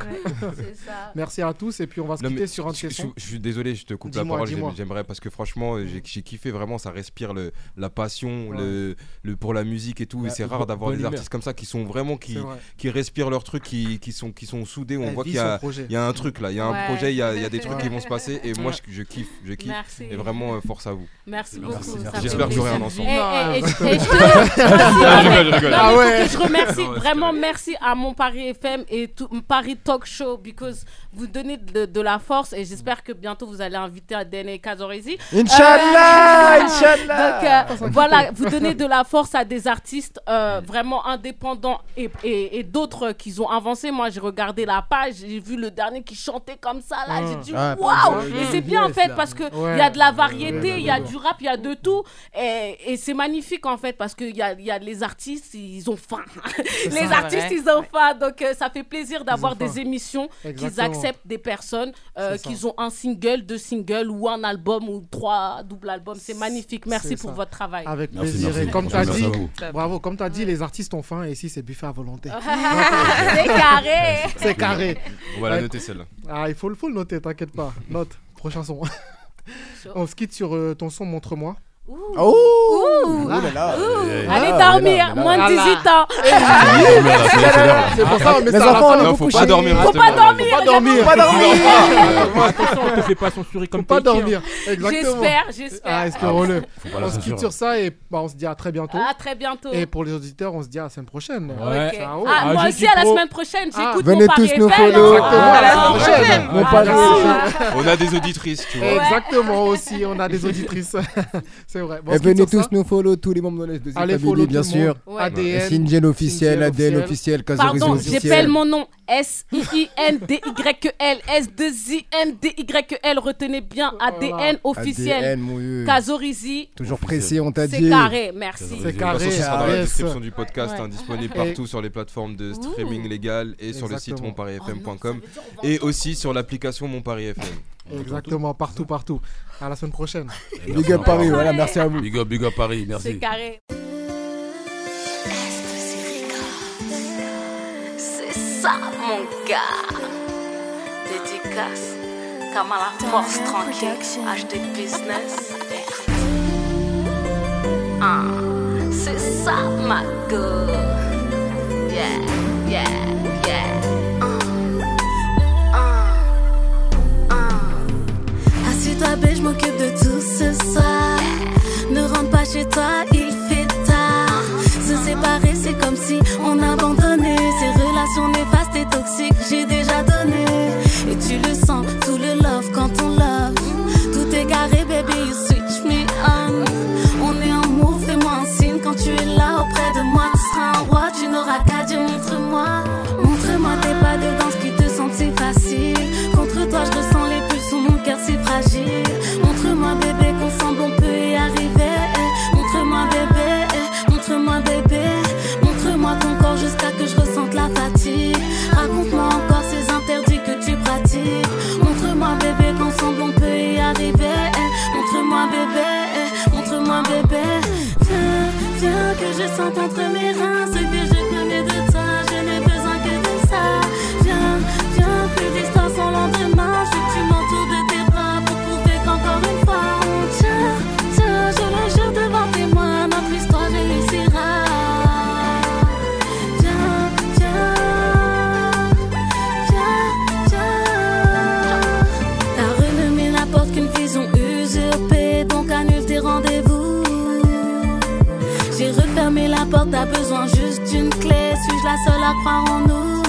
Merci à tous et puis on va se Non, mais quitter sur un de je, ces je- sons. je suis désolé, je te coupe la Dis-moi, parole. dis-moi. j'aime- J'aimerais parce que franchement, euh, j'ai j'ai kiffé vraiment. Ça respire le, la passion le, le- pour la musique et tout. Ouais, et c'est bonne- rare d'avoir Bah, bonne des humeur. artistes comme ça qui sont vraiment qui, C'est vrai. qui respirent leur truc, qui, qui sont qui sont soudés. On Elle voit vit qu'il y, a- son projet. il y a un truc là, il y a Ouais. un projet, il y a, il y a des trucs Ouais. qui vont se passer. Et moi, Ouais. je, je kiffe, je kiffe. Merci. Et vraiment, euh, force à vous. Merci beaucoup. ça fait J'espère que j'aurai un plaisir. ensemble. Eh, eh, eh, je- eh, je te- Non, je rigole, je rigole. Non, mais faut que Je Non, remercie ouais, c'est vraiment merci à mon Paris FM et tout Paris Talk Show because vous donnez de, de la force et j'espère que bientôt vous allez inviter Dene Kazorezi. Inch'Allah, Euh, Inch'Allah. Donc euh, voilà, vous donnez de la force à des artistes euh, vraiment indépendants et, et- et d'autres qui ont avancé. Moi, j'ai regardé la page, j'ai vu le dernier qui chantait comme ça là, j'ai dit Ah, waouh pas Et mal. c'est bien en Yes, fait là. parce que Ouais. il y a de la Ouais, ouais, variété, il y a ouais. du du rap, il y a de tout. Et, et c'est magnifique en fait parce qu'il y a, il y a les artistes, ils ont faim. ça. les artistes, Ouais. ils ont faim. Donc euh, ça fait plaisir d'avoir ont faim. des émissions qu'ils Exactement. acceptent des personnes, euh, C'est ça. qu'ils ont un single, deux singles ou un album ou trois doubles albums. C'est magnifique. Merci C'est pour ça. votre travail. Avec Merci, plaisir. merci. Et comme tu as Franchement, dit, merci bravo, comme tu as dit, les artistes ont faim et ici c'est buffet à volonté. C'est carré. C'est carré. On va la Ouais. noter, celle-là. Ah, il faut, le- faut le noter, t'inquiète pas. Note, prochain son. On se quitte sur euh, ton son, montre-moi. Oh Ouh. Ah. Ouh. Ouh. Allez Ah, dormir, mais là, mais là. moins de Ah là. 18 ans. C'est pour ça, on met Les ça à la enfants, fin. on est Non, faut couchés. pas dormir, Faut pas justement. dormir. Faut pas dormir. Faut pas dormir. Attention, on te fait pas censurer comme Faut pas t'as écrit, dormir. hein. Exactement. J'espère, j'espère. Ah, espérons-le. Faut pas la On se quitte censurer. sur ça et bah, on se dit à très bientôt. À très bientôt. Et pour les auditeurs, on se dit à la semaine prochaine. Ok. Ciao. Ah, moi aussi, à la semaine prochaine, j'écoute Ah, Venez mon Paris tous nous FM. follow. Ah, À la semaine prochaine. Mon Ah, Paris merci. On a des auditrices, tu vois. Exactement, aussi, on a des auditrices. C'est vrai. Bon, on Et se quitte Eh, venez sur tous ça. nous follow, tous les membres de l'Est de Allez, Zeta follow Billy, bien tout le sûr. monde. Ouais. ADN, Sinjel officiel, Sinjel officiel. ADN officiel, Kazorizé Pardon, officiel. j'appelle mon nom S-I-I-N-D-Y-E-L, S-2-I-N-D-Y-E-L, retenez bien ADN officiel. ADN, mon Dieu. Kazorizi. Toujours précis, on t'a dit. C'est carré, merci. C'est carré. Ce sera dans la description du podcast, hein, disponible Et- partout sur les plateformes de streaming légal et sur le site Exactement. monpariFM.com et aussi sur l'application monpariFM. Exactement, partout, partout. À la semaine prochaine. Big up Paris, voilà, merci à vous. Big up, big up Paris, merci. C'est carré. C'est ça, mon gars. Dédicace. Kamala Force tranquille. HD Business. Écoute. Ah, c'est ça, ma gueule. Yeah, yeah, yeah. Ah, ah, ah. Assieds-toi, bé, je m'occupe de tout ce soir. Ne rentre pas chez toi, il fait tard. Se séparer, c'est comme si on abandonnait. Ces relations néfastes et toxiques, j'ai déjà donné. Et tu le sens, tout le love quand on love. Tout est carré, baby, you switch me on. On est en move, fais-moi un signe quand tu es là auprès de moi. Tu seras un roi, tu n'auras qu'à dire montre-moi. Montre-moi tes pas de danse qui te sentent si facile. Contre toi, je ressens les pulsions, mon cœur si fragile. Montre-moi, bébé, qu'ensemble on peut y arriver. Eh, Montre-moi, bébé, eh, montre-moi, bébé, montre-moi. je sens entre mes reins, ce que je connais de toi, je n'ai besoin que de ça. Viens, viens, plus d'histoire sans lendemain, je veux que tu m'entoures de tes bras pour prouver qu'encore une fois, on tient, tient, je le jure devant témoin, notre histoire réussira. Viens, viens, viens, viens. T'as renommé la porte qu'une vision usurpée, donc annule tes rendez-vous. J'ai refermé la porte, t'as besoin juste d'une clé. Suis-je la seule à croire en nous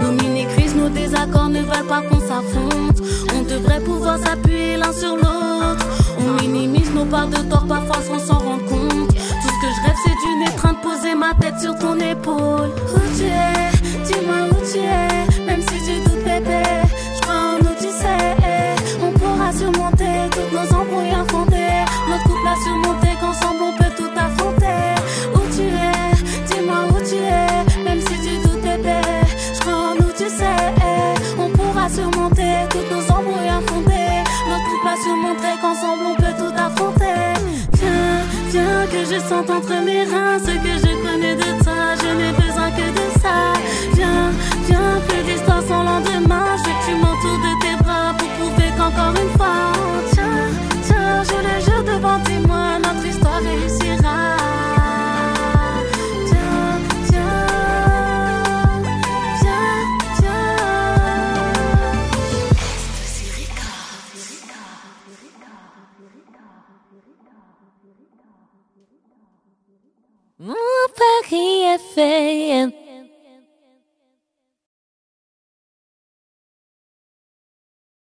Nos mini-crises, nos désaccords ne veulent pas qu'on s'affronte. On devrait pouvoir s'appuyer l'un sur l'autre. On minimise nos parts de tort, parfois sans s'en rendre compte. Tout ce que je rêve, c'est d'une étreinte, poser ma tête sur ton épaule. Où tu es Dis-moi où tu es. Même si tu doutes, bébé, je crois en nous, tu sais. On pourra surmonter toutes nos embrouilles affrontées. Notre couple a surmonté qu'ensemble on peut tout affronter. Où tu es Dis-moi où tu es. Même si tu doutes, bébé, je crois en nous, tu sais. On pourra surmonter toutes nos embrouilles affrontées. Notre couple a surmonté qu'ensemble on peut tout affronter. Viens, viens que je sente entre mes reins ce que je connais de toi. Je n'ai besoin que de ça. Viens, viens, plus d'histoire sans lendemain. Je veux que tu m'entoures de tes bras pour prouver qu'encore une fois, on tient, tient. Je le jure devant témoin, notre histoire réussira. Viens, viens, viens, viens. Mon Paris est fait.